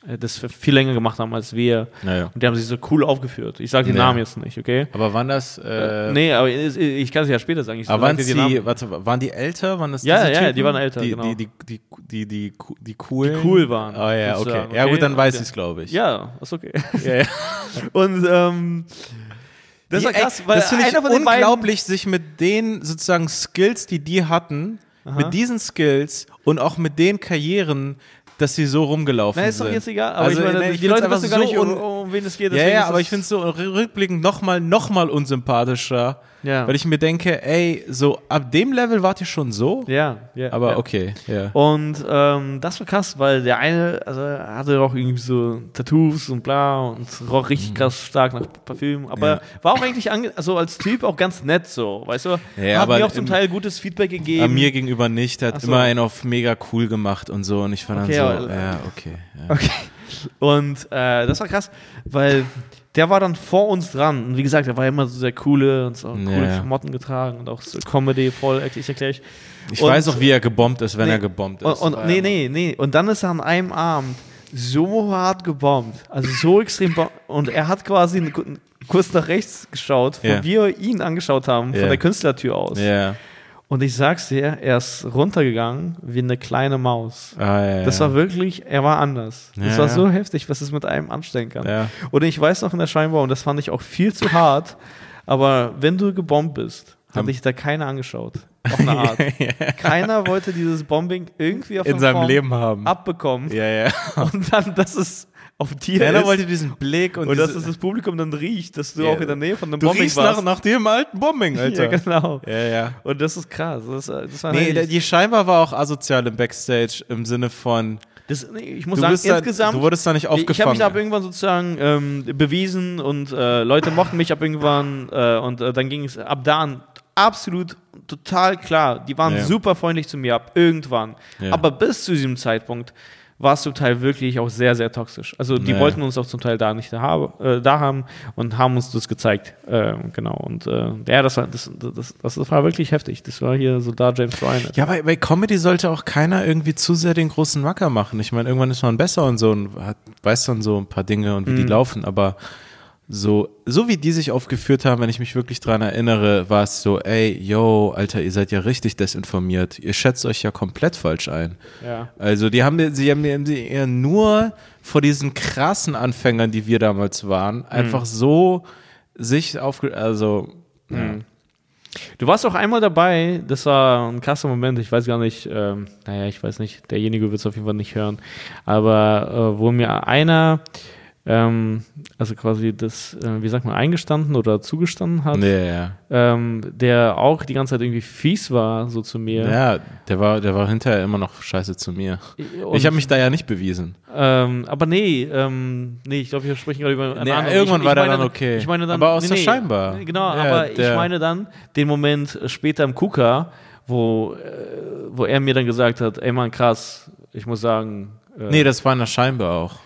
A: äh, das viel länger gemacht haben als wir.
B: Naja.
A: Und die haben sich so cool aufgeführt. Ich sage den
B: Ja.
A: Namen jetzt nicht, okay?
B: Aber waren das, äh,
A: nee, aber ich, ich kann es ja später sagen. Ich
B: aber waren
A: sag dir den Namen.
B: die, warte, waren die älter? Waren das
A: Ja,
B: diese
A: ja,
B: Typen?
A: die waren älter,
B: die,
A: genau.
B: Die, die, die, die, die, die coolen.
A: Die cool waren,
B: Oh ja, okay.
A: sozusagen,
B: Ja
A: okay?
B: gut, dann
A: Und
B: weiß
A: der-
B: ich es, glaube ich.
A: Ja, ist okay.
B: ja, ja.
A: Und ähm, das war
B: Die-
A: krass,
B: ey,
A: weil
B: das finde ich
A: einer von den beiden-
B: unglaublich, sich mit den sozusagen Skills, die die hatten, mit diesen Skills und auch mit den Karrieren, dass sie so rumgelaufen
A: Na, ist
B: sind.
A: doch jetzt egal. Aber
B: Also,
A: ich meine,
B: nee,
A: die
B: find's
A: Leute
B: einfach
A: wissen gar nicht,
B: so
A: um,
B: un-
A: um wen es geht.
B: ja,
A: deswegen
B: ja,
A: ist
B: aber
A: es-
B: ich finde es so rückblickend nochmal noch mal unsympathischer,
A: Ja.
B: weil ich mir denke, ey, so ab dem Level wart ihr schon so,
A: Ja, ja.
B: aber
A: ja.
B: okay, ja.
A: Und ähm, das war krass, weil der eine also, er hatte auch irgendwie so Tattoos und bla und roch richtig krass stark nach Parfüm. Aber
B: Mhm. Ja.
A: war auch eigentlich ange also als Typ auch ganz nett so, weißt du?
B: Ja,
A: Hat
B: aber
A: mir auch zum
B: im-
A: Teil gutes Feedback gegeben.
B: Aber mir gegenüber nicht, der hat
A: Ach so.
B: immer einen auf mega cool gemacht und so und ich war dann
A: Okay,
B: so,
A: aber-
B: ja, okay. Ja.
A: Okay. Und äh, das war krass, weil der war dann vor uns dran. Und wie gesagt, er war immer so sehr coole und so coole
B: Ja.
A: Klamotten getragen und auch so Comedy voll, ich erkläre ich.
B: Ich
A: Und-
B: weiß auch, wie er gebombt ist, wenn
A: Nee.
B: er gebombt ist.
A: Und, und, nee, nee, nee. Und dann ist er an einem Abend so hart gebombt, also so extrem bom- und er hat quasi einen guten- kurz nach rechts geschaut, wo
B: Ja.
A: wir ihn angeschaut haben, von
B: Ja.
A: der Künstlertür aus.
B: Ja.
A: Und ich sag's dir, er ist runtergegangen wie eine kleine Maus.
B: Ah, ja,
A: Das
B: ja.
A: war wirklich, er war anders. das
B: Ja,
A: war
B: ja.
A: so heftig, was es mit einem anstellen kann.
B: Ja.
A: Und ich weiß noch in der Scheinbar, und das fand ich auch viel zu hart, aber wenn du gebombt bist,
B: Hm.
A: hat dich da keiner angeschaut. Auf eine Art. Keiner wollte dieses Bombing irgendwie auf
B: in
A: eine
B: seinem
A: Form
B: Leben haben.
A: abbekommen.
B: Ja, ja.
A: Und dann, dass es auf dir
B: Keiner
A: ist.
B: wollte diesen Blick und,
A: und dass
B: diese-
A: es das Publikum dann riecht, dass du
B: Ja.
A: auch in der Nähe von einem
B: du
A: Bombing
B: riechst nach,
A: warst.
B: nach dem alten Bombing, Alter.
A: Ja, genau.
B: ja, ja.
A: Und das ist krass. Das, das war
B: Nee,
A: heftig.
B: die scheinbar war auch asozial im Backstage im Sinne von,
A: das, nee, ich muss
B: du,
A: sagen,
B: bist da,
A: insgesamt.
B: du wurdest da nicht
A: Ich habe
B: aufgefangen.
A: mich ab irgendwann sozusagen ähm, bewiesen und äh, Leute mochten mich ab irgendwann äh, und äh, dann ging es ab da an absolut total klar. Die waren
B: Ja.
A: super freundlich zu mir ab irgendwann.
B: Ja.
A: Aber bis zu diesem Zeitpunkt war es zum Teil wirklich auch sehr, sehr toxisch. Also die
B: Nee.
A: wollten uns auch zum Teil da nicht da, habe, äh, da haben und haben uns das gezeigt. Ähm, genau. Und äh, ja, das war, das, das, das, das war wirklich heftig. Das war hier Soldat James Ryan.
B: Ja, bei, bei Comedy sollte auch keiner irgendwie zu sehr den großen Wacker machen. Ich meine, irgendwann ist man besser und so und hat, weiß dann so ein paar Dinge und wie die laufen, aber so, so wie die sich aufgeführt haben, wenn ich mich wirklich dran erinnere, war es so, ey, yo, Alter, ihr seid ja richtig desinformiert. Ihr schätzt euch ja komplett falsch ein.
A: Ja.
B: Also die haben, sie haben, die haben sie eher nur vor diesen krassen Anfängern, die wir damals waren, einfach so sich aufge... Also,
A: Du warst auch einmal dabei, das war ein krasser Moment, ich weiß gar nicht, ähm, naja, ich weiß nicht, derjenige wird es auf jeden Fall nicht hören, aber äh, wo mir einer, ähm, also quasi das, äh, wie sagt man, eingestanden oder zugestanden hat,
B: nee, ja.
A: ähm, der auch die ganze Zeit irgendwie fies war, so zu mir.
B: Ja, der war, der war hinterher immer noch scheiße zu mir.
A: Und,
B: ich habe mich da ja nicht bewiesen.
A: ähm, aber nee, ähm, nee, ich glaube, wir sprechen gerade über einen
B: Nee,
A: anderen.
B: irgendwann
A: ich,
B: war
A: ich
B: der
A: meine,
B: dann okay.
A: Ich meine dann,
B: Aber außer scheinbar.
A: Genau,
B: Ja,
A: aber ich
B: der-
A: meine dann den Moment später im KUKA, wo, äh, wo er mir dann gesagt hat, ey Mann, krass, ich muss sagen. Äh,
B: Nee, das war na scheinbar auch.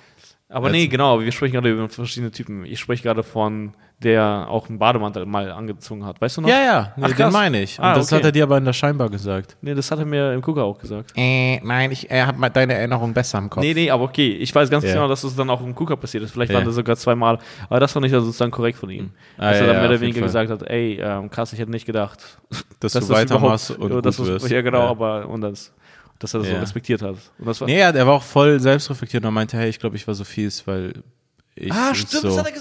A: aber nee, genau, wir sprechen gerade über verschiedene Typen. Ich spreche gerade von, der auch einen Bademantel mal angezogen hat. Weißt du noch?
B: Ja, ja, nee,
A: Ach,
B: den
A: krass.
B: meine ich. Und
A: Ah,
B: das
A: okay.
B: hat er dir aber na scheinbar gesagt.
A: Nee, das hat er mir im KUKA auch gesagt.
B: Äh, nein, ich äh, habe deine Erinnerung besser im Kopf.
A: Nee, nee, aber okay. Ich weiß ganz
B: Ja.
A: genau, dass es dann auch im KUKA passiert ist. Vielleicht
B: Ja.
A: waren das sogar zweimal. Aber das fand ich dann sozusagen korrekt von ihm.
B: Ah,
A: dass er
B: ja,
A: dann
B: ja,
A: mehr oder
B: auf jeden
A: weniger
B: Fall.
A: gesagt hat, ey, ähm, krass, ich hätte nicht gedacht, dass
B: dass, du
A: das überhaupt...
B: weitermachst und
A: dass
B: gut
A: das-
B: wirst.
A: Ja, genau,
B: Ja.
A: aber und das, dass er das so
B: Ja.
A: respektiert hat. Und das war,
B: Nee, ja, der war auch voll selbstreflektiert und meinte, hey, ich glaube, ich war so fies, weil ich
A: Ah,
B: so.
A: gesagt.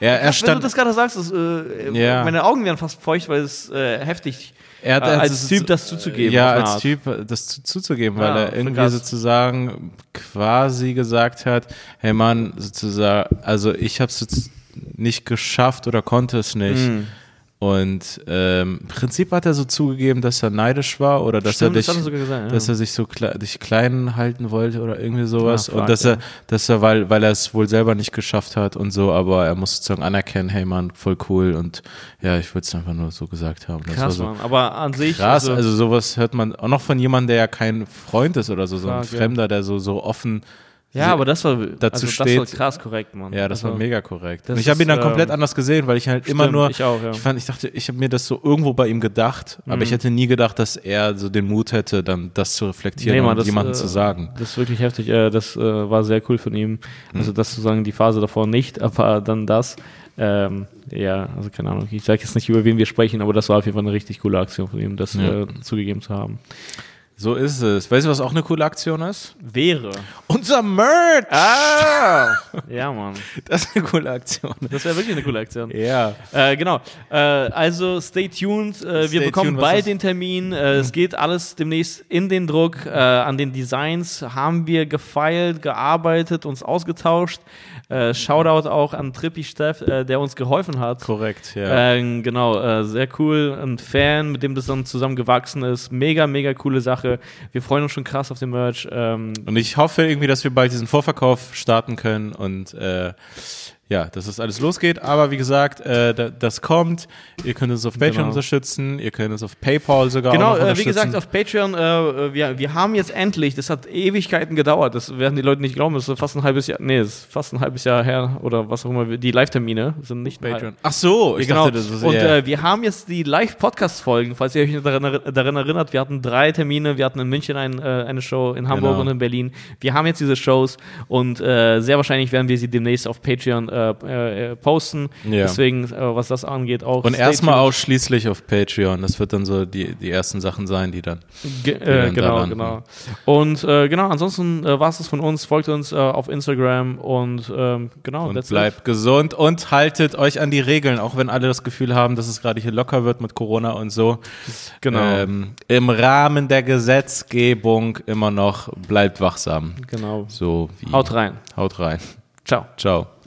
B: Ja, er
A: Krass, Wenn du
B: stand-
A: das gerade sagst, das, äh,
B: Ja.
A: meine Augen werden fast feucht, weil es äh, heftig
B: Er hat
A: äh,
B: als-
A: als Typ das zuzugeben. auf
B: Ja,
A: eine
B: als
A: Art.
B: Typ äh, das zu, zuzugeben,
A: Ja,
B: weil er
A: voll
B: irgendwie
A: krass.
B: sozusagen quasi gesagt hat, hey Mann, sozusagen, also ich habe es nicht geschafft oder konnte es
A: Mhm.
B: nicht.
A: Hm.
B: Und ähm, im Prinzip hat er so zugegeben, dass er neidisch war oder dass
A: Stimmt,
B: er
A: das
B: dich,
A: hat er sogar gesagt, ja.
B: dass er sich so kle dich klein halten wollte oder irgendwie sowas
A: Ah, fuck,
B: und dass
A: ja.
B: er, dass er, weil, weil er es wohl selber nicht geschafft hat und so, aber er muss sozusagen anerkennen, hey Mann, voll cool und ja, ich würde es einfach nur so gesagt haben. Das war
A: Krass,
B: so,
A: Mann. Aber an sich...
B: Krass, also, sowas hört man auch noch von jemandem, der ja kein Freund ist oder so, so ein
A: Frage.
B: Fremder, der so, so offen.
A: ja, aber das war, also das
B: steht-
A: war krass korrekt, Mann.
B: Ja, das
A: also,
B: war mega korrekt.
A: das
B: Und ich habe ihn
A: ist,
B: dann komplett
A: ähm,
B: anders gesehen, weil ich halt immer nur.
A: ich auch, ja. Mhm.
B: Ich, fand, ich dachte, ich habe mir das so irgendwo bei ihm gedacht, aber ich hätte nie gedacht, dass er so den Mut hätte, dann das zu reflektieren
A: Nee, Mann,
B: und
A: das,
B: jemandem
A: äh,
B: zu sagen.
A: Das ist wirklich heftig. Äh, das äh, war sehr cool von ihm. Also, das zu sagen, die Phase davor nicht, aber dann das. Ähm, ja, also keine Ahnung. Ich sage jetzt nicht, über wen wir sprechen, aber das war auf jeden Fall eine richtig coole Aktion von ihm, das
B: Ja.
A: äh, zugegeben zu haben.
B: So ist es. Weißt du, was auch eine coole Aktion ist?
A: Wäre.
B: Unser Merch!
A: Ah! ja, Mann.
B: Das ist eine coole Aktion.
A: Das wäre wirklich eine coole Aktion.
B: Ja.
A: Äh, genau. Äh, also stay tuned. Äh, wir
B: Stay
A: bekommen
B: tuned, was
A: bald
B: ist- Mhm.
A: den Termin. Äh, Es geht alles demnächst in den Druck. Äh, an den Designs haben wir gefeilt, gearbeitet, uns ausgetauscht. Äh, Shoutout auch an Trippi Steff, äh, der uns geholfen hat.
B: Korrekt, ja.
A: Ähm, genau, äh, sehr cool. Ein Fan, mit dem das dann zusammen gewachsen ist. Mega, mega coole Sache. Wir freuen uns schon krass auf den Merch. Ähm,
B: Und ich hoffe irgendwie, dass wir bald diesen Vorverkauf starten können und äh, ja, dass das alles losgeht. Aber wie gesagt, äh, da, das kommt. Ihr könnt uns auf Patreon
A: Genau.
B: unterstützen, ihr könnt uns auf PayPal sogar
A: Genau,
B: auch noch
A: äh, wie
B: unterstützen.
A: gesagt, auf Patreon, äh, wir, wir haben jetzt endlich, das hat Ewigkeiten gedauert, das werden die Leute nicht glauben, das ist fast ein halbes Jahr, nee, das ist fast ein halbes Jahr her oder was auch immer, die Live-Termine sind nicht ein
B: Patreon. Ach so, ich
A: genau.
B: dachte, das ist
A: und
B: ja.
A: äh, wir haben jetzt die Live-Podcast-Folgen, falls ihr euch daran, erinn- daran erinnert. Wir hatten drei Termine. Wir hatten in München ein, äh, eine Show, in Hamburg
B: Genau.
A: und in Berlin. Wir haben jetzt diese Shows und äh, sehr wahrscheinlich werden wir sie demnächst auf Patreon äh, äh, äh, posten.
B: Ja.
A: Deswegen, äh, was das angeht, auch.
B: und
A: stay
B: erstmal
A: tuned.
B: ausschließlich auf Patreon. Das wird dann so die, die ersten Sachen sein, die dann.
A: Ge äh,
B: werden da
A: genau,
B: landen.
A: genau. Und äh, genau, ansonsten äh, war es von uns. Folgt uns äh, auf Instagram und ähm, genau,
B: Und bleibt gesund und haltet euch an die Regeln, auch wenn alle das Gefühl haben, dass es gerade hier locker wird mit Corona und so.
A: it. Genau.
B: Ähm, Im Rahmen der Gesetzgebung immer noch bleibt wachsam.
A: genau.
B: So wie.
A: Haut rein.
B: Haut rein.
A: Ciao.
B: Ciao.